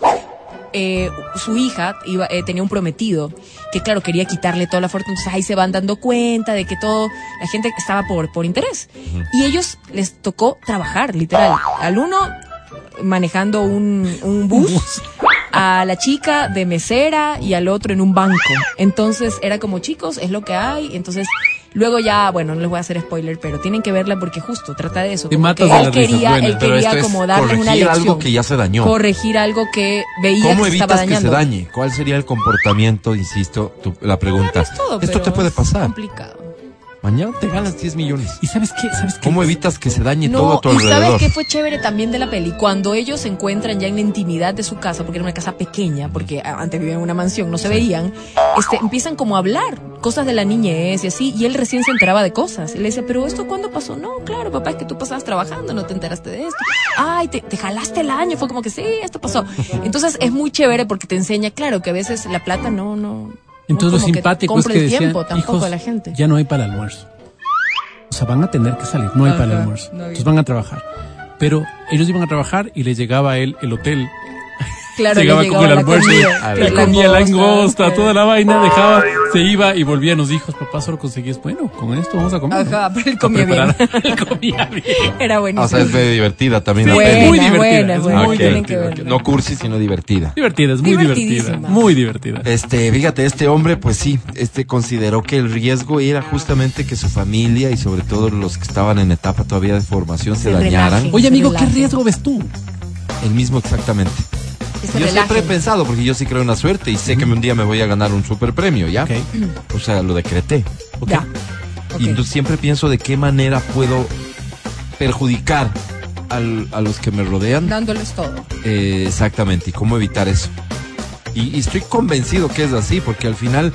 [SPEAKER 4] eh, su hija iba, eh, tenía un prometido que, claro, quería quitarle toda la fortuna. Entonces ahí se van dando cuenta de que todo, la gente estaba por, por interés. Y ellos les tocó trabajar, literal. Al uno manejando un, un bus, a la chica de mesera y al otro en un banco. Entonces era como, chicos, es lo que hay. Entonces. Luego ya, bueno, no les voy a hacer spoiler, pero tienen que verla porque justo trata de eso.
[SPEAKER 3] Te
[SPEAKER 4] como
[SPEAKER 3] matas
[SPEAKER 4] que
[SPEAKER 3] de la
[SPEAKER 4] él
[SPEAKER 3] risa,
[SPEAKER 4] quería,
[SPEAKER 3] bueno,
[SPEAKER 4] él
[SPEAKER 2] pero
[SPEAKER 4] quería
[SPEAKER 2] esto es
[SPEAKER 4] como darles una
[SPEAKER 2] corregir
[SPEAKER 4] lección.
[SPEAKER 2] algo que ya se dañó.
[SPEAKER 4] Corregir algo que veía
[SPEAKER 2] ¿Cómo
[SPEAKER 4] que se estaba
[SPEAKER 2] evitas que
[SPEAKER 4] dañando.
[SPEAKER 2] se dañe? ¿Cuál sería el comportamiento? Insisto, tu- la pregunta.
[SPEAKER 4] Es todo,
[SPEAKER 2] Esto
[SPEAKER 4] pero
[SPEAKER 2] te puede
[SPEAKER 4] es
[SPEAKER 2] pasar.
[SPEAKER 4] complicado.
[SPEAKER 2] Mañana te ganas 10 millones.
[SPEAKER 3] ¿Y sabes qué? ¿Sabes qué?
[SPEAKER 2] ¿Cómo evitas que se dañe todo
[SPEAKER 4] No,
[SPEAKER 2] a tu
[SPEAKER 4] y sabes
[SPEAKER 2] alrededor?
[SPEAKER 4] que fue chévere también de la peli, cuando ellos se encuentran ya en la intimidad de su casa, porque era una casa pequeña, porque a- antes vivían en una mansión, no se veían, este, empiezan como a hablar cosas de la niñez y así, y él recién se enteraba de cosas. Y le decía, pero ¿esto cuándo pasó? No, claro, papá, es que tú pasabas trabajando, no te enteraste de esto. Ay, te, te jalaste el año, fue como que sí, esto pasó. Entonces es muy chévere porque te enseña, claro, que a veces la plata no, no.
[SPEAKER 3] Entonces lo
[SPEAKER 4] no como
[SPEAKER 3] simpático es
[SPEAKER 4] compra
[SPEAKER 3] que
[SPEAKER 4] el
[SPEAKER 3] decían,
[SPEAKER 4] tiempo tampoco
[SPEAKER 3] hijos,
[SPEAKER 4] a la gente.
[SPEAKER 3] ya no hay para el almuerzo. O sea, van a tener que salir, no hay para el
[SPEAKER 4] Ajá,
[SPEAKER 3] almuerzo.
[SPEAKER 4] no había.
[SPEAKER 3] Entonces van a trabajar. Pero ellos iban a trabajar y les llegaba a él el hotel.
[SPEAKER 4] Claro,
[SPEAKER 3] llegaba
[SPEAKER 4] le
[SPEAKER 3] con el
[SPEAKER 4] la
[SPEAKER 3] almuerzo.
[SPEAKER 4] comida,
[SPEAKER 3] Él
[SPEAKER 4] la
[SPEAKER 3] comía langosta,
[SPEAKER 4] claro.
[SPEAKER 3] toda la vaina, dejaba, se iba y volvía a los hijos. Papá, solo conseguías, bueno, con esto vamos a comer. ¿no?
[SPEAKER 4] Ajá, pero él
[SPEAKER 3] A
[SPEAKER 4] comía bien.
[SPEAKER 3] preparar. Él comía bien.
[SPEAKER 4] Era
[SPEAKER 2] Ah, O sea,
[SPEAKER 4] buenísimo.
[SPEAKER 2] es de divertida también. la
[SPEAKER 4] Buena,
[SPEAKER 2] peli.
[SPEAKER 3] muy divertida,
[SPEAKER 4] buena,
[SPEAKER 3] es
[SPEAKER 4] buena,
[SPEAKER 3] muy
[SPEAKER 2] Ok.
[SPEAKER 4] tienen que verla.
[SPEAKER 2] No cursi, sino divertida.
[SPEAKER 3] Divertida, es muy divertida.
[SPEAKER 4] Divertidísima.
[SPEAKER 3] Muy divertida.
[SPEAKER 2] Este, fíjate, este hombre, pues sí, este consideró que el riesgo era justamente que su familia y sobre todo los que estaban en etapa todavía de formación se,
[SPEAKER 4] Se
[SPEAKER 2] dañaran.
[SPEAKER 4] relajen.
[SPEAKER 3] Oye, amigo, ¿qué
[SPEAKER 4] Relaje.
[SPEAKER 3] riesgo ves tú?
[SPEAKER 2] El mismo exactamente.
[SPEAKER 4] Que se
[SPEAKER 2] Yo siempre he
[SPEAKER 4] relajen.
[SPEAKER 2] pensado, porque yo sí creo en la suerte y sé que un día me voy a ganar un super premio, ¿ya?
[SPEAKER 3] Ok.
[SPEAKER 2] O sea, lo decreté.
[SPEAKER 3] ok.
[SPEAKER 4] Ya. Ok.
[SPEAKER 2] Y yo siempre pienso de qué manera puedo perjudicar al- a los que me rodean.
[SPEAKER 4] Dándoles todo.
[SPEAKER 2] Eh, exactamente, y cómo evitar eso. Y, y estoy convencido que es así, porque al final,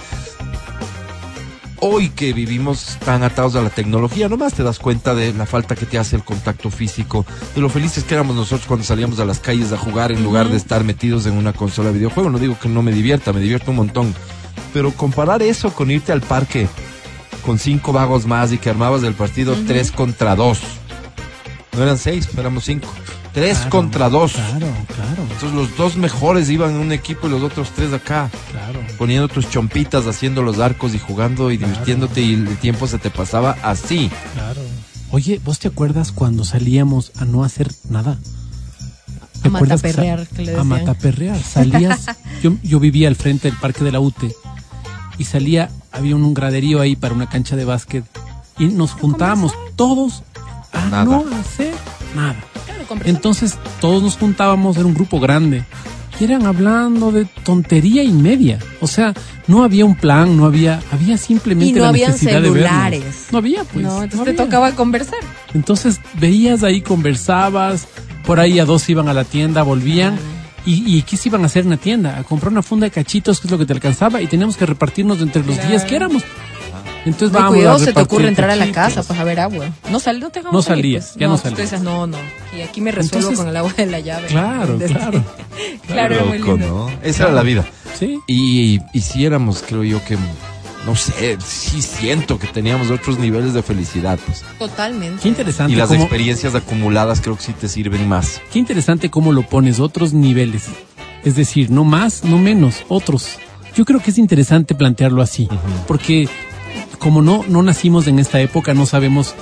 [SPEAKER 2] hoy que vivimos tan atados a la tecnología, nomás te das cuenta de la falta que te hace el contacto físico, de lo felices que éramos nosotros cuando salíamos a las calles a jugar en lugar de estar metidos en una consola de videojuego. No digo que no me divierta, me divierto un montón. Pero comparar eso con irte al parque con cinco vagos más y que armabas del partido tres contra dos. No eran seis, éramos cinco. Tres
[SPEAKER 3] Claro,
[SPEAKER 2] contra dos.
[SPEAKER 3] Claro, claro,
[SPEAKER 2] Entonces los dos mejores iban en un equipo y los otros tres acá,
[SPEAKER 3] claro.
[SPEAKER 2] poniendo tus chompitas, haciendo los arcos y jugando y divirtiéndote y el tiempo se te pasaba así.
[SPEAKER 3] Claro. Oye, ¿vos te acuerdas cuando salíamos a no hacer nada? ¿Te
[SPEAKER 4] A
[SPEAKER 3] acuerdas que sa-
[SPEAKER 4] mataperrear, que le
[SPEAKER 3] A
[SPEAKER 4] decían.
[SPEAKER 3] mataperrear. Salías. yo, yo vivía al frente del parque de la UTE y salía, había un graderío ahí para una cancha de básquet y nos juntábamos todos a
[SPEAKER 2] Nada.
[SPEAKER 3] no hacer nada.
[SPEAKER 4] Claro, compras.
[SPEAKER 3] Entonces todos nos juntábamos, era un grupo grande. eran hablando de tontería y media. O sea, no había un plan, no había, había simplemente
[SPEAKER 4] Y no
[SPEAKER 3] la
[SPEAKER 4] habían
[SPEAKER 3] necesidad de
[SPEAKER 4] celulares.
[SPEAKER 3] vernos. No había, pues.
[SPEAKER 4] no, entonces te
[SPEAKER 3] había.
[SPEAKER 4] tocaba conversar.
[SPEAKER 3] Entonces veías ahí, conversabas, por ahí a dos iban a la tienda, volvían. ¿Y, y qué se iban a hacer en la tienda? A comprar una funda de cachitos, que es lo que te alcanzaba, y teníamos que repartirnos entre los días que éramos. Entonces Pues
[SPEAKER 4] Muy
[SPEAKER 3] vamos
[SPEAKER 4] cuidado,
[SPEAKER 3] a
[SPEAKER 4] se te
[SPEAKER 3] repartir
[SPEAKER 4] ocurre entrar a la
[SPEAKER 3] cachitos.
[SPEAKER 4] casa, pues a ver agua. No, sal, no, te dejamos
[SPEAKER 3] No
[SPEAKER 4] salir,
[SPEAKER 3] salías,
[SPEAKER 4] pues.
[SPEAKER 3] ya no
[SPEAKER 4] tú
[SPEAKER 3] salías.
[SPEAKER 4] decías, no, no, y aquí me resuelvo
[SPEAKER 3] Entonces-
[SPEAKER 4] con el agua de la llave.
[SPEAKER 3] Claro,
[SPEAKER 4] Entonces,
[SPEAKER 3] claro.
[SPEAKER 4] claro, era muy
[SPEAKER 2] Loco,
[SPEAKER 4] lindo.
[SPEAKER 2] ¿no? Esa era la vida.
[SPEAKER 3] Sí.
[SPEAKER 2] Y hiciéramos, creo yo, que, no sé, sí siento que teníamos otros niveles de felicidad. Pues.
[SPEAKER 4] Totalmente.
[SPEAKER 3] Qué interesante.
[SPEAKER 2] Y las
[SPEAKER 3] cómo-
[SPEAKER 2] experiencias acumuladas creo que sí te sirven más.
[SPEAKER 3] Qué interesante cómo lo pones, otros niveles. Es decir, no más, no menos, otros. Yo creo que es interesante plantearlo así, porque como no, no nacimos en esta época, no sabemos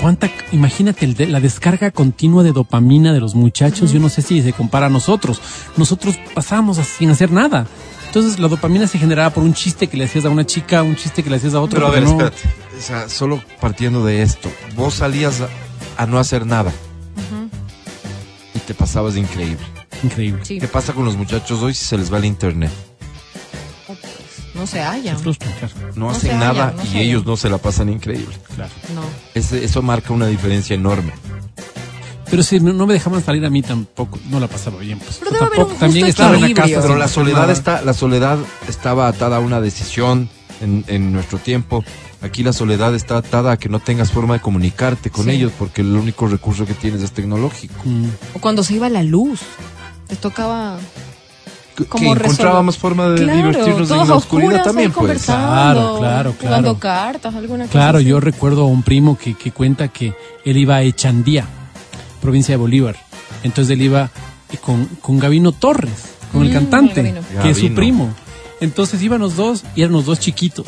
[SPEAKER 3] cuánta, imagínate el de- la descarga continua de dopamina de los muchachos, yo no sé si se compara a nosotros. Nosotros pasábamos a- sin hacer nada. Entonces la dopamina se generaba por un chiste que le hacías a una chica, un chiste que le hacías a otro.
[SPEAKER 2] Pero a ver,
[SPEAKER 3] no-
[SPEAKER 2] espérate. O sea, solo partiendo de esto, vos salías a, a no hacer nada. Y te pasabas de increíble.
[SPEAKER 3] Increíble.
[SPEAKER 4] Sí,
[SPEAKER 2] ¿Qué pasa con los muchachos hoy si se les va el internet?
[SPEAKER 4] no se
[SPEAKER 3] Te
[SPEAKER 4] hallan.
[SPEAKER 3] frustra, claro.
[SPEAKER 2] No,
[SPEAKER 4] No se
[SPEAKER 2] hacen
[SPEAKER 4] hallan,
[SPEAKER 2] nada
[SPEAKER 4] no
[SPEAKER 2] y
[SPEAKER 4] se hallan.
[SPEAKER 2] ellos no se la pasan increíble.
[SPEAKER 4] No.
[SPEAKER 2] Ese- eso marca una diferencia enorme.
[SPEAKER 3] Pero si no, no me dejaban salir a mí tampoco, no la pasaba bien. Pues.
[SPEAKER 4] Pero
[SPEAKER 3] Yo
[SPEAKER 4] debe haber
[SPEAKER 3] tampoco-
[SPEAKER 4] un
[SPEAKER 3] también
[SPEAKER 4] justo
[SPEAKER 3] estaba en la casa.
[SPEAKER 4] equilibrio.
[SPEAKER 2] Pero
[SPEAKER 3] sin
[SPEAKER 2] la
[SPEAKER 3] hacer
[SPEAKER 2] soledad
[SPEAKER 3] nada.
[SPEAKER 2] está, la soledad estaba atada a una decisión en, en nuestro tiempo. Aquí la soledad está atada a que no tengas forma de comunicarte con
[SPEAKER 4] Sí.
[SPEAKER 2] ellos porque el único recurso que tienes es tecnológico.
[SPEAKER 3] Mm.
[SPEAKER 4] O cuando se iba la luz, les tocaba
[SPEAKER 2] Que-
[SPEAKER 4] Como
[SPEAKER 2] que
[SPEAKER 4] resolver-
[SPEAKER 2] encontrábamos forma de
[SPEAKER 4] claro,
[SPEAKER 2] divertirnos en
[SPEAKER 4] todos
[SPEAKER 2] la
[SPEAKER 4] a oscuras
[SPEAKER 2] oscuridad
[SPEAKER 4] ahí
[SPEAKER 2] también, pues.
[SPEAKER 4] conversando,
[SPEAKER 3] Claro, claro, claro.
[SPEAKER 4] jugando cartas, alguna cosa.
[SPEAKER 3] Claro,
[SPEAKER 4] así.
[SPEAKER 3] yo recuerdo a un primo que, que cuenta que él iba a Echandía, provincia de Bolívar. Entonces él iba con, con Gabino Torres, con el
[SPEAKER 4] Mm,
[SPEAKER 3] cantante,
[SPEAKER 4] Gabino.
[SPEAKER 3] que es su
[SPEAKER 2] Gabino.
[SPEAKER 3] primo. Entonces iban los dos y eran los dos chiquitos.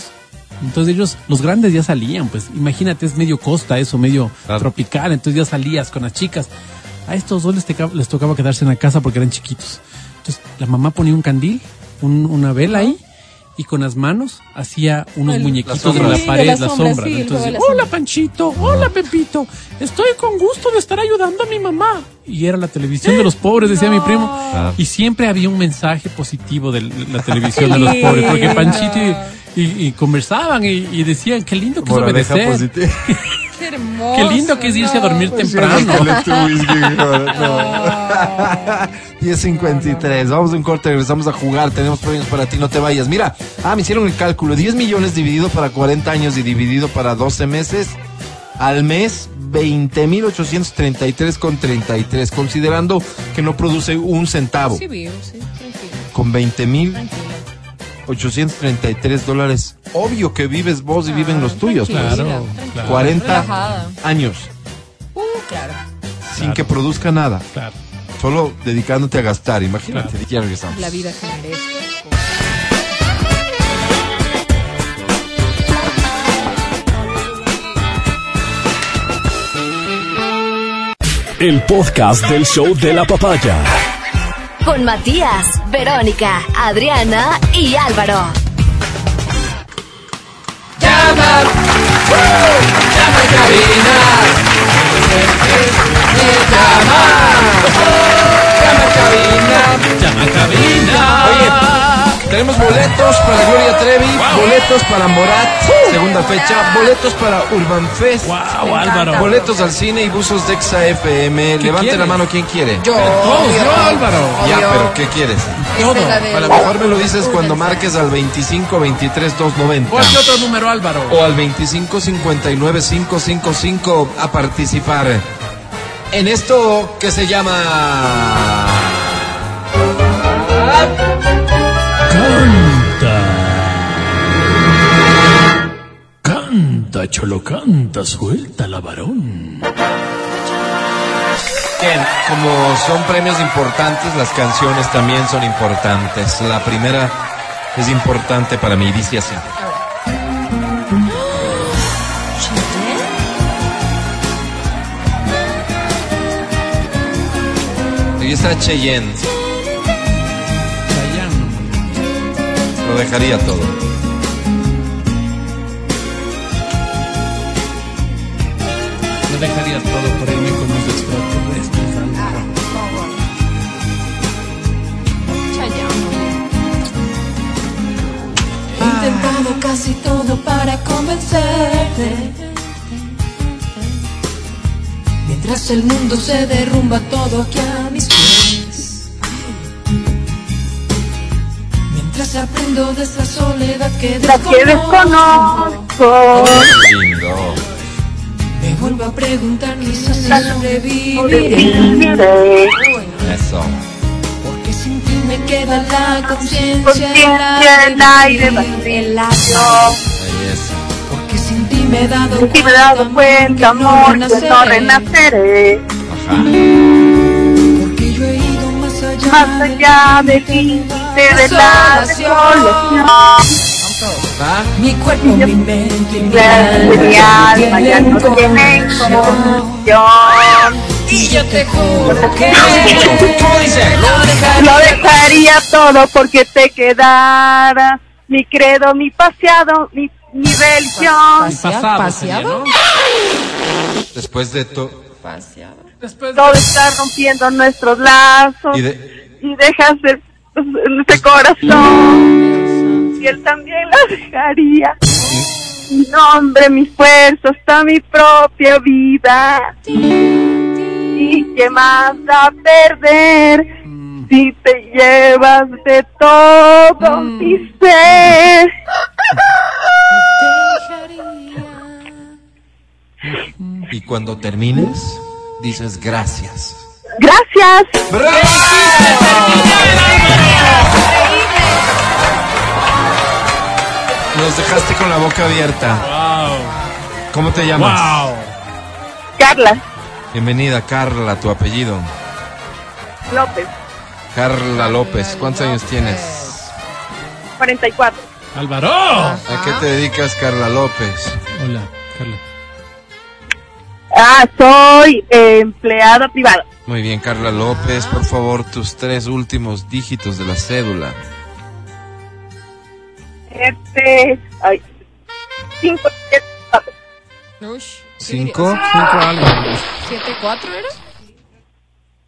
[SPEAKER 3] Entonces ellos, los grandes ya salían, pues imagínate, es medio costa eso, medio
[SPEAKER 2] Claro.
[SPEAKER 3] tropical, entonces ya salías con las chicas. A estos dos les, teca- les tocaba quedarse en la casa porque eran chiquitos. Entonces la mamá ponía un candil, un- una vela ahí, y con las manos hacía unos
[SPEAKER 4] El-
[SPEAKER 2] Las
[SPEAKER 3] muñequitos en
[SPEAKER 2] sombras.
[SPEAKER 3] la
[SPEAKER 4] Sí,
[SPEAKER 3] pared,
[SPEAKER 4] las
[SPEAKER 3] las sombras.
[SPEAKER 4] sombras, sí, el juego de
[SPEAKER 3] Entonces,
[SPEAKER 4] las
[SPEAKER 3] hola
[SPEAKER 4] sombras".
[SPEAKER 3] Panchito, hola Pepito, estoy con gusto de estar ayudando a mi mamá. Y era la televisión de los pobres, decía mi primo.
[SPEAKER 2] Ah.
[SPEAKER 3] Y siempre había un mensaje positivo de la televisión de los
[SPEAKER 4] Qué
[SPEAKER 3] pobres, porque
[SPEAKER 4] lindo.
[SPEAKER 3] Panchito y, y- y conversaban y, y decían, qué lindo que es
[SPEAKER 2] Moraleja
[SPEAKER 3] obedecer.
[SPEAKER 2] positiva. Pues
[SPEAKER 4] Qué hermoso.
[SPEAKER 3] Qué lindo que es irse a
[SPEAKER 4] Oh, no.
[SPEAKER 3] dormir temprano.
[SPEAKER 4] No.
[SPEAKER 2] 10.53, vamos a un corte, regresamos a jugar, tenemos premios para ti, no te vayas. Mira, ah, me hicieron el cálculo, 10 millones dividido para 40 años y dividido para 12 meses, al mes 20.833 con 33, considerando que no produce un centavo,
[SPEAKER 4] Sí, vivo, sí, tranquilo,
[SPEAKER 2] con 20.833
[SPEAKER 4] tranquilo.
[SPEAKER 2] dólares. Obvio que vives vos y viven los tuyos, pues.
[SPEAKER 4] Ah, tranquila,
[SPEAKER 3] Claro,
[SPEAKER 4] tranquila.
[SPEAKER 3] claro.
[SPEAKER 2] 40
[SPEAKER 4] Relajada.
[SPEAKER 2] años,
[SPEAKER 4] Uh, claro.
[SPEAKER 2] sin que produzca nada,
[SPEAKER 3] Claro.
[SPEAKER 2] solo dedicándote a gastar, imagínate. Ya regresamos.
[SPEAKER 4] La vida que merece.
[SPEAKER 1] El podcast del show de la papaya.
[SPEAKER 5] Con Matías, Verónica, Adriana y Álvaro.
[SPEAKER 2] Oye, tenemos boletos para Gloria Trevi, boletos para Morat, segunda fecha, boletos para Urban Fest,
[SPEAKER 3] Uh. Wow, Álvaro.
[SPEAKER 2] boletos al cine y buzos de Exa FM. Levante la
[SPEAKER 3] quieres?
[SPEAKER 2] mano quien quiere.
[SPEAKER 3] Todos, yo, Álvaro.
[SPEAKER 2] Ya, pero ¿qué quieres?
[SPEAKER 3] Todo.
[SPEAKER 2] A lo mejor me lo dices cuando marques al 25 23 290
[SPEAKER 3] ¿Cuál es otro número, Álvaro?
[SPEAKER 2] o al 25 59 555 a participar en esto que se llama
[SPEAKER 1] Canta, cholo, canta, suelta la varón.
[SPEAKER 2] Bien, como son premios importantes, las canciones también son importantes. La primera es importante para mí, dice así. Ahí está Cheyenne, lo dejaría todo.
[SPEAKER 3] No dejarías todo por irme con los extraterrestres, Álvaro.
[SPEAKER 7] casi todo para convencerte. Mientras el mundo se derrumba todo aquí a mis pies. Mientras aprendo de esta soledad que desconozco.
[SPEAKER 8] Que desconozco.
[SPEAKER 2] Lindo.
[SPEAKER 7] Me vuelvo a preguntar quizás si sobreviviré.
[SPEAKER 8] Sobreviviré.
[SPEAKER 2] Eso.
[SPEAKER 7] Porque sin ti me queda la conciencia,
[SPEAKER 8] Conciencia
[SPEAKER 7] el
[SPEAKER 8] en aire
[SPEAKER 7] aire, el
[SPEAKER 8] vacío.
[SPEAKER 2] Ahí es.
[SPEAKER 7] Porque sin ti me he dado
[SPEAKER 8] Si me he dado cuenta, amor, que no renaceré.
[SPEAKER 2] Ajá.
[SPEAKER 7] Porque yo he ido más allá,
[SPEAKER 8] Más allá de ti, de la desolación.
[SPEAKER 2] ¿Ah?
[SPEAKER 7] Mi cuerpo, mi mente y mi
[SPEAKER 8] Mi
[SPEAKER 7] alma no
[SPEAKER 8] alma ya
[SPEAKER 7] tienen
[SPEAKER 8] no tiene
[SPEAKER 7] conmoción.
[SPEAKER 8] conmoción.
[SPEAKER 7] Y yo te juro que lo
[SPEAKER 8] Lo
[SPEAKER 7] dejaré
[SPEAKER 8] dejaría todo porque te quedara mi credo, mi paseado, mi, mi religión.
[SPEAKER 4] Paseaba. Paseaba.
[SPEAKER 2] Después de todo.
[SPEAKER 4] Paseaba.
[SPEAKER 8] Todo está rompiendo nuestros lazos
[SPEAKER 2] Y
[SPEAKER 8] y,
[SPEAKER 2] de-
[SPEAKER 8] dejas el, este corazón. Y él también la dejaría. Mi nombre, mis fuerzas, hasta mi propia vida. ¿Y qué más da perder
[SPEAKER 2] Mm.
[SPEAKER 8] si te llevas de todo
[SPEAKER 2] Mm.
[SPEAKER 8] mi ser?
[SPEAKER 2] Y cuando termines, dices gracias.
[SPEAKER 8] Gracias.
[SPEAKER 2] Nos dejaste con la boca abierta.
[SPEAKER 3] Wow.
[SPEAKER 2] ¿Cómo te llamas?
[SPEAKER 3] Wow.
[SPEAKER 8] Carla
[SPEAKER 2] Bienvenida, Carla, tu apellido.
[SPEAKER 8] López,
[SPEAKER 2] Carla López, ¿cuántos años tienes?
[SPEAKER 8] 44.
[SPEAKER 3] Álvaro.
[SPEAKER 9] Ah.
[SPEAKER 2] ¿A qué te dedicas, Carla López?
[SPEAKER 3] Hola, Carla.
[SPEAKER 8] Ah, soy eh, empleada privada.
[SPEAKER 2] Muy bien, Carla López, por favor, tus tres últimos dígitos de la cédula.
[SPEAKER 8] Este, ay, cinco, siete, cuatro.
[SPEAKER 4] Ush.
[SPEAKER 2] ¿Cinco?
[SPEAKER 3] Cinco algo.
[SPEAKER 4] ¿Siete, cuatro era?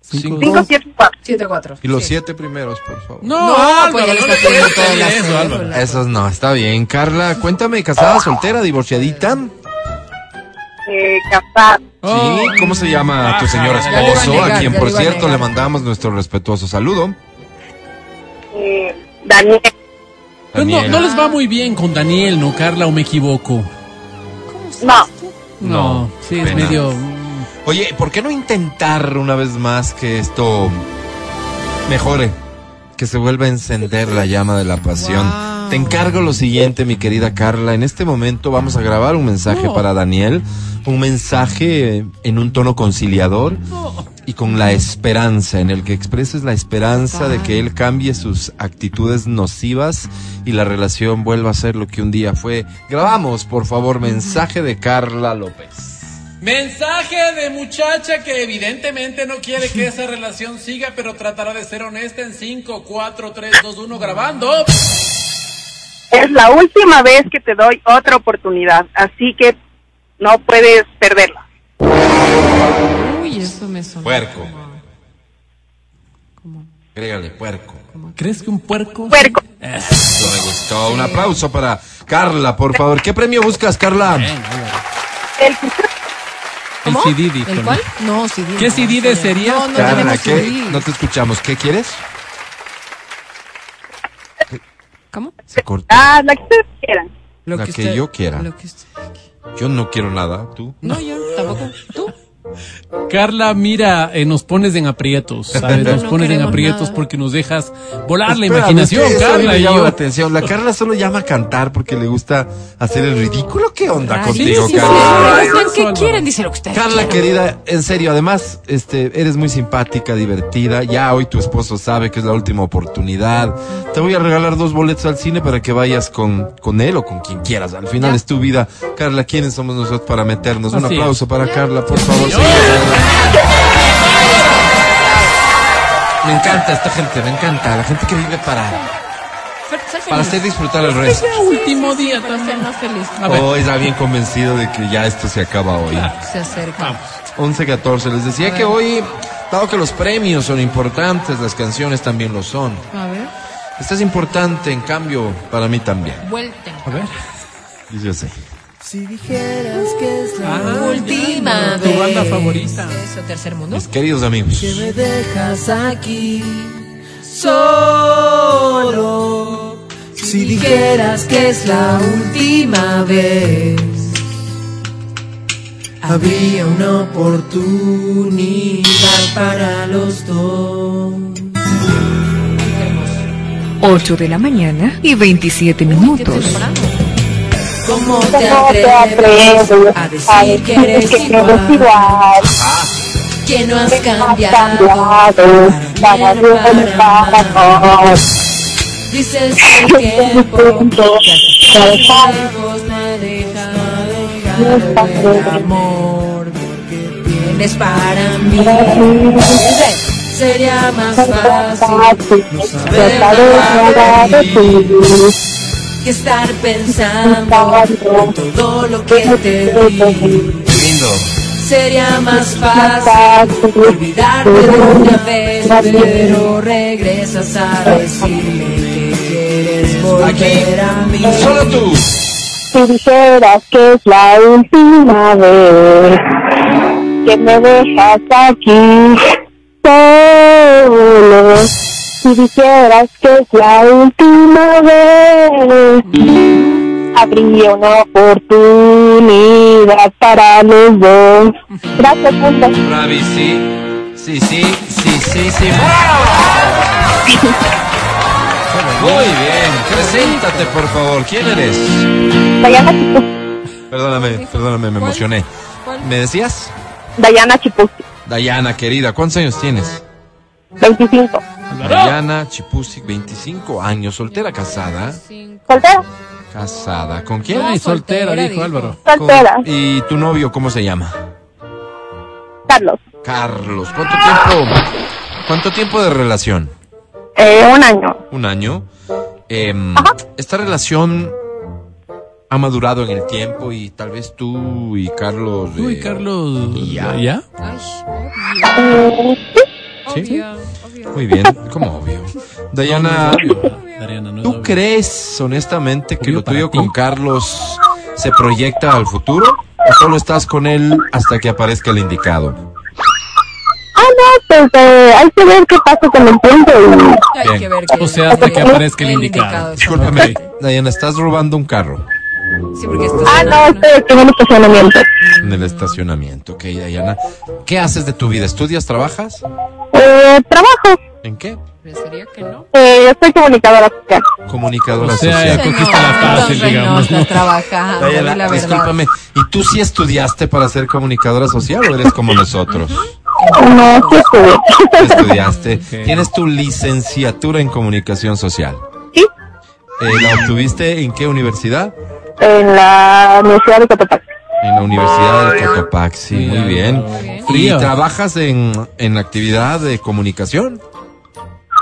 [SPEAKER 3] Cinco,
[SPEAKER 2] Cinco.
[SPEAKER 8] Cinco, siete, cuatro.
[SPEAKER 4] Siete, cuatro.
[SPEAKER 2] Y los siete primeros, por favor.
[SPEAKER 3] No,
[SPEAKER 4] No,
[SPEAKER 3] Álvaro,
[SPEAKER 4] pues ya le
[SPEAKER 3] no
[SPEAKER 4] está
[SPEAKER 3] te
[SPEAKER 4] pidiendo
[SPEAKER 3] puedes
[SPEAKER 4] toda la
[SPEAKER 3] pedir eso,
[SPEAKER 4] cédula.
[SPEAKER 3] Álvaro.
[SPEAKER 2] Esos no, está bien. Carla, cuéntame, ¿casada, soltera, divorciadita?
[SPEAKER 8] Eh, casado.
[SPEAKER 2] Sí, ¿cómo se llama tu señor
[SPEAKER 4] Oh. Ah, ya le iba a
[SPEAKER 2] esposo? A
[SPEAKER 4] negar,
[SPEAKER 2] quien,
[SPEAKER 4] ya
[SPEAKER 2] por
[SPEAKER 4] le iba a
[SPEAKER 2] cierto, le
[SPEAKER 4] negar.
[SPEAKER 2] mandamos nuestro respetuoso saludo.
[SPEAKER 8] Eh, Daniel.
[SPEAKER 3] Pero Oh, no,
[SPEAKER 2] Daniel.
[SPEAKER 3] no les va muy bien con Daniel, ¿no, Carla? ¿O me equivoco?
[SPEAKER 8] No,
[SPEAKER 2] No,
[SPEAKER 3] sí, es
[SPEAKER 2] pena.
[SPEAKER 3] medio...
[SPEAKER 2] Oye, ¿por qué no intentar una vez más que esto mejore? Que se vuelva a encender la llama de la pasión. Te encargo lo siguiente, mi querida Carla. En este momento vamos a grabar un mensaje para Daniel. Un mensaje en un tono conciliador y con la esperanza, en el que expreses la esperanza de que él cambie sus actitudes nocivas y la relación vuelva a ser lo que un día fue. Grabamos, por favor, mensaje de Carla López.
[SPEAKER 9] Mensaje de muchacha que evidentemente no quiere que esa relación siga, pero tratará de ser honesta en 5, 4, 3, 2, 1 grabando.
[SPEAKER 8] es la última vez que te doy otra oportunidad, así que no puedes perderla.
[SPEAKER 4] Uy, eso me sonó.
[SPEAKER 2] Puerco.
[SPEAKER 4] como- como-
[SPEAKER 2] Agrégale, puerco.
[SPEAKER 3] ¿Crees que un puerco?
[SPEAKER 8] Puerco.
[SPEAKER 2] Eso me gustó. Un aplauso para Carla, por favor. ¿Qué premio buscas, Carla?
[SPEAKER 8] El que usted
[SPEAKER 3] El
[SPEAKER 4] ¿Cómo?
[SPEAKER 3] CD de
[SPEAKER 4] ¿El cuál? No, CD.
[SPEAKER 3] ¿Qué
[SPEAKER 4] no,
[SPEAKER 3] CD
[SPEAKER 4] no
[SPEAKER 3] de
[SPEAKER 4] sé.
[SPEAKER 3] sería?
[SPEAKER 4] No, no
[SPEAKER 2] Carla,
[SPEAKER 4] tenemos
[SPEAKER 2] ¿qué?
[SPEAKER 4] CD.
[SPEAKER 2] No te escuchamos. ¿Qué quieres?
[SPEAKER 4] ¿Cómo?
[SPEAKER 2] Se cortó.
[SPEAKER 8] ah, la que ustedes quieran.
[SPEAKER 4] Lo
[SPEAKER 2] La que yo quiera.
[SPEAKER 4] lo que usted-
[SPEAKER 2] Yo no quiero nada. ¿Tú?
[SPEAKER 4] No, yo tampoco. ¿Tú?
[SPEAKER 3] Carla, mira, eh, nos pones en aprietos, ¿sabes? Nos
[SPEAKER 4] No
[SPEAKER 3] pones en
[SPEAKER 4] queremos
[SPEAKER 3] aprietos
[SPEAKER 4] nada.
[SPEAKER 3] porque nos dejas volar Ah, la
[SPEAKER 2] Espérame,
[SPEAKER 3] imaginación,
[SPEAKER 2] es que eso a mí
[SPEAKER 3] Carla.
[SPEAKER 2] me
[SPEAKER 3] y
[SPEAKER 2] llama
[SPEAKER 3] yo-
[SPEAKER 2] la atención. La Carla solo llama a cantar porque le gusta hacer el ridículo. ¿Qué onda contigo,
[SPEAKER 3] sí, sí,
[SPEAKER 2] Carla?
[SPEAKER 3] sí, sí.
[SPEAKER 4] Oigan,
[SPEAKER 3] Álvaro.
[SPEAKER 4] ¿Qué quieren? Dice lo que ustedes
[SPEAKER 2] Carla
[SPEAKER 4] quieren.
[SPEAKER 2] querida, en serio, además, este, eres muy simpática, divertida. Ya hoy tu esposo sabe que es la última oportunidad. Te voy a regalar dos boletos al cine para que vayas con, con él o con quien quieras. Al final es tu vida. Carla, ¿quiénes somos nosotros para meternos? Un
[SPEAKER 3] Así es.
[SPEAKER 2] aplauso para Carla, por favor. señora. Me encanta esta gente, me encanta. La gente que vive para,
[SPEAKER 4] Fer- ser
[SPEAKER 2] para
[SPEAKER 4] feliz.
[SPEAKER 2] hacer disfrutar el resto.
[SPEAKER 3] último día
[SPEAKER 4] para
[SPEAKER 3] también.
[SPEAKER 4] ser más feliz.
[SPEAKER 3] A ver.
[SPEAKER 2] Hoy está bien convencido de que ya esto se acaba hoy.
[SPEAKER 4] Se acerca.
[SPEAKER 3] Vamos.
[SPEAKER 2] 11-14. Les decía que hoy, dado que los premios son importantes, las canciones también lo son.
[SPEAKER 4] A ver.
[SPEAKER 2] Esta es importante, en cambio, para mí también.
[SPEAKER 4] Vuelten.
[SPEAKER 3] A ver.
[SPEAKER 2] Dice así.
[SPEAKER 10] Si dijeras que es la
[SPEAKER 4] Ah, última
[SPEAKER 3] Tu banda
[SPEAKER 4] vez.
[SPEAKER 3] favorita.
[SPEAKER 4] Eso, tercer mundo.
[SPEAKER 2] Mis queridos amigos.
[SPEAKER 10] que me dejas aquí solo. Si dijeras que es la última vez, habría una oportunidad para los dos.
[SPEAKER 11] 8 de la mañana y 27 minutos.
[SPEAKER 10] ¿Cómo te
[SPEAKER 8] ¿Cómo te
[SPEAKER 10] atreves
[SPEAKER 8] atreves
[SPEAKER 10] a
[SPEAKER 8] a
[SPEAKER 10] decir
[SPEAKER 8] decir
[SPEAKER 10] que eres
[SPEAKER 8] que eres
[SPEAKER 10] igual?
[SPEAKER 8] igual?
[SPEAKER 10] Que no has
[SPEAKER 8] Que no has
[SPEAKER 10] cambiado.
[SPEAKER 8] cambiado para bien, para mal.
[SPEAKER 10] Dices que el tiempo Tus
[SPEAKER 8] Punto.
[SPEAKER 10] lejos me ha dejado claro el amor que tienes para mí. Sería más fácil que estar pensando en todo lo que te di.
[SPEAKER 2] Lindo.
[SPEAKER 10] Sería más fácil olvidarme de una vez, pero regresas a decirme que quieres volver a mí.
[SPEAKER 2] Solo tú.
[SPEAKER 8] Si dijeras que es la última vez que me dejas aquí solo. Si dijeras que es la última vez, habría una oportunidad para los dos. Gracias, punto.
[SPEAKER 2] Bravi, sí. Sí, sí, sí, sí, sí. ¡Bravo! Muy bien. Preséntate, por favor. ¿Quién eres?
[SPEAKER 8] Dayana Chipu.
[SPEAKER 2] Perdóname, perdóname, me emocioné. ¿Me decías?
[SPEAKER 8] Dayana Chipu,
[SPEAKER 2] Dayana, querida, ¿cuántos años tienes?
[SPEAKER 8] 25.
[SPEAKER 2] Dayana Chipusik, 25 años, soltera, casada.
[SPEAKER 8] ¿Soltera?
[SPEAKER 2] Casada. ¿Con quién?
[SPEAKER 3] Ay, soltera,
[SPEAKER 4] soltera,
[SPEAKER 3] dijo,
[SPEAKER 4] dijo.
[SPEAKER 3] Álvaro.
[SPEAKER 2] Con-
[SPEAKER 8] Soltera.
[SPEAKER 2] ¿Y tu novio cómo se llama?
[SPEAKER 8] Carlos.
[SPEAKER 2] Carlos. ¿Cuánto tiempo? ¿Cuánto tiempo de relación?
[SPEAKER 8] Eh, un año.
[SPEAKER 2] Un año. Em, esta relación ha madurado en el tiempo y tal vez tú y Carlos.
[SPEAKER 3] Tú y
[SPEAKER 2] eh,
[SPEAKER 3] Carlos.
[SPEAKER 2] ya.
[SPEAKER 3] ¿Ya?
[SPEAKER 4] Ay,
[SPEAKER 8] Eh, sí.
[SPEAKER 2] ¿Sí?
[SPEAKER 4] obvio, obvio, obvio.
[SPEAKER 2] Muy bien, como obvio. Dayana,
[SPEAKER 3] Dariana, no es
[SPEAKER 2] ¿tú
[SPEAKER 3] obvio.
[SPEAKER 2] crees honestamente que
[SPEAKER 3] Obvio
[SPEAKER 2] lo tuyo
[SPEAKER 3] para ti.
[SPEAKER 2] con Carlos se proyecta al futuro? ¿O solo estás con él hasta que aparezca el indicado?
[SPEAKER 8] Ah, no, pues eh, hay que ver qué pasa con el tiempo. y-
[SPEAKER 4] Hay
[SPEAKER 2] Bien.
[SPEAKER 4] que ver que
[SPEAKER 3] O sea, hasta que aparezca el indicado.
[SPEAKER 4] exactamente.
[SPEAKER 2] Discúlpame, Dayana, estás robando un carro
[SPEAKER 4] Sí, porque esto
[SPEAKER 8] Ah, no, estoy aquí en el estacionamiento.
[SPEAKER 2] en el estacionamiento. Ok, Dayana, ¿qué haces de tu vida? ¿Estudias, trabajas?
[SPEAKER 8] Eh, trabajo.
[SPEAKER 2] ¿En qué?
[SPEAKER 4] Pensaría que no.
[SPEAKER 8] Eh, yo soy comunicadora social.
[SPEAKER 3] O
[SPEAKER 2] Comunicadora
[SPEAKER 3] sea, eh,
[SPEAKER 2] social.
[SPEAKER 3] ya cogiste la fácil,
[SPEAKER 4] entonces no,
[SPEAKER 3] digamos.
[SPEAKER 4] está trabajando,
[SPEAKER 2] Dayana,
[SPEAKER 4] di la verdad.
[SPEAKER 2] discúlpame, ¿y tú sí estudiaste para ser comunicadora social o eres como nosotros?
[SPEAKER 8] No, sí estuve.
[SPEAKER 2] Estudiaste,
[SPEAKER 3] Ok.
[SPEAKER 2] tienes tu licenciatura en comunicación social.
[SPEAKER 8] Sí,
[SPEAKER 2] Eh, ¿La obtuviste en qué universidad?
[SPEAKER 8] en la Universidad de Cotopaxi.
[SPEAKER 2] En la Universidad de Cotopaxi, muy
[SPEAKER 3] Mira,
[SPEAKER 2] bien.
[SPEAKER 3] muy bien.
[SPEAKER 2] ¿Y
[SPEAKER 3] Frío.
[SPEAKER 2] trabajas en, en actividad de comunicación?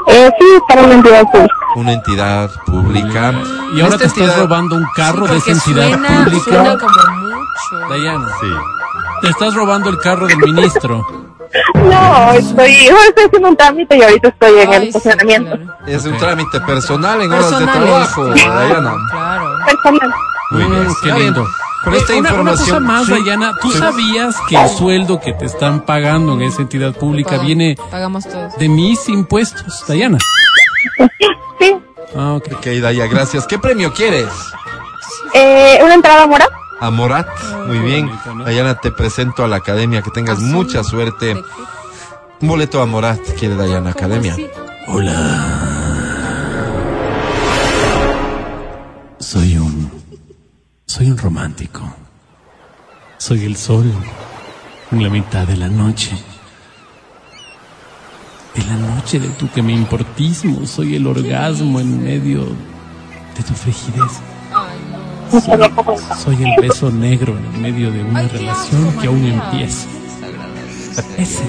[SPEAKER 8] Eh, sí, para una entidad pública.
[SPEAKER 2] Una entidad pública.
[SPEAKER 3] Ah. Y ahora
[SPEAKER 2] Esta
[SPEAKER 3] te estás
[SPEAKER 2] entidad-
[SPEAKER 3] robando un carro de esa
[SPEAKER 4] porque
[SPEAKER 3] entidad
[SPEAKER 4] suena,
[SPEAKER 3] pública.
[SPEAKER 4] suena como mucho.
[SPEAKER 3] Dayana,
[SPEAKER 2] Sí.
[SPEAKER 3] te estás robando el carro del ministro.
[SPEAKER 8] No, estoy, yo estoy haciendo un trámite y ahorita estoy en
[SPEAKER 4] Ay,
[SPEAKER 8] el
[SPEAKER 4] sí,
[SPEAKER 8] estacionamiento.
[SPEAKER 4] claro.
[SPEAKER 2] Es un trámite personal en horas de
[SPEAKER 4] Personales,
[SPEAKER 2] trabajo,
[SPEAKER 4] claro,
[SPEAKER 2] Dayana.
[SPEAKER 4] Claro.
[SPEAKER 8] Personal.
[SPEAKER 2] Muy
[SPEAKER 3] Mm,
[SPEAKER 2] bien.
[SPEAKER 3] qué
[SPEAKER 2] Está bien.
[SPEAKER 3] lindo.
[SPEAKER 2] Con
[SPEAKER 3] Eh,
[SPEAKER 2] esta
[SPEAKER 3] una, una
[SPEAKER 2] información.
[SPEAKER 3] cosa más,
[SPEAKER 2] Sí.
[SPEAKER 3] Dayana, ¿tú sabías que el sueldo que te están pagando en esa entidad pública
[SPEAKER 4] Pagamos-
[SPEAKER 3] viene
[SPEAKER 4] Pagamos todos.
[SPEAKER 3] de mis impuestos, Dayana?
[SPEAKER 8] Sí,
[SPEAKER 3] Ah, ok.
[SPEAKER 2] Ok, Daya, gracias. ¿Qué premio quieres?
[SPEAKER 8] eh, una entrada moral.
[SPEAKER 2] A Morat. Muy bien.
[SPEAKER 3] Ah, bonito, ¿no?
[SPEAKER 2] Dayana, te presento a la academia. Que tengas mucha suerte. Un boleto a Morat quiere Dayana Academia.
[SPEAKER 3] Soy un. Soy un romántico. Soy el sol en la mitad de la noche. De la noche de tu que me importismo. Soy el orgasmo en medio de tu frigidez. Soy, soy el beso negro en medio de una relación que aún empieza. Ese,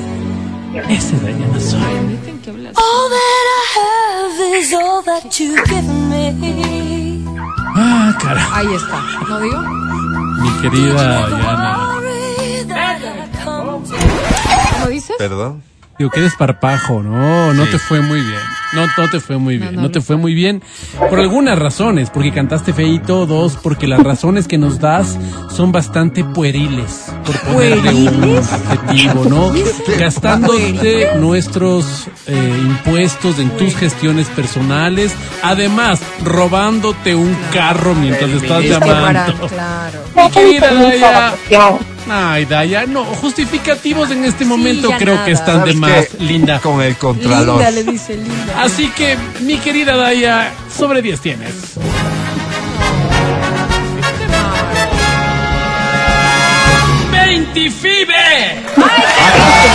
[SPEAKER 3] ese Dayana soy.
[SPEAKER 10] All that I have is all that you've given me.
[SPEAKER 3] Ah, cara.
[SPEAKER 4] Ahí está. ¿No digo?
[SPEAKER 3] Mi querida Dayana.
[SPEAKER 10] Worry that I come to
[SPEAKER 4] ¿No dices?
[SPEAKER 2] Perdón.
[SPEAKER 3] Digo, qué desparpajo, no, no sí. te fue muy bien. No, no te fue muy bien, no, no, no te fue muy bien por algunas razones, porque cantaste feito, dos, porque las razones que nos das son bastante pueriles, por ponerle un adjetivo, ¿no? Gastándote nuestros eh, impuestos en tus gestiones personales, además robándote un carro mientras le estás
[SPEAKER 4] Este
[SPEAKER 3] llamando. Claro. Mira, Daya. Ay, Daya, no, justificativos en este momento sí, creo nada. que están de más, linda.
[SPEAKER 2] Con el contralor.
[SPEAKER 12] Linda, le dice linda.
[SPEAKER 3] Así que, mi querida Daya, sobre 10 tienes. ¡Veintifibe! ¡Ay,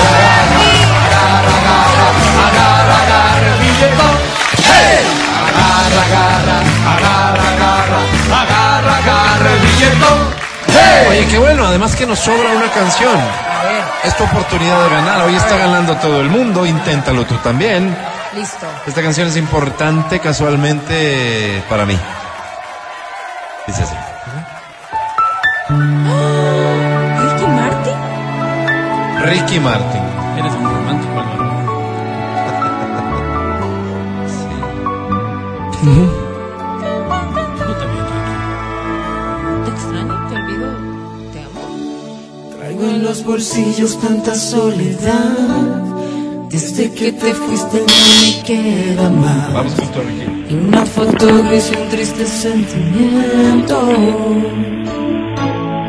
[SPEAKER 13] Agarra, agarra, el billetón. ¡Hey! Agarra, agarra, agarra, agarra, agarra, agarra el billetón.
[SPEAKER 2] ¡Hey! Oye, qué bueno, además que nos sobra una canción. Es tu oportunidad de ganar. Hoy está ganando todo el mundo, inténtalo tú también.
[SPEAKER 12] Listo.
[SPEAKER 2] Esta canción es importante casualmente para mí. Dice así.
[SPEAKER 12] ¿Ricky Martin?
[SPEAKER 2] Ricky Martin.
[SPEAKER 3] Eres un romántico, Álvaro. sí. Yo también, Ricky.
[SPEAKER 12] Te extraño, te olvido, te amo.
[SPEAKER 4] Traigo en los bolsillos tanta soledad. Desde que te fuiste no me queda más.
[SPEAKER 2] Vamos junto,
[SPEAKER 4] Ricky. Una foto gris y un triste sentimiento.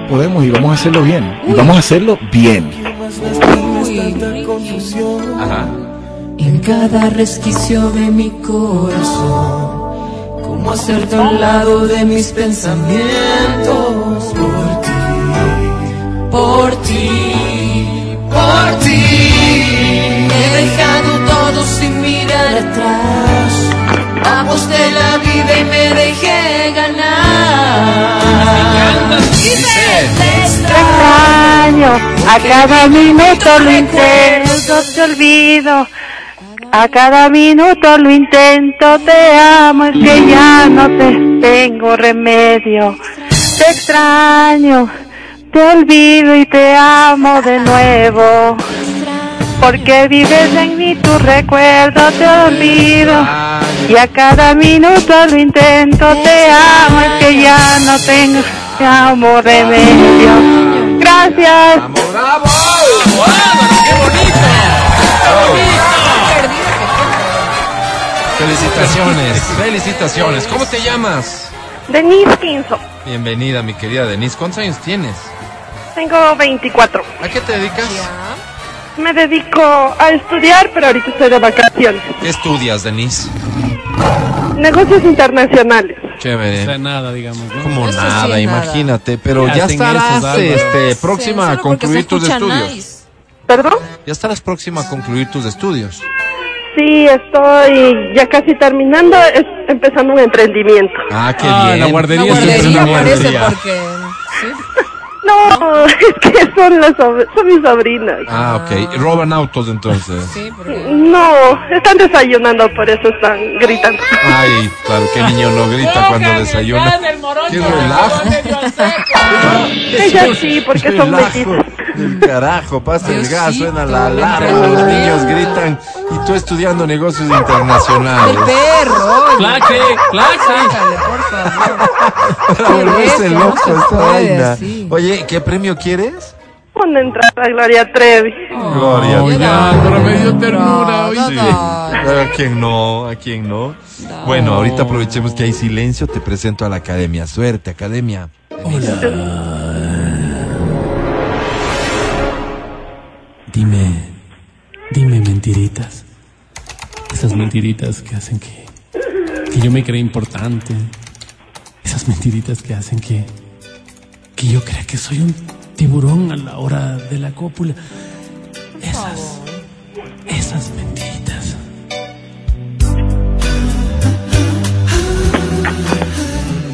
[SPEAKER 14] Podemos y vamos a hacerlo bien. Uy. Y vamos a hacerlo bien.
[SPEAKER 4] Uy, Ajá. En cada resquicio de mi corazón. Cómo hacerte a un lado de mis pensamientos. Por ti, por ti, por ti dejado todo sin mirar atrás. Aposté la vida y me dejé ganar.
[SPEAKER 8] Te extraño, a cada minuto lo intento, te olvido. A cada minuto lo intento, te amo, es que ya no te tengo remedio. Te extraño, te olvido y te amo de nuevo porque vives en mí tu recuerdo te olvido y a cada minuto lo intento te amo es que ya no tengo te amo remedio gracias
[SPEAKER 2] bravo, bravo. qué bonito Felicitaciones, felicitaciones. ¿Cómo te llamas?
[SPEAKER 15] Denise Quinzo.
[SPEAKER 2] Bienvenida, mi querida Denise. ¿Cuántos años tienes?
[SPEAKER 15] Tengo 24.
[SPEAKER 2] ¿A qué te dedicas?
[SPEAKER 15] Me dedico a estudiar, pero ahorita estoy de vacaciones.
[SPEAKER 2] ¿Qué estudias, Denise?
[SPEAKER 15] Negocios internacionales.
[SPEAKER 2] Chévere.
[SPEAKER 3] O sea, nada, digamos. ¿no?
[SPEAKER 2] Como nada, sí nada, imagínate. Pero ya estarás eso, este, próxima sí, a concluir tus estudios. Nice.
[SPEAKER 15] ¿Perdón?
[SPEAKER 2] Ya estarás próxima a concluir tus estudios.
[SPEAKER 15] Sí, estoy ya casi terminando, es, empezando un emprendimiento.
[SPEAKER 2] Ah, qué ah, bien.
[SPEAKER 3] La guardería, la
[SPEAKER 12] guardería parece porque... ¿sí?
[SPEAKER 15] No, es que son, las, son mis sobrinas.
[SPEAKER 2] Ah, ok. ¿Roban autos entonces?
[SPEAKER 12] Sí,
[SPEAKER 15] No, están desayunando, por eso están gritando.
[SPEAKER 2] Ay, claro, que niño no grita cuando desayuna. ¡Qué relajo!
[SPEAKER 15] Ellas sí, porque son mellizas.
[SPEAKER 2] Del carajo, pasa el gas, suena la alarma, los niños gritan y tú estudiando negocios internacionales.
[SPEAKER 12] ¡El perro!
[SPEAKER 3] ¡Claque, claque!
[SPEAKER 12] por favor!
[SPEAKER 2] Para volverse loco esta vaina. Oye, ¿qué premio quieres?
[SPEAKER 15] Una entrada Gloria Trevi.
[SPEAKER 2] Oh, Gloria Trevi.
[SPEAKER 3] Pero me dio ternura. hoy. Sí.
[SPEAKER 2] ¿A quién no? ¿A quién no? no? Bueno, ahorita aprovechemos que hay silencio. Te presento a la academia. Suerte, academia.
[SPEAKER 14] Hola. Dime, dime mentiritas. Esas mentiritas que hacen que, que yo me crea importante. Esas mentiritas que hacen que, que yo crea que soy un tiburón a la hora de la cópula. Esas, esas mentiras.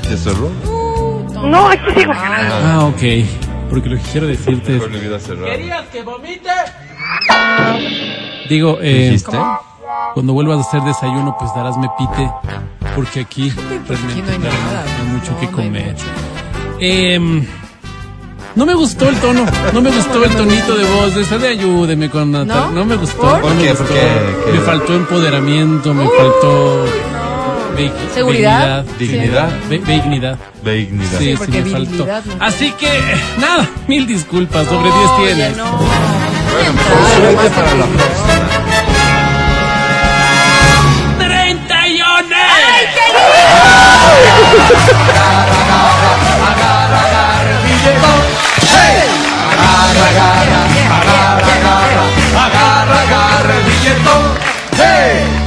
[SPEAKER 2] ¿Te cerró?
[SPEAKER 15] No, aquí sigo.
[SPEAKER 3] Ah, ok. Porque lo que quiero decirte es...
[SPEAKER 16] ¿Querías que vomite?
[SPEAKER 3] Digo, eh, cuando vuelvas a hacer desayuno, pues darás mepite, porque aquí realmente no hay, nada. hay mucho no, que comer. No eh,
[SPEAKER 17] Em, No me gustó el tono, no me gustó el tonito de voz de esa de ayúdeme con Natalia. ¿No? no me gustó.
[SPEAKER 2] ¿Por?
[SPEAKER 17] No me,
[SPEAKER 2] qué?
[SPEAKER 17] Gustó.
[SPEAKER 2] ¿Por qué?
[SPEAKER 17] me faltó empoderamiento, me faltó. Ve-
[SPEAKER 4] Seguridad.
[SPEAKER 2] Dignidad.
[SPEAKER 17] Ve- Dignidad. Sí,
[SPEAKER 2] Dignidad.
[SPEAKER 4] Sí,
[SPEAKER 17] sí,
[SPEAKER 4] porque
[SPEAKER 17] me faltó.
[SPEAKER 4] dignidad no.
[SPEAKER 17] Así que, eh, nada, mil disculpas, sobre 10 tienes.
[SPEAKER 2] Suerte para la próxima.
[SPEAKER 17] ¡30 iones!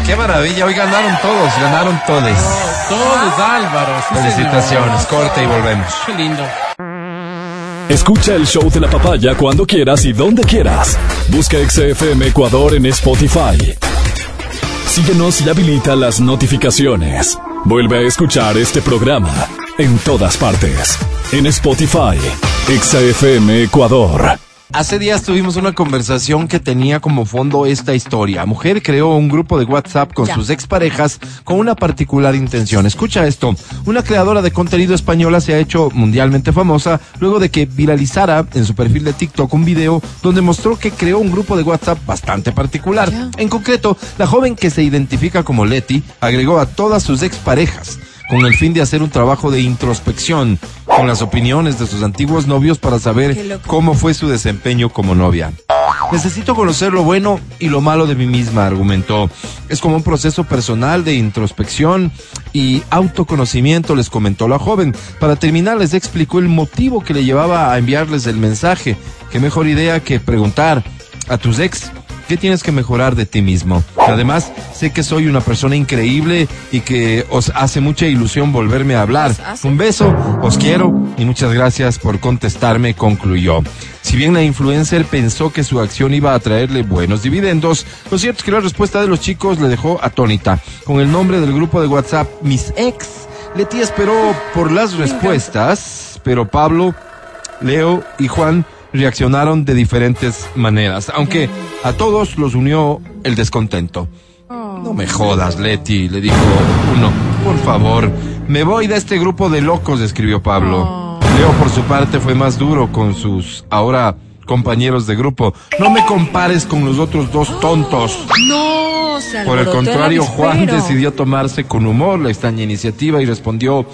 [SPEAKER 2] Qué maravilla, hoy ganaron todos, ganaron todes.
[SPEAKER 17] Todos, Álvaro. sí, señor.
[SPEAKER 2] Felicitaciones, corte y volvemos.
[SPEAKER 17] Qué lindo.
[SPEAKER 1] Escucha el show de la papaya cuando quieras y donde quieras. Busca XFM Ecuador en Spotify. Síguenos y habilita las notificaciones. Vuelve a escuchar este programa en todas partes. En Spotify, XFM Ecuador.
[SPEAKER 2] Hace días tuvimos una conversación que tenía como fondo esta historia. Mujer creó un grupo de WhatsApp con
[SPEAKER 4] Ya.
[SPEAKER 2] sus exparejas con una particular intención. Escucha esto. Una creadora de contenido española se ha hecho mundialmente famosa luego de que viralizara en su perfil de TikTok un video donde mostró que creó un grupo de WhatsApp bastante particular. En concreto, la joven que se identifica como Leti agregó a todas sus exparejas con el fin de hacer un trabajo de introspección con las opiniones de sus antiguos novios para
[SPEAKER 4] Qué
[SPEAKER 2] saber
[SPEAKER 4] loco.
[SPEAKER 2] cómo fue su desempeño como novia. Necesito conocer lo bueno y lo malo de mí misma, argumentó. Es como un proceso personal de introspección y autoconocimiento, les comentó la joven. Para terminar, les explicó el motivo que le llevaba a enviarles el mensaje. Qué mejor idea que preguntar a tus ex qué tienes que mejorar de ti mismo. Además, sé que soy una persona increíble y que os hace mucha ilusión volverme a hablar. Un beso, os quiero y muchas gracias por contestarme, concluyó. Si bien la influencer pensó que su acción iba a traerle buenos dividendos, lo cierto es que la respuesta de los chicos le dejó atónita. Con el nombre del grupo de WhatsApp, mis ex, Leti esperó por las respuestas, pero Pablo, Leo y Juan reaccionaron de diferentes maneras, aunque a todos los unió el descontento. No me jodas, Leti, le dijo uno. Por favor, me voy de este grupo de locos, escribió Pablo. Leo, por su parte, fue más duro con sus ahora compañeros de grupo. No me compares con los otros dos tontos.
[SPEAKER 4] No, se
[SPEAKER 2] Por el
[SPEAKER 4] alborotó
[SPEAKER 2] contrario,
[SPEAKER 4] avispero.
[SPEAKER 2] Juan decidió tomarse con humor la extraña iniciativa y respondió,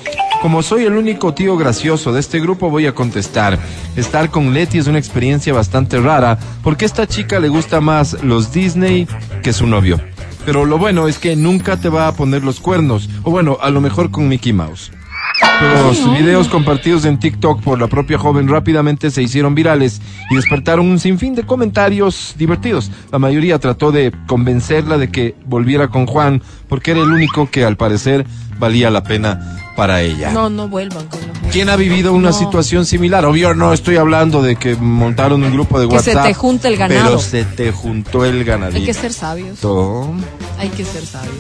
[SPEAKER 2] como soy el único tío gracioso de este grupo voy a contestar. Estar con Leti es una experiencia bastante rara porque a esta chica le gusta más los Disney que su novio. Pero lo bueno es que nunca te va a poner los cuernos, o bueno, a lo mejor con Mickey Mouse. Los videos compartidos en TikTok por la propia joven rápidamente se hicieron virales y despertaron un sinfín de comentarios divertidos. La mayoría trató de convencerla de que volviera con Juan porque era el único que al parecer valía la pena para ella.
[SPEAKER 4] No, no vuelvan con los
[SPEAKER 2] ¿Quién ha vivido una situación similar? Obvio, no estoy hablando de que montaron un grupo de
[SPEAKER 4] Que se
[SPEAKER 2] WhatsApp.
[SPEAKER 4] te junta el ganado.
[SPEAKER 2] Pero se te juntó el ganadito.
[SPEAKER 4] Hay que ser sabios. Hay que ser sabios.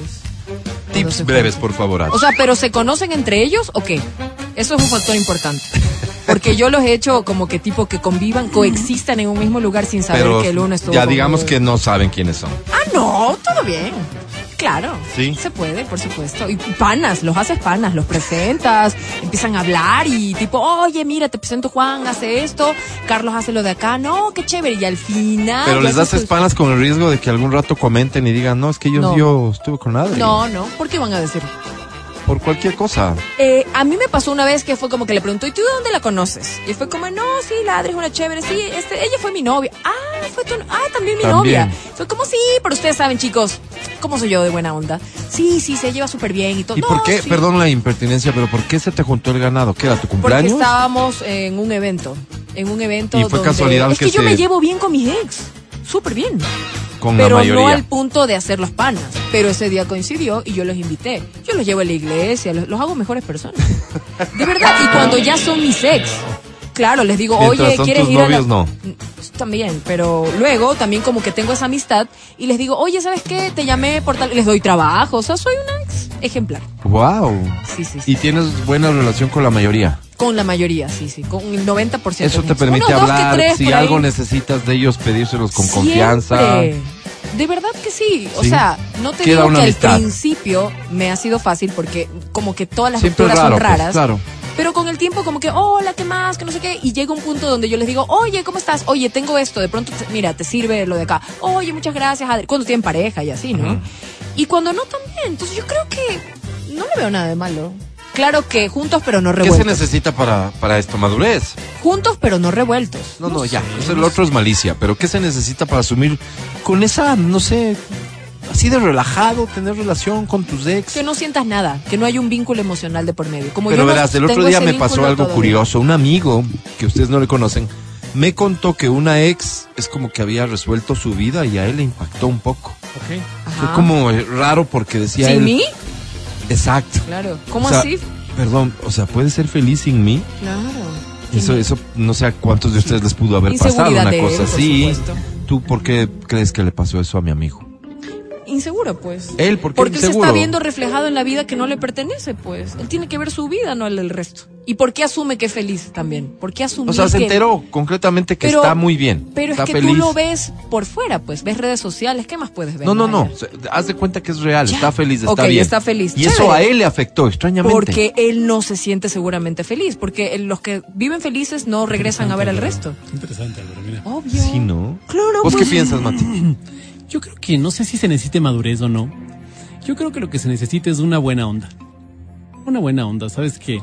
[SPEAKER 4] Cuando se
[SPEAKER 2] Tips breves, por favor. Ari.
[SPEAKER 4] O sea, pero ¿se conocen entre ellos o qué? Eso es un factor importante. Porque yo los he hecho como que tipo que convivan, coexistan en un mismo lugar sin saber
[SPEAKER 2] Pero
[SPEAKER 4] que el uno estuvo.
[SPEAKER 2] ya
[SPEAKER 4] con
[SPEAKER 2] digamos
[SPEAKER 4] el
[SPEAKER 2] que no saben quiénes son.
[SPEAKER 4] otro. Ah, no, todo bien. Claro.
[SPEAKER 2] Sí.
[SPEAKER 4] Se puede, por supuesto. Y panas, los haces panas, los presentas, empiezan a hablar y tipo, oye, mira, te presento Juan, hace esto, Carlos hace lo de acá, no, qué chévere. Y al final.
[SPEAKER 2] Pero
[SPEAKER 4] ya
[SPEAKER 2] les das
[SPEAKER 4] haces tus-
[SPEAKER 2] espanas con el riesgo de que algún rato comenten y digan, no, es que yo,
[SPEAKER 4] pues. No.
[SPEAKER 2] yo estuve con nadie.
[SPEAKER 4] No, no, ¿por qué van a decir?
[SPEAKER 2] Por cualquier cosa.
[SPEAKER 4] Eh, a mí me pasó una vez que fue como que le preguntó, ¿y tú de dónde la conoces? Y fue como, no, sí, la Adri es una chévere, sí, este, ella fue mi novia. Ah, fue tu, ah, también mi
[SPEAKER 2] También.
[SPEAKER 4] novia. Fue como, sí, pero ustedes saben, chicos, cómo soy yo de buena onda. Sí, sí, se lleva súper bien y todo.
[SPEAKER 2] ¿Y por
[SPEAKER 4] No,
[SPEAKER 2] qué?
[SPEAKER 4] sí,
[SPEAKER 2] Perdón la impertinencia, pero ¿por qué se te juntó el ganado? ¿Qué era tu
[SPEAKER 4] Porque
[SPEAKER 2] cumpleaños?
[SPEAKER 4] estábamos en un evento, en un evento
[SPEAKER 2] Y fue
[SPEAKER 4] donde-
[SPEAKER 2] casualidad
[SPEAKER 4] Es que,
[SPEAKER 2] que
[SPEAKER 4] yo
[SPEAKER 2] se-
[SPEAKER 4] me llevo bien con mis ex, súper bien.
[SPEAKER 2] Con la
[SPEAKER 4] pero no
[SPEAKER 2] mayoría.
[SPEAKER 4] al punto de hacer los panas. Pero ese día coincidió y yo los invité. Yo los llevo a la iglesia, los, los hago mejores personas. De verdad, y cuando ya son mis ex, claro, les digo,
[SPEAKER 2] Mientras
[SPEAKER 4] oye,
[SPEAKER 2] son
[SPEAKER 4] ¿quieres
[SPEAKER 2] tus
[SPEAKER 4] ir a
[SPEAKER 2] novios,
[SPEAKER 4] la... Mm,
[SPEAKER 2] no.
[SPEAKER 4] También, pero luego también como que tengo esa amistad y les digo, oye, ¿sabes qué? Te llamé por tal... Les doy trabajo, o sea, soy una ex ejemplar.
[SPEAKER 2] Wow.
[SPEAKER 4] Sí, sí, sí.
[SPEAKER 2] Y tienes buena relación con la mayoría.
[SPEAKER 4] Con la mayoría, sí, sí, con el 90%.
[SPEAKER 2] Eso te
[SPEAKER 4] Unos
[SPEAKER 2] permite
[SPEAKER 4] dos que
[SPEAKER 2] hablar.
[SPEAKER 4] tres
[SPEAKER 2] si
[SPEAKER 4] por ahí.
[SPEAKER 2] algo necesitas de ellos, pedírselos con
[SPEAKER 4] Siempre.
[SPEAKER 2] confianza.
[SPEAKER 4] De verdad que sí. O
[SPEAKER 2] Sí.
[SPEAKER 4] sea, no te
[SPEAKER 2] Queda
[SPEAKER 4] digo
[SPEAKER 2] una
[SPEAKER 4] que
[SPEAKER 2] amistad.
[SPEAKER 4] al principio me ha sido fácil porque como que todas las
[SPEAKER 2] Siempre
[SPEAKER 4] rupturas
[SPEAKER 2] es raro,
[SPEAKER 4] son
[SPEAKER 2] pues,
[SPEAKER 4] raras.
[SPEAKER 2] claro.
[SPEAKER 4] Pero con el tiempo como que, oh, late más, que no sé qué. Y llega un punto donde yo les digo, oye, ¿cómo estás? Oye, tengo esto. De pronto, te- mira, te sirve lo de acá. Oye, muchas gracias, Adri. Cuando tienen pareja y así, ¿no? Y cuando no también. Entonces yo creo que no le veo nada de malo. Claro que juntos pero no
[SPEAKER 2] ¿Qué se
[SPEAKER 4] revueltos.
[SPEAKER 2] necesita para, para esto? Madurez.
[SPEAKER 4] Juntos pero no revueltos.
[SPEAKER 2] No, no, ya. Eso, el otro es malicia. Pero ¿qué se necesita para asumir con esa, no sé, así de relajado, tener relación con tus ex?
[SPEAKER 4] Que no sientas nada, que no hay un vínculo emocional de por medio. Como
[SPEAKER 2] Pero
[SPEAKER 4] yo no
[SPEAKER 2] verás, el otro
[SPEAKER 4] tengo
[SPEAKER 2] día
[SPEAKER 4] ese
[SPEAKER 2] me
[SPEAKER 4] vínculo
[SPEAKER 2] pasó algo
[SPEAKER 4] todavía.
[SPEAKER 2] curioso. Un amigo, que ustedes no le conocen, me contó que una ex es como que había resuelto su vida y a él le impactó un poco. Fue
[SPEAKER 4] Ajá.
[SPEAKER 2] como eh, raro porque decía
[SPEAKER 4] Ah. ¿Sin
[SPEAKER 2] él.
[SPEAKER 4] mí?
[SPEAKER 2] Exacto.
[SPEAKER 4] Claro. ¿Cómo
[SPEAKER 2] O sea,
[SPEAKER 4] así?
[SPEAKER 2] Perdón, o sea, ¿puedes ser feliz sin mí?
[SPEAKER 4] Claro.
[SPEAKER 2] Eso, eso, no sé a cuántos de ustedes les pudo haber pasado
[SPEAKER 4] Inseguridad
[SPEAKER 2] una
[SPEAKER 4] de él,
[SPEAKER 2] cosa
[SPEAKER 4] por
[SPEAKER 2] así.
[SPEAKER 4] supuesto.
[SPEAKER 2] ¿Tú por qué crees que le pasó eso a mi amigo?
[SPEAKER 4] Inseguro, pues.
[SPEAKER 2] Él, ¿por qué
[SPEAKER 4] Porque él se
[SPEAKER 2] inseguro?
[SPEAKER 4] está viendo reflejado en la vida que no le pertenece, pues. Él tiene que ver su vida, no el del resto. ¿Y por qué asume que es feliz también? ¿Por qué asume
[SPEAKER 2] O sea, se
[SPEAKER 4] que-
[SPEAKER 2] enteró concretamente que
[SPEAKER 4] Pero-
[SPEAKER 2] está muy bien.
[SPEAKER 4] Pero
[SPEAKER 2] está
[SPEAKER 4] es que
[SPEAKER 2] feliz.
[SPEAKER 4] tú lo ves por fuera, pues. Ves redes sociales, ¿qué más puedes ver?
[SPEAKER 2] No, no, no.
[SPEAKER 4] Vaya.
[SPEAKER 2] Se- Haz de cuenta que es real.
[SPEAKER 4] Ya.
[SPEAKER 2] Está feliz, está
[SPEAKER 4] Ok,
[SPEAKER 2] bien.
[SPEAKER 4] está feliz,
[SPEAKER 2] Y
[SPEAKER 4] chévere.
[SPEAKER 2] eso a él le afectó, extrañamente.
[SPEAKER 4] Porque él no se siente seguramente feliz. Porque los que viven felices no regresan a ver al resto.
[SPEAKER 3] Interesante, Álvaro, mira.
[SPEAKER 4] Obvio.
[SPEAKER 2] Sí, ¿no?
[SPEAKER 4] Claro,
[SPEAKER 2] ¿Vos qué
[SPEAKER 4] pues.
[SPEAKER 2] piensas, Mati?
[SPEAKER 3] Yo creo que no sé si se necesite madurez o no. Yo creo que lo que se necesita es una buena onda. Una buena onda, ¿sabes qué?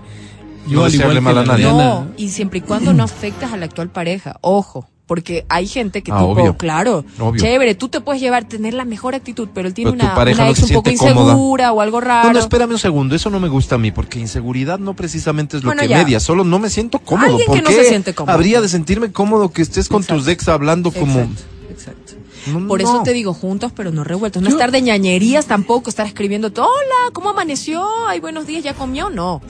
[SPEAKER 2] No desearle mal a
[SPEAKER 3] la
[SPEAKER 2] nadie.
[SPEAKER 3] Adriana-
[SPEAKER 4] No, y siempre y cuando no afectas a la actual pareja, ojo, porque hay gente que
[SPEAKER 2] Ah,
[SPEAKER 4] tipo,
[SPEAKER 2] obvio.
[SPEAKER 4] claro,
[SPEAKER 2] Obvio.
[SPEAKER 4] chévere, tú te puedes llevar, tener la mejor actitud, pero él tiene
[SPEAKER 2] Pero tu
[SPEAKER 4] una,
[SPEAKER 2] pareja
[SPEAKER 4] una
[SPEAKER 2] no
[SPEAKER 4] ex
[SPEAKER 2] se
[SPEAKER 4] un poco
[SPEAKER 2] siente cómoda.
[SPEAKER 4] insegura o algo raro.
[SPEAKER 2] No, no, espérame un segundo. Eso no me gusta a mí, porque inseguridad no precisamente es lo
[SPEAKER 4] Bueno,
[SPEAKER 2] que
[SPEAKER 4] ya.
[SPEAKER 2] media. Solo no me siento cómodo.
[SPEAKER 4] Alguien
[SPEAKER 2] ¿Por
[SPEAKER 4] que no
[SPEAKER 2] qué
[SPEAKER 4] se siente cómodo.
[SPEAKER 2] habría de sentirme cómodo que estés con tus ex hablando como.
[SPEAKER 4] Exacto.
[SPEAKER 2] No,
[SPEAKER 4] Por
[SPEAKER 2] Mm, no.
[SPEAKER 4] eso te digo juntos, pero no revueltos. No estar de ñañerías tampoco, estar escribiendo, hola, ¿cómo amaneció? Ay, buenos días, ¿ya comió? No.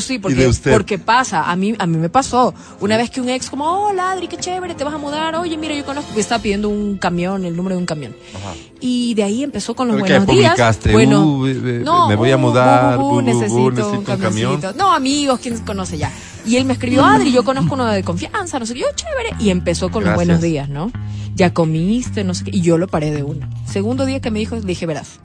[SPEAKER 4] sí,
[SPEAKER 2] de
[SPEAKER 4] porque,
[SPEAKER 2] usted?
[SPEAKER 4] porque pasa. A mí, a mí me pasó. Una vez que un ex, como, hola, Adri, qué chévere, te vas a mudar. Oye, mira, yo conozco. Estaba pidiendo un camión, el número de un camión. Y de ahí empezó con los
[SPEAKER 2] Pero que
[SPEAKER 4] buenos días.
[SPEAKER 2] publicaste,
[SPEAKER 4] bueno, uh,
[SPEAKER 2] "Uh, be- be- me voy a mudar, bu, bu, bu,
[SPEAKER 4] necesito,
[SPEAKER 2] necesito
[SPEAKER 4] un
[SPEAKER 2] un camión".
[SPEAKER 4] camioncito. No, amigos, ¿quién conoce ya? Y él me escribió, Adri, yo conozco uno de confianza, no sé qué, yo chévere. Y empezó con los
[SPEAKER 2] Gracias.
[SPEAKER 4] buenos días, ¿no? Ya comiste, no sé qué. Y yo lo paré de una. Segundo día que me dijo, le dije, verás,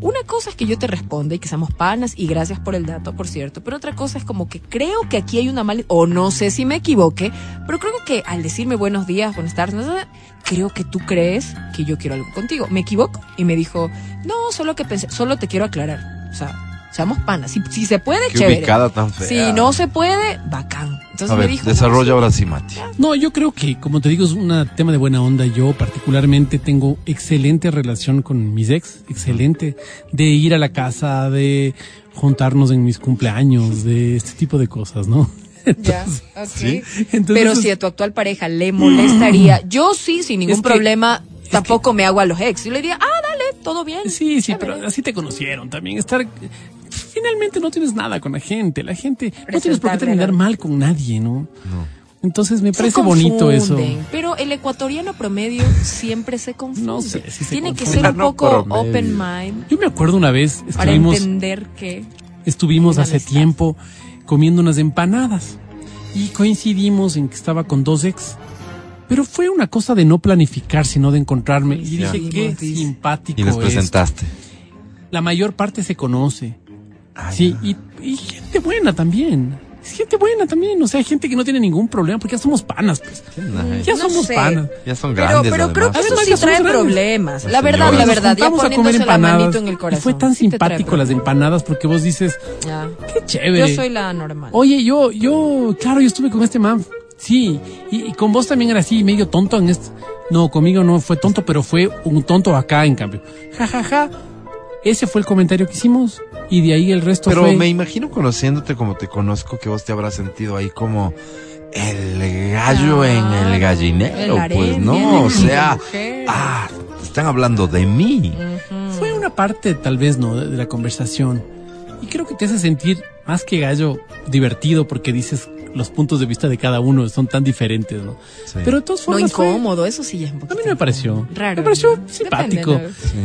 [SPEAKER 4] una cosa es que yo te responda y que seamos panas y gracias por el dato, por cierto. Pero otra cosa es como que creo que aquí hay una mala, o no sé si me equivoqué, pero creo que al decirme buenos días, buenas tardes, no sé, creo que tú crees que yo quiero algo contigo. Me equivoco. Y me dijo, no, solo que pensé, solo te quiero aclarar. O sea, seamos panas. Si, si se puede,
[SPEAKER 2] Qué
[SPEAKER 4] chévere.
[SPEAKER 2] ubicada tan fea.
[SPEAKER 3] ah.
[SPEAKER 4] Si no se puede, bacán. Entonces
[SPEAKER 2] a
[SPEAKER 4] me
[SPEAKER 2] ver,
[SPEAKER 4] dijo,
[SPEAKER 2] desarrolla ahora sí, Mati.
[SPEAKER 3] No, yo creo que, como te digo, es un tema de buena onda. Yo particularmente tengo excelente relación con mis ex, excelente, de ir a la casa, de juntarnos en mis cumpleaños, de este tipo de cosas, ¿no?
[SPEAKER 4] Ya, ok.
[SPEAKER 3] Sí.
[SPEAKER 4] Pero
[SPEAKER 3] Entonces-
[SPEAKER 4] si a tu actual pareja le molestaría, yo sí, sin ningún
[SPEAKER 3] Es que-
[SPEAKER 4] problema, tampoco me hago a los ex. Yo le diría, ah, dale, todo bien.
[SPEAKER 3] Sí, sí, pero así te conocieron también. Estar. Finalmente no tienes nada con la gente. La gente. No tienes por qué terminar mal con nadie, ¿no? Entonces me
[SPEAKER 4] Se
[SPEAKER 3] parece bonito eso.
[SPEAKER 4] confunden, Pero el ecuatoriano promedio siempre se confunde.
[SPEAKER 3] No sé si se
[SPEAKER 4] Tiene que
[SPEAKER 3] confunde.
[SPEAKER 4] ser un
[SPEAKER 3] No
[SPEAKER 4] poco
[SPEAKER 3] promedio.
[SPEAKER 4] open mind
[SPEAKER 3] Yo me acuerdo una vez,
[SPEAKER 4] para
[SPEAKER 3] estuvimos,
[SPEAKER 4] entender que.
[SPEAKER 3] estuvimos hace tiempo comiendo unas empanadas y coincidimos en que estaba con dos ex. Pero fue una cosa de no planificar, sino de encontrarme. Y
[SPEAKER 2] Ya.
[SPEAKER 3] dije, qué simpático
[SPEAKER 2] Y les
[SPEAKER 3] es.
[SPEAKER 2] presentaste.
[SPEAKER 3] la mayor parte se conoce.
[SPEAKER 2] Ah,
[SPEAKER 3] sí, y, y gente buena también. Es gente buena también. O sea, hay gente que no tiene ningún problema porque ya somos panas, pues. Ya
[SPEAKER 4] No
[SPEAKER 3] somos
[SPEAKER 4] sé.
[SPEAKER 3] panas.
[SPEAKER 2] Ya son
[SPEAKER 4] Pero,
[SPEAKER 2] grandes.
[SPEAKER 4] pero creo que
[SPEAKER 2] además.
[SPEAKER 4] eso sí
[SPEAKER 3] ya somos
[SPEAKER 4] trae
[SPEAKER 3] grandes.
[SPEAKER 4] problemas. La verdad, la
[SPEAKER 3] Nos
[SPEAKER 4] verdad, ya
[SPEAKER 3] juntamos a comer
[SPEAKER 4] poniéndose la manito
[SPEAKER 3] empanadas.
[SPEAKER 4] en el
[SPEAKER 3] Y fue
[SPEAKER 4] corazón.
[SPEAKER 3] tan
[SPEAKER 4] Sí te trae
[SPEAKER 3] simpático las empanadas porque vos dices,
[SPEAKER 4] Ya.
[SPEAKER 3] qué chévere.
[SPEAKER 4] Yo soy la normal.
[SPEAKER 3] Oye, yo, yo, claro, yo estuve con este man. Sí, y, y con vos también era así, medio tonto en esto. No, conmigo no fue tonto, pero fue un tonto acá, en cambio. Ja, ja, ja. Ese fue el comentario que hicimos. Y de ahí el resto
[SPEAKER 2] Pero
[SPEAKER 3] fue.
[SPEAKER 2] me imagino conociéndote como te conozco que vos te habrás sentido ahí como el gallo en el gallinero,
[SPEAKER 3] Ah, El harén,
[SPEAKER 2] pues
[SPEAKER 3] bien
[SPEAKER 2] no,
[SPEAKER 3] de
[SPEAKER 2] o sea,
[SPEAKER 3] mujer.
[SPEAKER 2] ah, están hablando de mí.
[SPEAKER 3] Fue una parte, tal vez, no, de, de la conversación. Y creo que te hace sentir más que gallo divertido porque dices los puntos de vista de cada uno son tan diferentes, ¿no? Pero de todas
[SPEAKER 4] No
[SPEAKER 3] formas. fue-
[SPEAKER 4] incómodo, eso sí ya es un
[SPEAKER 3] a
[SPEAKER 4] poquito.
[SPEAKER 3] mí no me pareció.
[SPEAKER 4] Raro.
[SPEAKER 3] Me pareció
[SPEAKER 4] Depende,
[SPEAKER 3] simpático.
[SPEAKER 4] ¿no?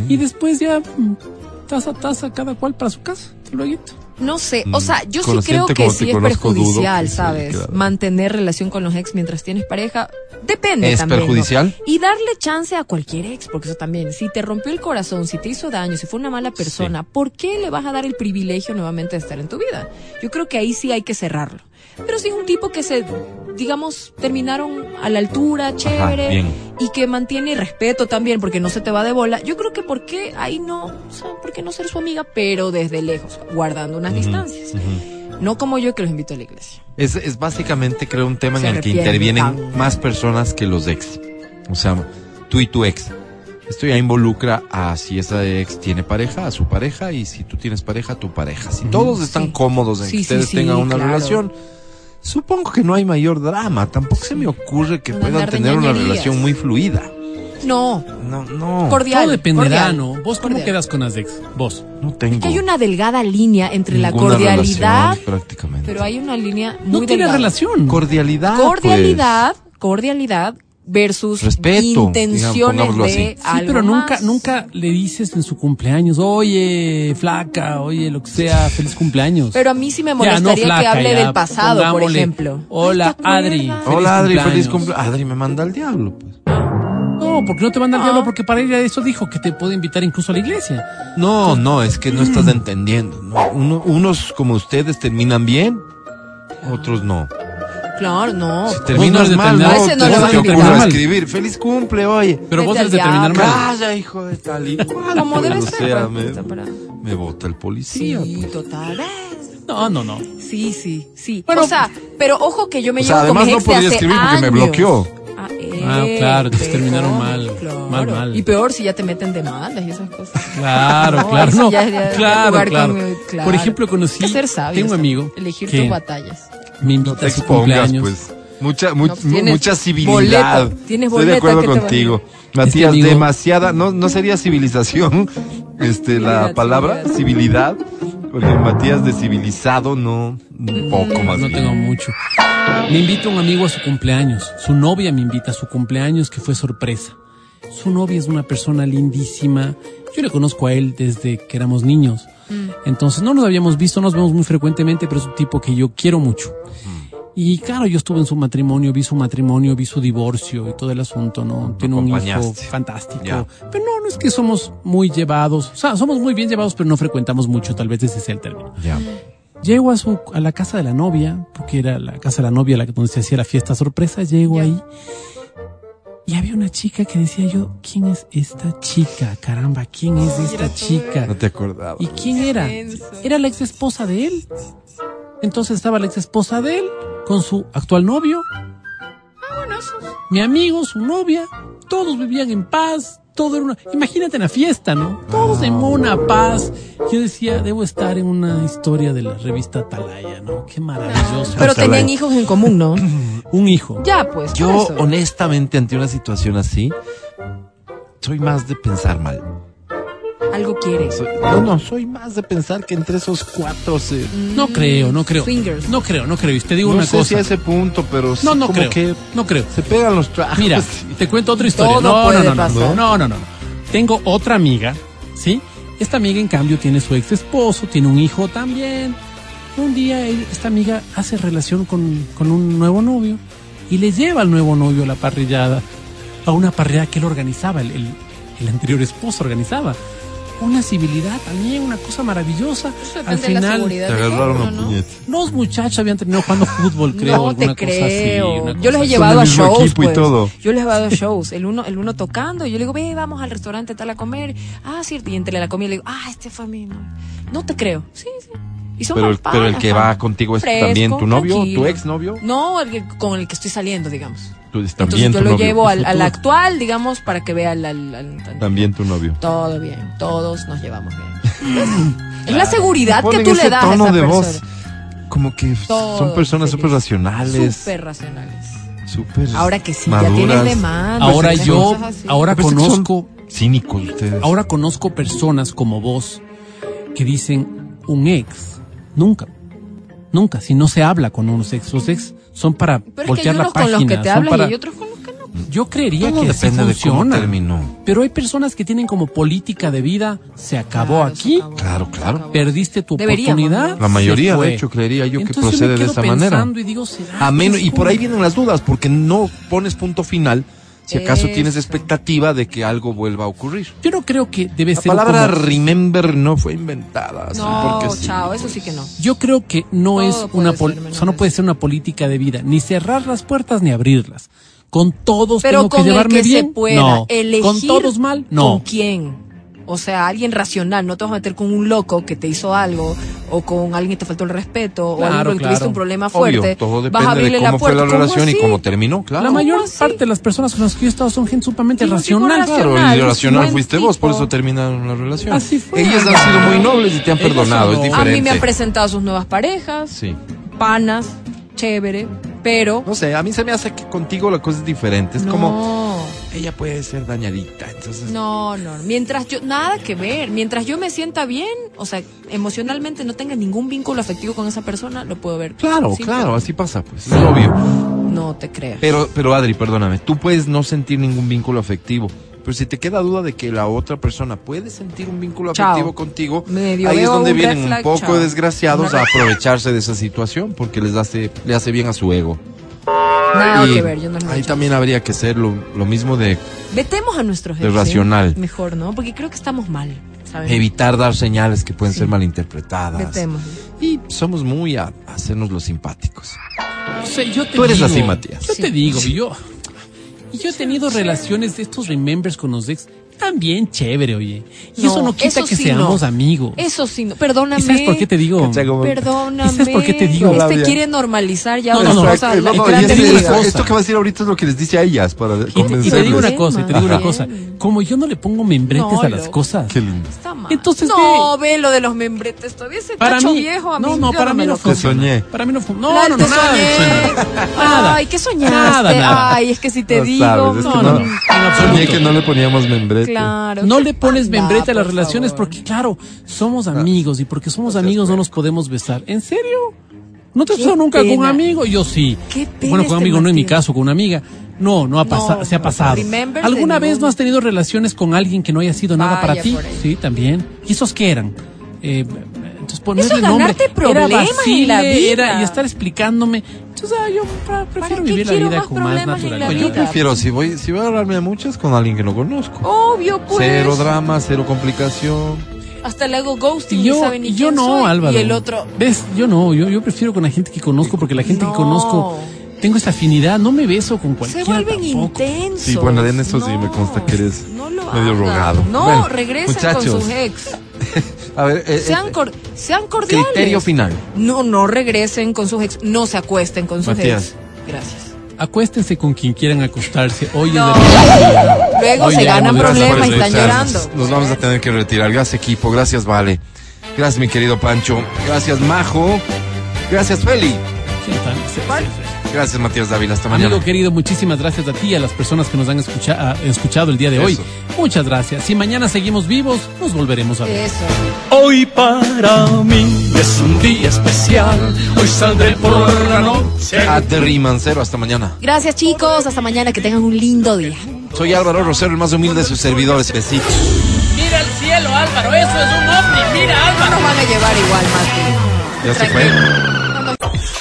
[SPEAKER 3] Y después ya mm, taza a taza cada cual para su casa. Hasta luego.
[SPEAKER 4] No sé, o sea, yo sí creo que sí es
[SPEAKER 2] conozco, dudo
[SPEAKER 4] perjudicial,
[SPEAKER 2] que sí,
[SPEAKER 4] ¿sabes?
[SPEAKER 2] claro.
[SPEAKER 4] Mantener relación con los ex mientras tienes pareja. Depende
[SPEAKER 2] ¿Es
[SPEAKER 4] también. ¿no?
[SPEAKER 2] perjudicial?
[SPEAKER 4] Y darle chance a cualquier ex, porque eso también. Si te rompió el corazón, si te hizo daño, si fue una mala persona, ¿por qué le vas a dar el privilegio nuevamente de estar en tu vida? Yo creo que ahí sí hay que cerrarlo. Pero si es un tipo que se, digamos, terminaron a la altura, chévere,
[SPEAKER 2] bien.
[SPEAKER 4] y que mantiene respeto también, porque no se te va de bola, yo creo que por qué ahí no, o sea, por qué no ser su amiga, pero desde lejos, guardando unas distancias. No como yo que los invito a la iglesia.
[SPEAKER 2] Es, es básicamente, creo, un tema en
[SPEAKER 4] Se
[SPEAKER 2] el que
[SPEAKER 4] arrepiente,
[SPEAKER 2] intervienen
[SPEAKER 4] ah.
[SPEAKER 2] más personas que los ex. O sea, tú y tu ex. Esto ya involucra a si esa ex tiene pareja, a su pareja, y si tú tienes pareja, a tu pareja. Si todos están
[SPEAKER 4] Sí.
[SPEAKER 2] cómodos en
[SPEAKER 4] Sí,
[SPEAKER 2] que
[SPEAKER 4] sí,
[SPEAKER 2] ustedes
[SPEAKER 4] sí,
[SPEAKER 2] tengan una
[SPEAKER 4] claro.
[SPEAKER 2] relación, supongo que no hay mayor drama. Tampoco se me ocurre que
[SPEAKER 4] No
[SPEAKER 2] puedan
[SPEAKER 4] andar de
[SPEAKER 2] tener una
[SPEAKER 4] ñañerías.
[SPEAKER 2] relación muy fluida.
[SPEAKER 4] No,
[SPEAKER 2] No, no.
[SPEAKER 4] cordial.
[SPEAKER 3] Todo dependerá,
[SPEAKER 4] cordial.
[SPEAKER 3] ¿no? ¿Vos cómo
[SPEAKER 4] Cordial.
[SPEAKER 3] quedas con las ex? Vos.
[SPEAKER 2] No tengo.
[SPEAKER 4] Que hay una delgada línea entre la
[SPEAKER 2] ninguna
[SPEAKER 4] cordialidad,
[SPEAKER 2] relación, prácticamente.
[SPEAKER 4] pero hay una línea muy
[SPEAKER 3] No tiene
[SPEAKER 4] delgada.
[SPEAKER 3] relación. Ah,
[SPEAKER 2] Cordialidad. pues.
[SPEAKER 4] Cordialidad, cordialidad versus
[SPEAKER 2] Respeto, digamos,
[SPEAKER 4] intenciones
[SPEAKER 2] pongámoslo
[SPEAKER 4] de
[SPEAKER 2] así.
[SPEAKER 3] Sí,
[SPEAKER 4] algo
[SPEAKER 3] pero nunca,
[SPEAKER 4] más.
[SPEAKER 3] nunca le dices en su cumpleaños, oye, flaca, oye, lo que sea, feliz cumpleaños.
[SPEAKER 4] Pero a mí sí me
[SPEAKER 3] Ya, no,
[SPEAKER 4] molestaría que
[SPEAKER 3] flaca,
[SPEAKER 4] hable
[SPEAKER 3] ya,
[SPEAKER 4] del pasado, por
[SPEAKER 3] pongámosle,
[SPEAKER 4] ejemplo.
[SPEAKER 3] Hola, Adri.
[SPEAKER 2] Hola Adri, feliz
[SPEAKER 3] cumpleaños.
[SPEAKER 2] cumpleaños. Adri me manda al diablo. pues.
[SPEAKER 3] No, porque no te manda el
[SPEAKER 4] Ah.
[SPEAKER 3] diablo, porque para ella eso dijo que te puede invitar incluso a la iglesia.
[SPEAKER 2] No, no, es que no estás entendiendo. No, uno- unos como ustedes terminan bien, otros no.
[SPEAKER 4] Claro, no.
[SPEAKER 2] Si terminas
[SPEAKER 3] no
[SPEAKER 2] mal,
[SPEAKER 3] determinar-
[SPEAKER 2] no,
[SPEAKER 4] A ese no
[SPEAKER 2] te-
[SPEAKER 4] le
[SPEAKER 2] te
[SPEAKER 4] van a
[SPEAKER 2] ocurre
[SPEAKER 3] invitar.
[SPEAKER 2] escribir. Feliz cumple, oye.
[SPEAKER 3] Pero
[SPEAKER 4] Vete
[SPEAKER 3] vos
[SPEAKER 4] al
[SPEAKER 3] debes determinar
[SPEAKER 4] diablo.
[SPEAKER 3] mal.
[SPEAKER 2] Calla, hijo de tal y cual.
[SPEAKER 4] Como
[SPEAKER 2] pues,
[SPEAKER 4] debe
[SPEAKER 2] o
[SPEAKER 4] ser,
[SPEAKER 2] sea,
[SPEAKER 4] pues, está
[SPEAKER 2] me,
[SPEAKER 4] para-
[SPEAKER 2] me vota el policía.
[SPEAKER 4] Sí,
[SPEAKER 2] pues.
[SPEAKER 4] total.
[SPEAKER 3] No, no, no.
[SPEAKER 4] Sí, sí, sí.
[SPEAKER 3] Bueno,
[SPEAKER 4] o sea, pero ojo que yo me
[SPEAKER 2] o sea,
[SPEAKER 4] llevo con
[SPEAKER 2] además
[SPEAKER 4] mis
[SPEAKER 2] no
[SPEAKER 4] ex de
[SPEAKER 2] podría
[SPEAKER 4] hace
[SPEAKER 2] escribir porque me
[SPEAKER 4] años.
[SPEAKER 2] bloqueó.
[SPEAKER 4] Ah,
[SPEAKER 3] Ah,
[SPEAKER 4] eh,
[SPEAKER 3] claro, entonces
[SPEAKER 4] peor,
[SPEAKER 3] terminaron mal, mal, mal.
[SPEAKER 4] Y peor si ya te meten demandas y esas cosas.
[SPEAKER 3] Claro,
[SPEAKER 4] No,
[SPEAKER 3] claro,
[SPEAKER 4] eso
[SPEAKER 3] no.
[SPEAKER 4] ya- ya- ya
[SPEAKER 3] claro,
[SPEAKER 4] jugar
[SPEAKER 3] claro.
[SPEAKER 4] con mi- claro.
[SPEAKER 3] Por ejemplo, conocí,
[SPEAKER 4] Hay que ser sabios
[SPEAKER 3] tengo un
[SPEAKER 4] también,
[SPEAKER 3] amigo
[SPEAKER 4] Elegir
[SPEAKER 3] que Ah,
[SPEAKER 4] tus batallas.
[SPEAKER 3] me invita
[SPEAKER 2] No te
[SPEAKER 3] a su
[SPEAKER 2] expongas,
[SPEAKER 3] cumpleaños.
[SPEAKER 2] pues. Mucha, mu-
[SPEAKER 4] No, tienes
[SPEAKER 2] mucha civilidad.
[SPEAKER 4] boleta, tienes
[SPEAKER 2] Estoy de
[SPEAKER 4] boleta
[SPEAKER 2] acuerdo
[SPEAKER 4] que te van a-
[SPEAKER 2] contigo. Este Matías,
[SPEAKER 3] amigo-
[SPEAKER 2] demasiada, no, no sería civilización, este, la
[SPEAKER 4] Civilidad,
[SPEAKER 2] palabra, civilidad, porque Matías de civilizado, no, un poco más
[SPEAKER 3] No
[SPEAKER 2] bien.
[SPEAKER 3] tengo mucho. Me invita un amigo a su cumpleaños. Su novia me invita a su cumpleaños, que fue sorpresa. Su novia es una persona lindísima. Yo le conozco a él desde que éramos niños. Entonces no nos habíamos visto, nos vemos muy frecuentemente, pero es un tipo que yo quiero mucho.
[SPEAKER 2] Mm.
[SPEAKER 3] Y claro, yo estuve en su matrimonio, vi su matrimonio, vi su divorcio y todo el asunto, ¿no? Tiene un hijo
[SPEAKER 2] acompañaste.
[SPEAKER 3] fantástico.
[SPEAKER 2] Ya.
[SPEAKER 3] Pero no, no es que somos muy llevados. O sea, somos muy bien llevados, pero no frecuentamos mucho, tal vez ese sea el término.
[SPEAKER 2] Ya.
[SPEAKER 3] Llego a, su, a la casa de la novia, porque era la casa de la novia la que- donde se hacía la fiesta sorpresa, llego
[SPEAKER 4] Ya.
[SPEAKER 3] ahí y había una chica que decía yo, ¿quién es esta chica? Caramba, ¿quién es esta chica?
[SPEAKER 2] No te acordaba.
[SPEAKER 3] ¿Y quién era? Era la ex esposa de él. Entonces estaba la ex esposa de él con su actual novio.
[SPEAKER 4] Ah,
[SPEAKER 3] Mi amigo, su novia, todos vivían en paz, todo era una... Imagínate en la fiesta, ¿no? Todos en una paz. Yo decía, debo estar en una historia de la revista Atalaya, ¿no? Qué maravilloso.
[SPEAKER 2] Ojalá.
[SPEAKER 4] Pero tenían hijos en común, ¿no?
[SPEAKER 3] Un hijo.
[SPEAKER 4] ya, pues.
[SPEAKER 2] Yo,
[SPEAKER 4] por eso.
[SPEAKER 2] honestamente, ante una situación así, soy más de pensar mal.
[SPEAKER 4] Algo quiere.
[SPEAKER 2] Soy- no, no, soy más de pensar que entre esos cuatro se...
[SPEAKER 3] No creo, no creo.
[SPEAKER 4] Swingers.
[SPEAKER 3] No creo, no creo. Y te digo
[SPEAKER 2] no
[SPEAKER 3] una
[SPEAKER 2] sé si a
[SPEAKER 3] cosa.
[SPEAKER 2] ese punto, pero sí
[SPEAKER 3] No, no
[SPEAKER 2] como
[SPEAKER 3] creo.
[SPEAKER 2] que
[SPEAKER 3] No creo.
[SPEAKER 2] se pegan los trajos.
[SPEAKER 3] Mira, te cuento otra historia.
[SPEAKER 4] Ah, Todo
[SPEAKER 3] No,
[SPEAKER 4] puede
[SPEAKER 3] no, no, no, no,
[SPEAKER 4] pasar.
[SPEAKER 3] no, no, no. Tengo otra amiga, ¿sí? Esta amiga, en cambio, tiene su ex esposo, tiene un hijo también. Un día él- esta amiga hace relación con, con un nuevo novio y le lleva al nuevo novio a la parrillada, a una parrillada que él organizaba, el, el, el anterior esposo organizaba. Una civilidad también, una cosa maravillosa.
[SPEAKER 4] Eso
[SPEAKER 3] Al
[SPEAKER 4] depende de la
[SPEAKER 3] final,
[SPEAKER 4] seguridad
[SPEAKER 2] Te
[SPEAKER 4] de
[SPEAKER 2] agarraron
[SPEAKER 4] cada
[SPEAKER 2] a
[SPEAKER 4] uno, ¿no?
[SPEAKER 2] puñetes.
[SPEAKER 3] los muchachos habían terminado jugando fútbol, creo.
[SPEAKER 4] no
[SPEAKER 3] alguna
[SPEAKER 4] te
[SPEAKER 3] cosa así,
[SPEAKER 4] creo.
[SPEAKER 3] una
[SPEAKER 4] yo
[SPEAKER 3] cosa
[SPEAKER 4] los he
[SPEAKER 3] así.
[SPEAKER 4] llevado a
[SPEAKER 2] Son del mismo
[SPEAKER 4] shows.
[SPEAKER 2] equipo y
[SPEAKER 4] pues.
[SPEAKER 2] todo.
[SPEAKER 4] Yo los he llevado a shows. El uno, el uno tocando. Y yo le digo, ve, vamos al restaurante tal a comer. Ah, cierto. Y entre la comida le digo, ah, este fue mi. novio. No te creo. Sí, sí. Y son
[SPEAKER 2] Pero, el-
[SPEAKER 4] mal
[SPEAKER 2] pero el
[SPEAKER 4] pagas,
[SPEAKER 2] que
[SPEAKER 4] ¿no?
[SPEAKER 2] va contigo es
[SPEAKER 4] Fresco,
[SPEAKER 2] también tu novio,
[SPEAKER 4] tranquilo.
[SPEAKER 2] tu ex novio.
[SPEAKER 4] No, el que- con el que estoy saliendo, digamos.
[SPEAKER 2] Tú es
[SPEAKER 4] Entonces
[SPEAKER 2] también
[SPEAKER 4] yo
[SPEAKER 2] tu
[SPEAKER 4] lo
[SPEAKER 2] novio.
[SPEAKER 4] llevo al, al
[SPEAKER 2] Tú-
[SPEAKER 4] actual, digamos, para que vea al. al- al-
[SPEAKER 2] También tu novio.
[SPEAKER 4] Todo bien. Todos nos llevamos bien. Es la seguridad que tú
[SPEAKER 2] ese
[SPEAKER 4] le das a
[SPEAKER 2] tono
[SPEAKER 4] esa
[SPEAKER 2] de
[SPEAKER 4] persona.
[SPEAKER 2] voz. Como que son
[SPEAKER 4] Todos
[SPEAKER 2] personas
[SPEAKER 4] felices.
[SPEAKER 2] súper racionales.
[SPEAKER 4] Súper racionales.
[SPEAKER 2] Súper.
[SPEAKER 4] Ahora que sí,
[SPEAKER 2] maduras.
[SPEAKER 4] ya tienes demanda.
[SPEAKER 3] Ahora
[SPEAKER 4] tienes
[SPEAKER 3] yo,
[SPEAKER 4] cosas así.
[SPEAKER 3] ahora
[SPEAKER 2] Pero es que son
[SPEAKER 3] conozco
[SPEAKER 2] Cínicos ustedes.
[SPEAKER 3] Ahora conozco personas como vos que dicen un ex. Nunca. Nunca. Si no se habla con unos ex. Los ex son para
[SPEAKER 4] Pero es que
[SPEAKER 3] voltear
[SPEAKER 4] hay unos
[SPEAKER 3] la página.
[SPEAKER 4] con los que te
[SPEAKER 3] son
[SPEAKER 4] hablan
[SPEAKER 3] para-
[SPEAKER 4] y hay otros con los que no.
[SPEAKER 3] Yo creería
[SPEAKER 2] Todo
[SPEAKER 3] que así
[SPEAKER 2] depende de cómo
[SPEAKER 3] funciona.
[SPEAKER 2] terminó.
[SPEAKER 3] Pero hay personas que tienen como política de vida, se acabó aquí.
[SPEAKER 2] Claro, claro.
[SPEAKER 3] Perdiste tu
[SPEAKER 4] Deberíamos,
[SPEAKER 3] oportunidad.
[SPEAKER 2] La mayoría,
[SPEAKER 3] se fue.
[SPEAKER 2] de hecho, creería yo que
[SPEAKER 3] Entonces me
[SPEAKER 2] procede de
[SPEAKER 3] quedo
[SPEAKER 2] esa manera.
[SPEAKER 3] pensando y digo, ¿será
[SPEAKER 2] A
[SPEAKER 3] que
[SPEAKER 2] menos,
[SPEAKER 3] es
[SPEAKER 2] y por ahí
[SPEAKER 3] como-
[SPEAKER 2] vienen las dudas, porque no pones punto final si acaso tienes
[SPEAKER 4] Eso.
[SPEAKER 2] expectativa de que algo vuelva a ocurrir.
[SPEAKER 3] Yo no creo que debe
[SPEAKER 2] La
[SPEAKER 3] ser
[SPEAKER 2] palabra
[SPEAKER 3] como-
[SPEAKER 2] remember no fue inventada. así
[SPEAKER 4] No,
[SPEAKER 2] porque sí.
[SPEAKER 4] chao, eso sí que no.
[SPEAKER 3] Yo creo que no
[SPEAKER 4] Todo
[SPEAKER 3] es una
[SPEAKER 4] puede
[SPEAKER 3] pol-
[SPEAKER 4] ser
[SPEAKER 3] o sea, no puede ser una política de vida, ni cerrar las puertas ni abrirlas. Con todos
[SPEAKER 4] Pero
[SPEAKER 3] tengo
[SPEAKER 4] con
[SPEAKER 3] que
[SPEAKER 4] el
[SPEAKER 3] llevarme
[SPEAKER 4] que
[SPEAKER 3] bien.
[SPEAKER 4] se pueda
[SPEAKER 3] no.
[SPEAKER 4] elegir.
[SPEAKER 3] Con todos mal,
[SPEAKER 4] ¿Con
[SPEAKER 3] no.
[SPEAKER 4] quién? O sea, alguien racional, no te vas a meter con un loco que te hizo algo, o con alguien que te faltó el respeto, o
[SPEAKER 3] Claro,
[SPEAKER 4] alguien con el que tuviste
[SPEAKER 3] claro.
[SPEAKER 4] un problema
[SPEAKER 2] Obvio,
[SPEAKER 4] fuerte.
[SPEAKER 2] todo
[SPEAKER 4] vas a
[SPEAKER 2] depende
[SPEAKER 4] abrirle
[SPEAKER 2] de cómo
[SPEAKER 4] la
[SPEAKER 2] fue
[SPEAKER 4] puerta.
[SPEAKER 2] la relación y
[SPEAKER 4] así?
[SPEAKER 2] cómo terminó, claro.
[SPEAKER 3] La mayor parte de las personas con las que yo he estado son gente sumamente racional.
[SPEAKER 2] Claro,
[SPEAKER 4] Ah,
[SPEAKER 2] el irracional fuiste vos, por eso terminaron la relación.
[SPEAKER 3] Así fue.
[SPEAKER 2] Ellas han sido muy nobles y te han
[SPEAKER 3] Ellas
[SPEAKER 2] perdonado,
[SPEAKER 3] son
[SPEAKER 2] es
[SPEAKER 3] nobles.
[SPEAKER 4] A
[SPEAKER 2] diferente.
[SPEAKER 4] mí me han presentado sus nuevas parejas,
[SPEAKER 2] Sí.
[SPEAKER 4] panas, chévere, pero.
[SPEAKER 2] No sé, a mí se me hace que contigo la cosa es diferente. Es
[SPEAKER 4] no.
[SPEAKER 2] como, ella puede ser dañadita, entonces...
[SPEAKER 4] No, no, mientras yo, nada que ver, mientras yo me sienta bien, o sea, emocionalmente no tenga ningún vínculo afectivo con esa persona, lo puedo ver.
[SPEAKER 2] Claro,
[SPEAKER 4] Sí,
[SPEAKER 2] claro, así pasa, pues, es obvio.
[SPEAKER 4] pero No te creas.
[SPEAKER 2] Pero, pero Adri, perdóname, tú puedes no sentir ningún vínculo afectivo, pero si te queda duda de que la otra persona puede sentir un vínculo
[SPEAKER 4] Chao.
[SPEAKER 2] afectivo contigo,
[SPEAKER 4] Medio
[SPEAKER 2] ahí es
[SPEAKER 4] veo
[SPEAKER 2] donde
[SPEAKER 4] un
[SPEAKER 2] vienen
[SPEAKER 4] red
[SPEAKER 2] un
[SPEAKER 4] flag,
[SPEAKER 2] poco
[SPEAKER 4] chao.
[SPEAKER 2] desgraciados
[SPEAKER 4] Una-
[SPEAKER 2] a aprovecharse de esa situación porque les hace, le hace bien a su ego.
[SPEAKER 4] Nada
[SPEAKER 2] Y
[SPEAKER 4] que Ah, ver, yo no lo he
[SPEAKER 2] ahí
[SPEAKER 4] hecho.
[SPEAKER 2] también habría que ser lo, lo mismo de
[SPEAKER 4] Vetemos a nuestros
[SPEAKER 2] De
[SPEAKER 4] ex, ¿eh?
[SPEAKER 2] racional.
[SPEAKER 4] Mejor, ¿no? Porque creo que estamos mal, ¿sabes?
[SPEAKER 2] evitar dar señales que pueden ser malinterpretadas.
[SPEAKER 4] Vetemos.
[SPEAKER 2] Y somos muy a, a hacernos los simpáticos.
[SPEAKER 3] O sea, yo te
[SPEAKER 2] Tú eres
[SPEAKER 3] digo,
[SPEAKER 2] así, Matías.
[SPEAKER 3] Yo
[SPEAKER 2] Sí.
[SPEAKER 3] te digo, yo. Y yo he tenido relaciones de estos remembers con los ex también chévere, oye. Y eso
[SPEAKER 4] No,
[SPEAKER 3] no quita
[SPEAKER 4] eso
[SPEAKER 3] que
[SPEAKER 4] sí
[SPEAKER 3] seamos
[SPEAKER 4] no.
[SPEAKER 3] amigos.
[SPEAKER 4] Eso sí, no.
[SPEAKER 3] ¿Y
[SPEAKER 4] perdóname.
[SPEAKER 3] sabes por qué te digo?
[SPEAKER 4] Perdóname.
[SPEAKER 3] ¿Y sabes por qué te digo?
[SPEAKER 4] Este quiere normalizar ya
[SPEAKER 3] No,
[SPEAKER 4] las
[SPEAKER 3] no, no.
[SPEAKER 2] eh,
[SPEAKER 4] cosas.
[SPEAKER 3] Exacto,
[SPEAKER 4] las
[SPEAKER 3] no, no,
[SPEAKER 4] grandes
[SPEAKER 3] y es-
[SPEAKER 4] ligas.
[SPEAKER 3] cosa.
[SPEAKER 2] este Esto que va a decir ahorita es lo que les dice a ellas para
[SPEAKER 3] Y te, y te digo
[SPEAKER 2] convencerles.
[SPEAKER 3] una cosa, te digo una
[SPEAKER 4] Ajá.
[SPEAKER 3] cosa. Como yo no le pongo membretes
[SPEAKER 4] No,
[SPEAKER 3] a las
[SPEAKER 4] loco.
[SPEAKER 3] cosas.
[SPEAKER 2] Qué lindo.
[SPEAKER 4] Está mal.
[SPEAKER 3] Entonces,
[SPEAKER 4] no, ve lo de los membretes. Todavía ese
[SPEAKER 3] Para
[SPEAKER 4] tacho
[SPEAKER 3] mí,
[SPEAKER 4] viejo a mí.
[SPEAKER 3] no, no,
[SPEAKER 4] yo
[SPEAKER 3] para
[SPEAKER 4] me
[SPEAKER 3] mí no
[SPEAKER 4] lo
[SPEAKER 2] Te
[SPEAKER 3] fue.
[SPEAKER 2] soñé.
[SPEAKER 3] Para mí no fue. No,
[SPEAKER 4] Lal,
[SPEAKER 3] no, no,
[SPEAKER 4] te
[SPEAKER 3] nada.
[SPEAKER 4] soñé.
[SPEAKER 3] Nada.
[SPEAKER 4] eh. Ay, ¿qué soñaste?
[SPEAKER 3] Nada, nada.
[SPEAKER 4] Ay, es que si te
[SPEAKER 2] No
[SPEAKER 4] digo.
[SPEAKER 2] sabes, es que
[SPEAKER 4] no,
[SPEAKER 2] no.
[SPEAKER 4] no, no.
[SPEAKER 3] En absoluto.
[SPEAKER 2] Soñé que no le poníamos membrete.
[SPEAKER 4] Claro.
[SPEAKER 3] No le pones
[SPEAKER 4] Anda,
[SPEAKER 3] membrete a las
[SPEAKER 4] por
[SPEAKER 3] relaciones
[SPEAKER 4] favor.
[SPEAKER 3] porque, claro, somos amigos y porque somos
[SPEAKER 2] seas
[SPEAKER 3] amigos no nos podemos besar. ¿En serio? ¿No te has
[SPEAKER 4] Qué
[SPEAKER 3] besado nunca con un
[SPEAKER 4] pena.
[SPEAKER 3] amigo? Yo sí.
[SPEAKER 4] Qué pena
[SPEAKER 3] bueno, con un
[SPEAKER 4] este
[SPEAKER 3] amigo, no en mi
[SPEAKER 4] Matías.
[SPEAKER 3] caso, con una amiga. No, no ha pasado,
[SPEAKER 4] No,
[SPEAKER 3] se ha
[SPEAKER 4] no.
[SPEAKER 3] pasado.
[SPEAKER 4] Remembers
[SPEAKER 3] ¿Alguna
[SPEAKER 4] de
[SPEAKER 3] vez
[SPEAKER 4] ningún-
[SPEAKER 3] no has tenido relaciones con alguien que no haya sido nada
[SPEAKER 4] Vaya
[SPEAKER 3] para ti?
[SPEAKER 4] por ahí.
[SPEAKER 3] Sí, también. ¿Y esos qué eran? Eh, entonces ponerle
[SPEAKER 4] es
[SPEAKER 3] nombre.
[SPEAKER 4] ganarte problemas
[SPEAKER 3] era
[SPEAKER 4] en la
[SPEAKER 3] vacile, era-
[SPEAKER 4] vida.
[SPEAKER 3] y estar explicándome. Entonces, ah, yo pra- prefiero
[SPEAKER 4] qué
[SPEAKER 3] vivir la
[SPEAKER 4] quiero
[SPEAKER 3] vida
[SPEAKER 4] más
[SPEAKER 3] con más
[SPEAKER 4] problemas en la
[SPEAKER 3] naturalidad.
[SPEAKER 2] Yo prefiero, si voy, si voy a hablarme de muchas, con alguien que no conozco.
[SPEAKER 4] Obvio, pues.
[SPEAKER 2] Cero drama, cero complicación.
[SPEAKER 4] Hasta le hago ghosting.
[SPEAKER 3] Y
[SPEAKER 4] ni
[SPEAKER 3] yo,
[SPEAKER 4] sabe ni
[SPEAKER 3] y yo
[SPEAKER 4] quién
[SPEAKER 3] no,
[SPEAKER 4] soy.
[SPEAKER 3] Álvaro.
[SPEAKER 4] Y el otro.
[SPEAKER 3] ¿Ves? Yo no, yo, yo prefiero con la gente que conozco, porque la gente
[SPEAKER 4] No.
[SPEAKER 3] que conozco tengo esa afinidad, no me beso con
[SPEAKER 4] Se
[SPEAKER 3] cualquiera.
[SPEAKER 4] vuelven
[SPEAKER 3] tampoco.
[SPEAKER 4] intensos.
[SPEAKER 2] Sí, bueno, en eso sí
[SPEAKER 4] No,
[SPEAKER 2] me consta que eres
[SPEAKER 4] no lo
[SPEAKER 2] medio
[SPEAKER 4] hagan.
[SPEAKER 2] rogado.
[SPEAKER 4] No,
[SPEAKER 2] Bueno,
[SPEAKER 4] regresen con
[SPEAKER 2] muchachos.
[SPEAKER 4] sus ex.
[SPEAKER 2] A ver, eh,
[SPEAKER 4] Sean,
[SPEAKER 2] eh,
[SPEAKER 4] cor- sean cordiales.
[SPEAKER 2] criterio final.
[SPEAKER 4] No, no regresen con sus ex. No se acuesten con sus
[SPEAKER 2] Matías.
[SPEAKER 4] ex. Gracias.
[SPEAKER 3] Acuéstense con quien quieran acostarse. Hoy
[SPEAKER 4] No.
[SPEAKER 3] es de
[SPEAKER 4] Luego
[SPEAKER 3] Oye,
[SPEAKER 4] se
[SPEAKER 3] gracias
[SPEAKER 4] ganan
[SPEAKER 3] por
[SPEAKER 4] problemas y están
[SPEAKER 2] escucharnos.
[SPEAKER 4] llorando.
[SPEAKER 2] Nos vamos a tener que retirar. Gracias, equipo. Gracias, Vale. Gracias, mi querido Pancho. Gracias, Majo. Gracias, Feli.
[SPEAKER 3] ¿Qué tal? Sí, sí, sí.
[SPEAKER 2] Gracias, Matías Dávila. Hasta mañana.
[SPEAKER 3] Amigo querido, muchísimas gracias a ti y a las personas que nos han escucha- ah, escuchado el día de hoy.
[SPEAKER 2] Eso.
[SPEAKER 3] Muchas gracias. Si mañana seguimos vivos, nos volveremos a ver.
[SPEAKER 4] Eso.
[SPEAKER 17] Hoy para mí es un día especial. Hoy saldré por la noche.
[SPEAKER 2] Adri Mancero, hasta mañana.
[SPEAKER 4] Gracias, chicos. Hasta mañana. Que tengan un lindo día.
[SPEAKER 2] Soy Álvaro Rosero, el más humilde de sus servidores. Besitos.
[SPEAKER 17] Mira el cielo, Álvaro. Eso es un ovni. Mira, Álvaro.
[SPEAKER 4] No van a llevar igual, Mati.
[SPEAKER 2] Ya se fue.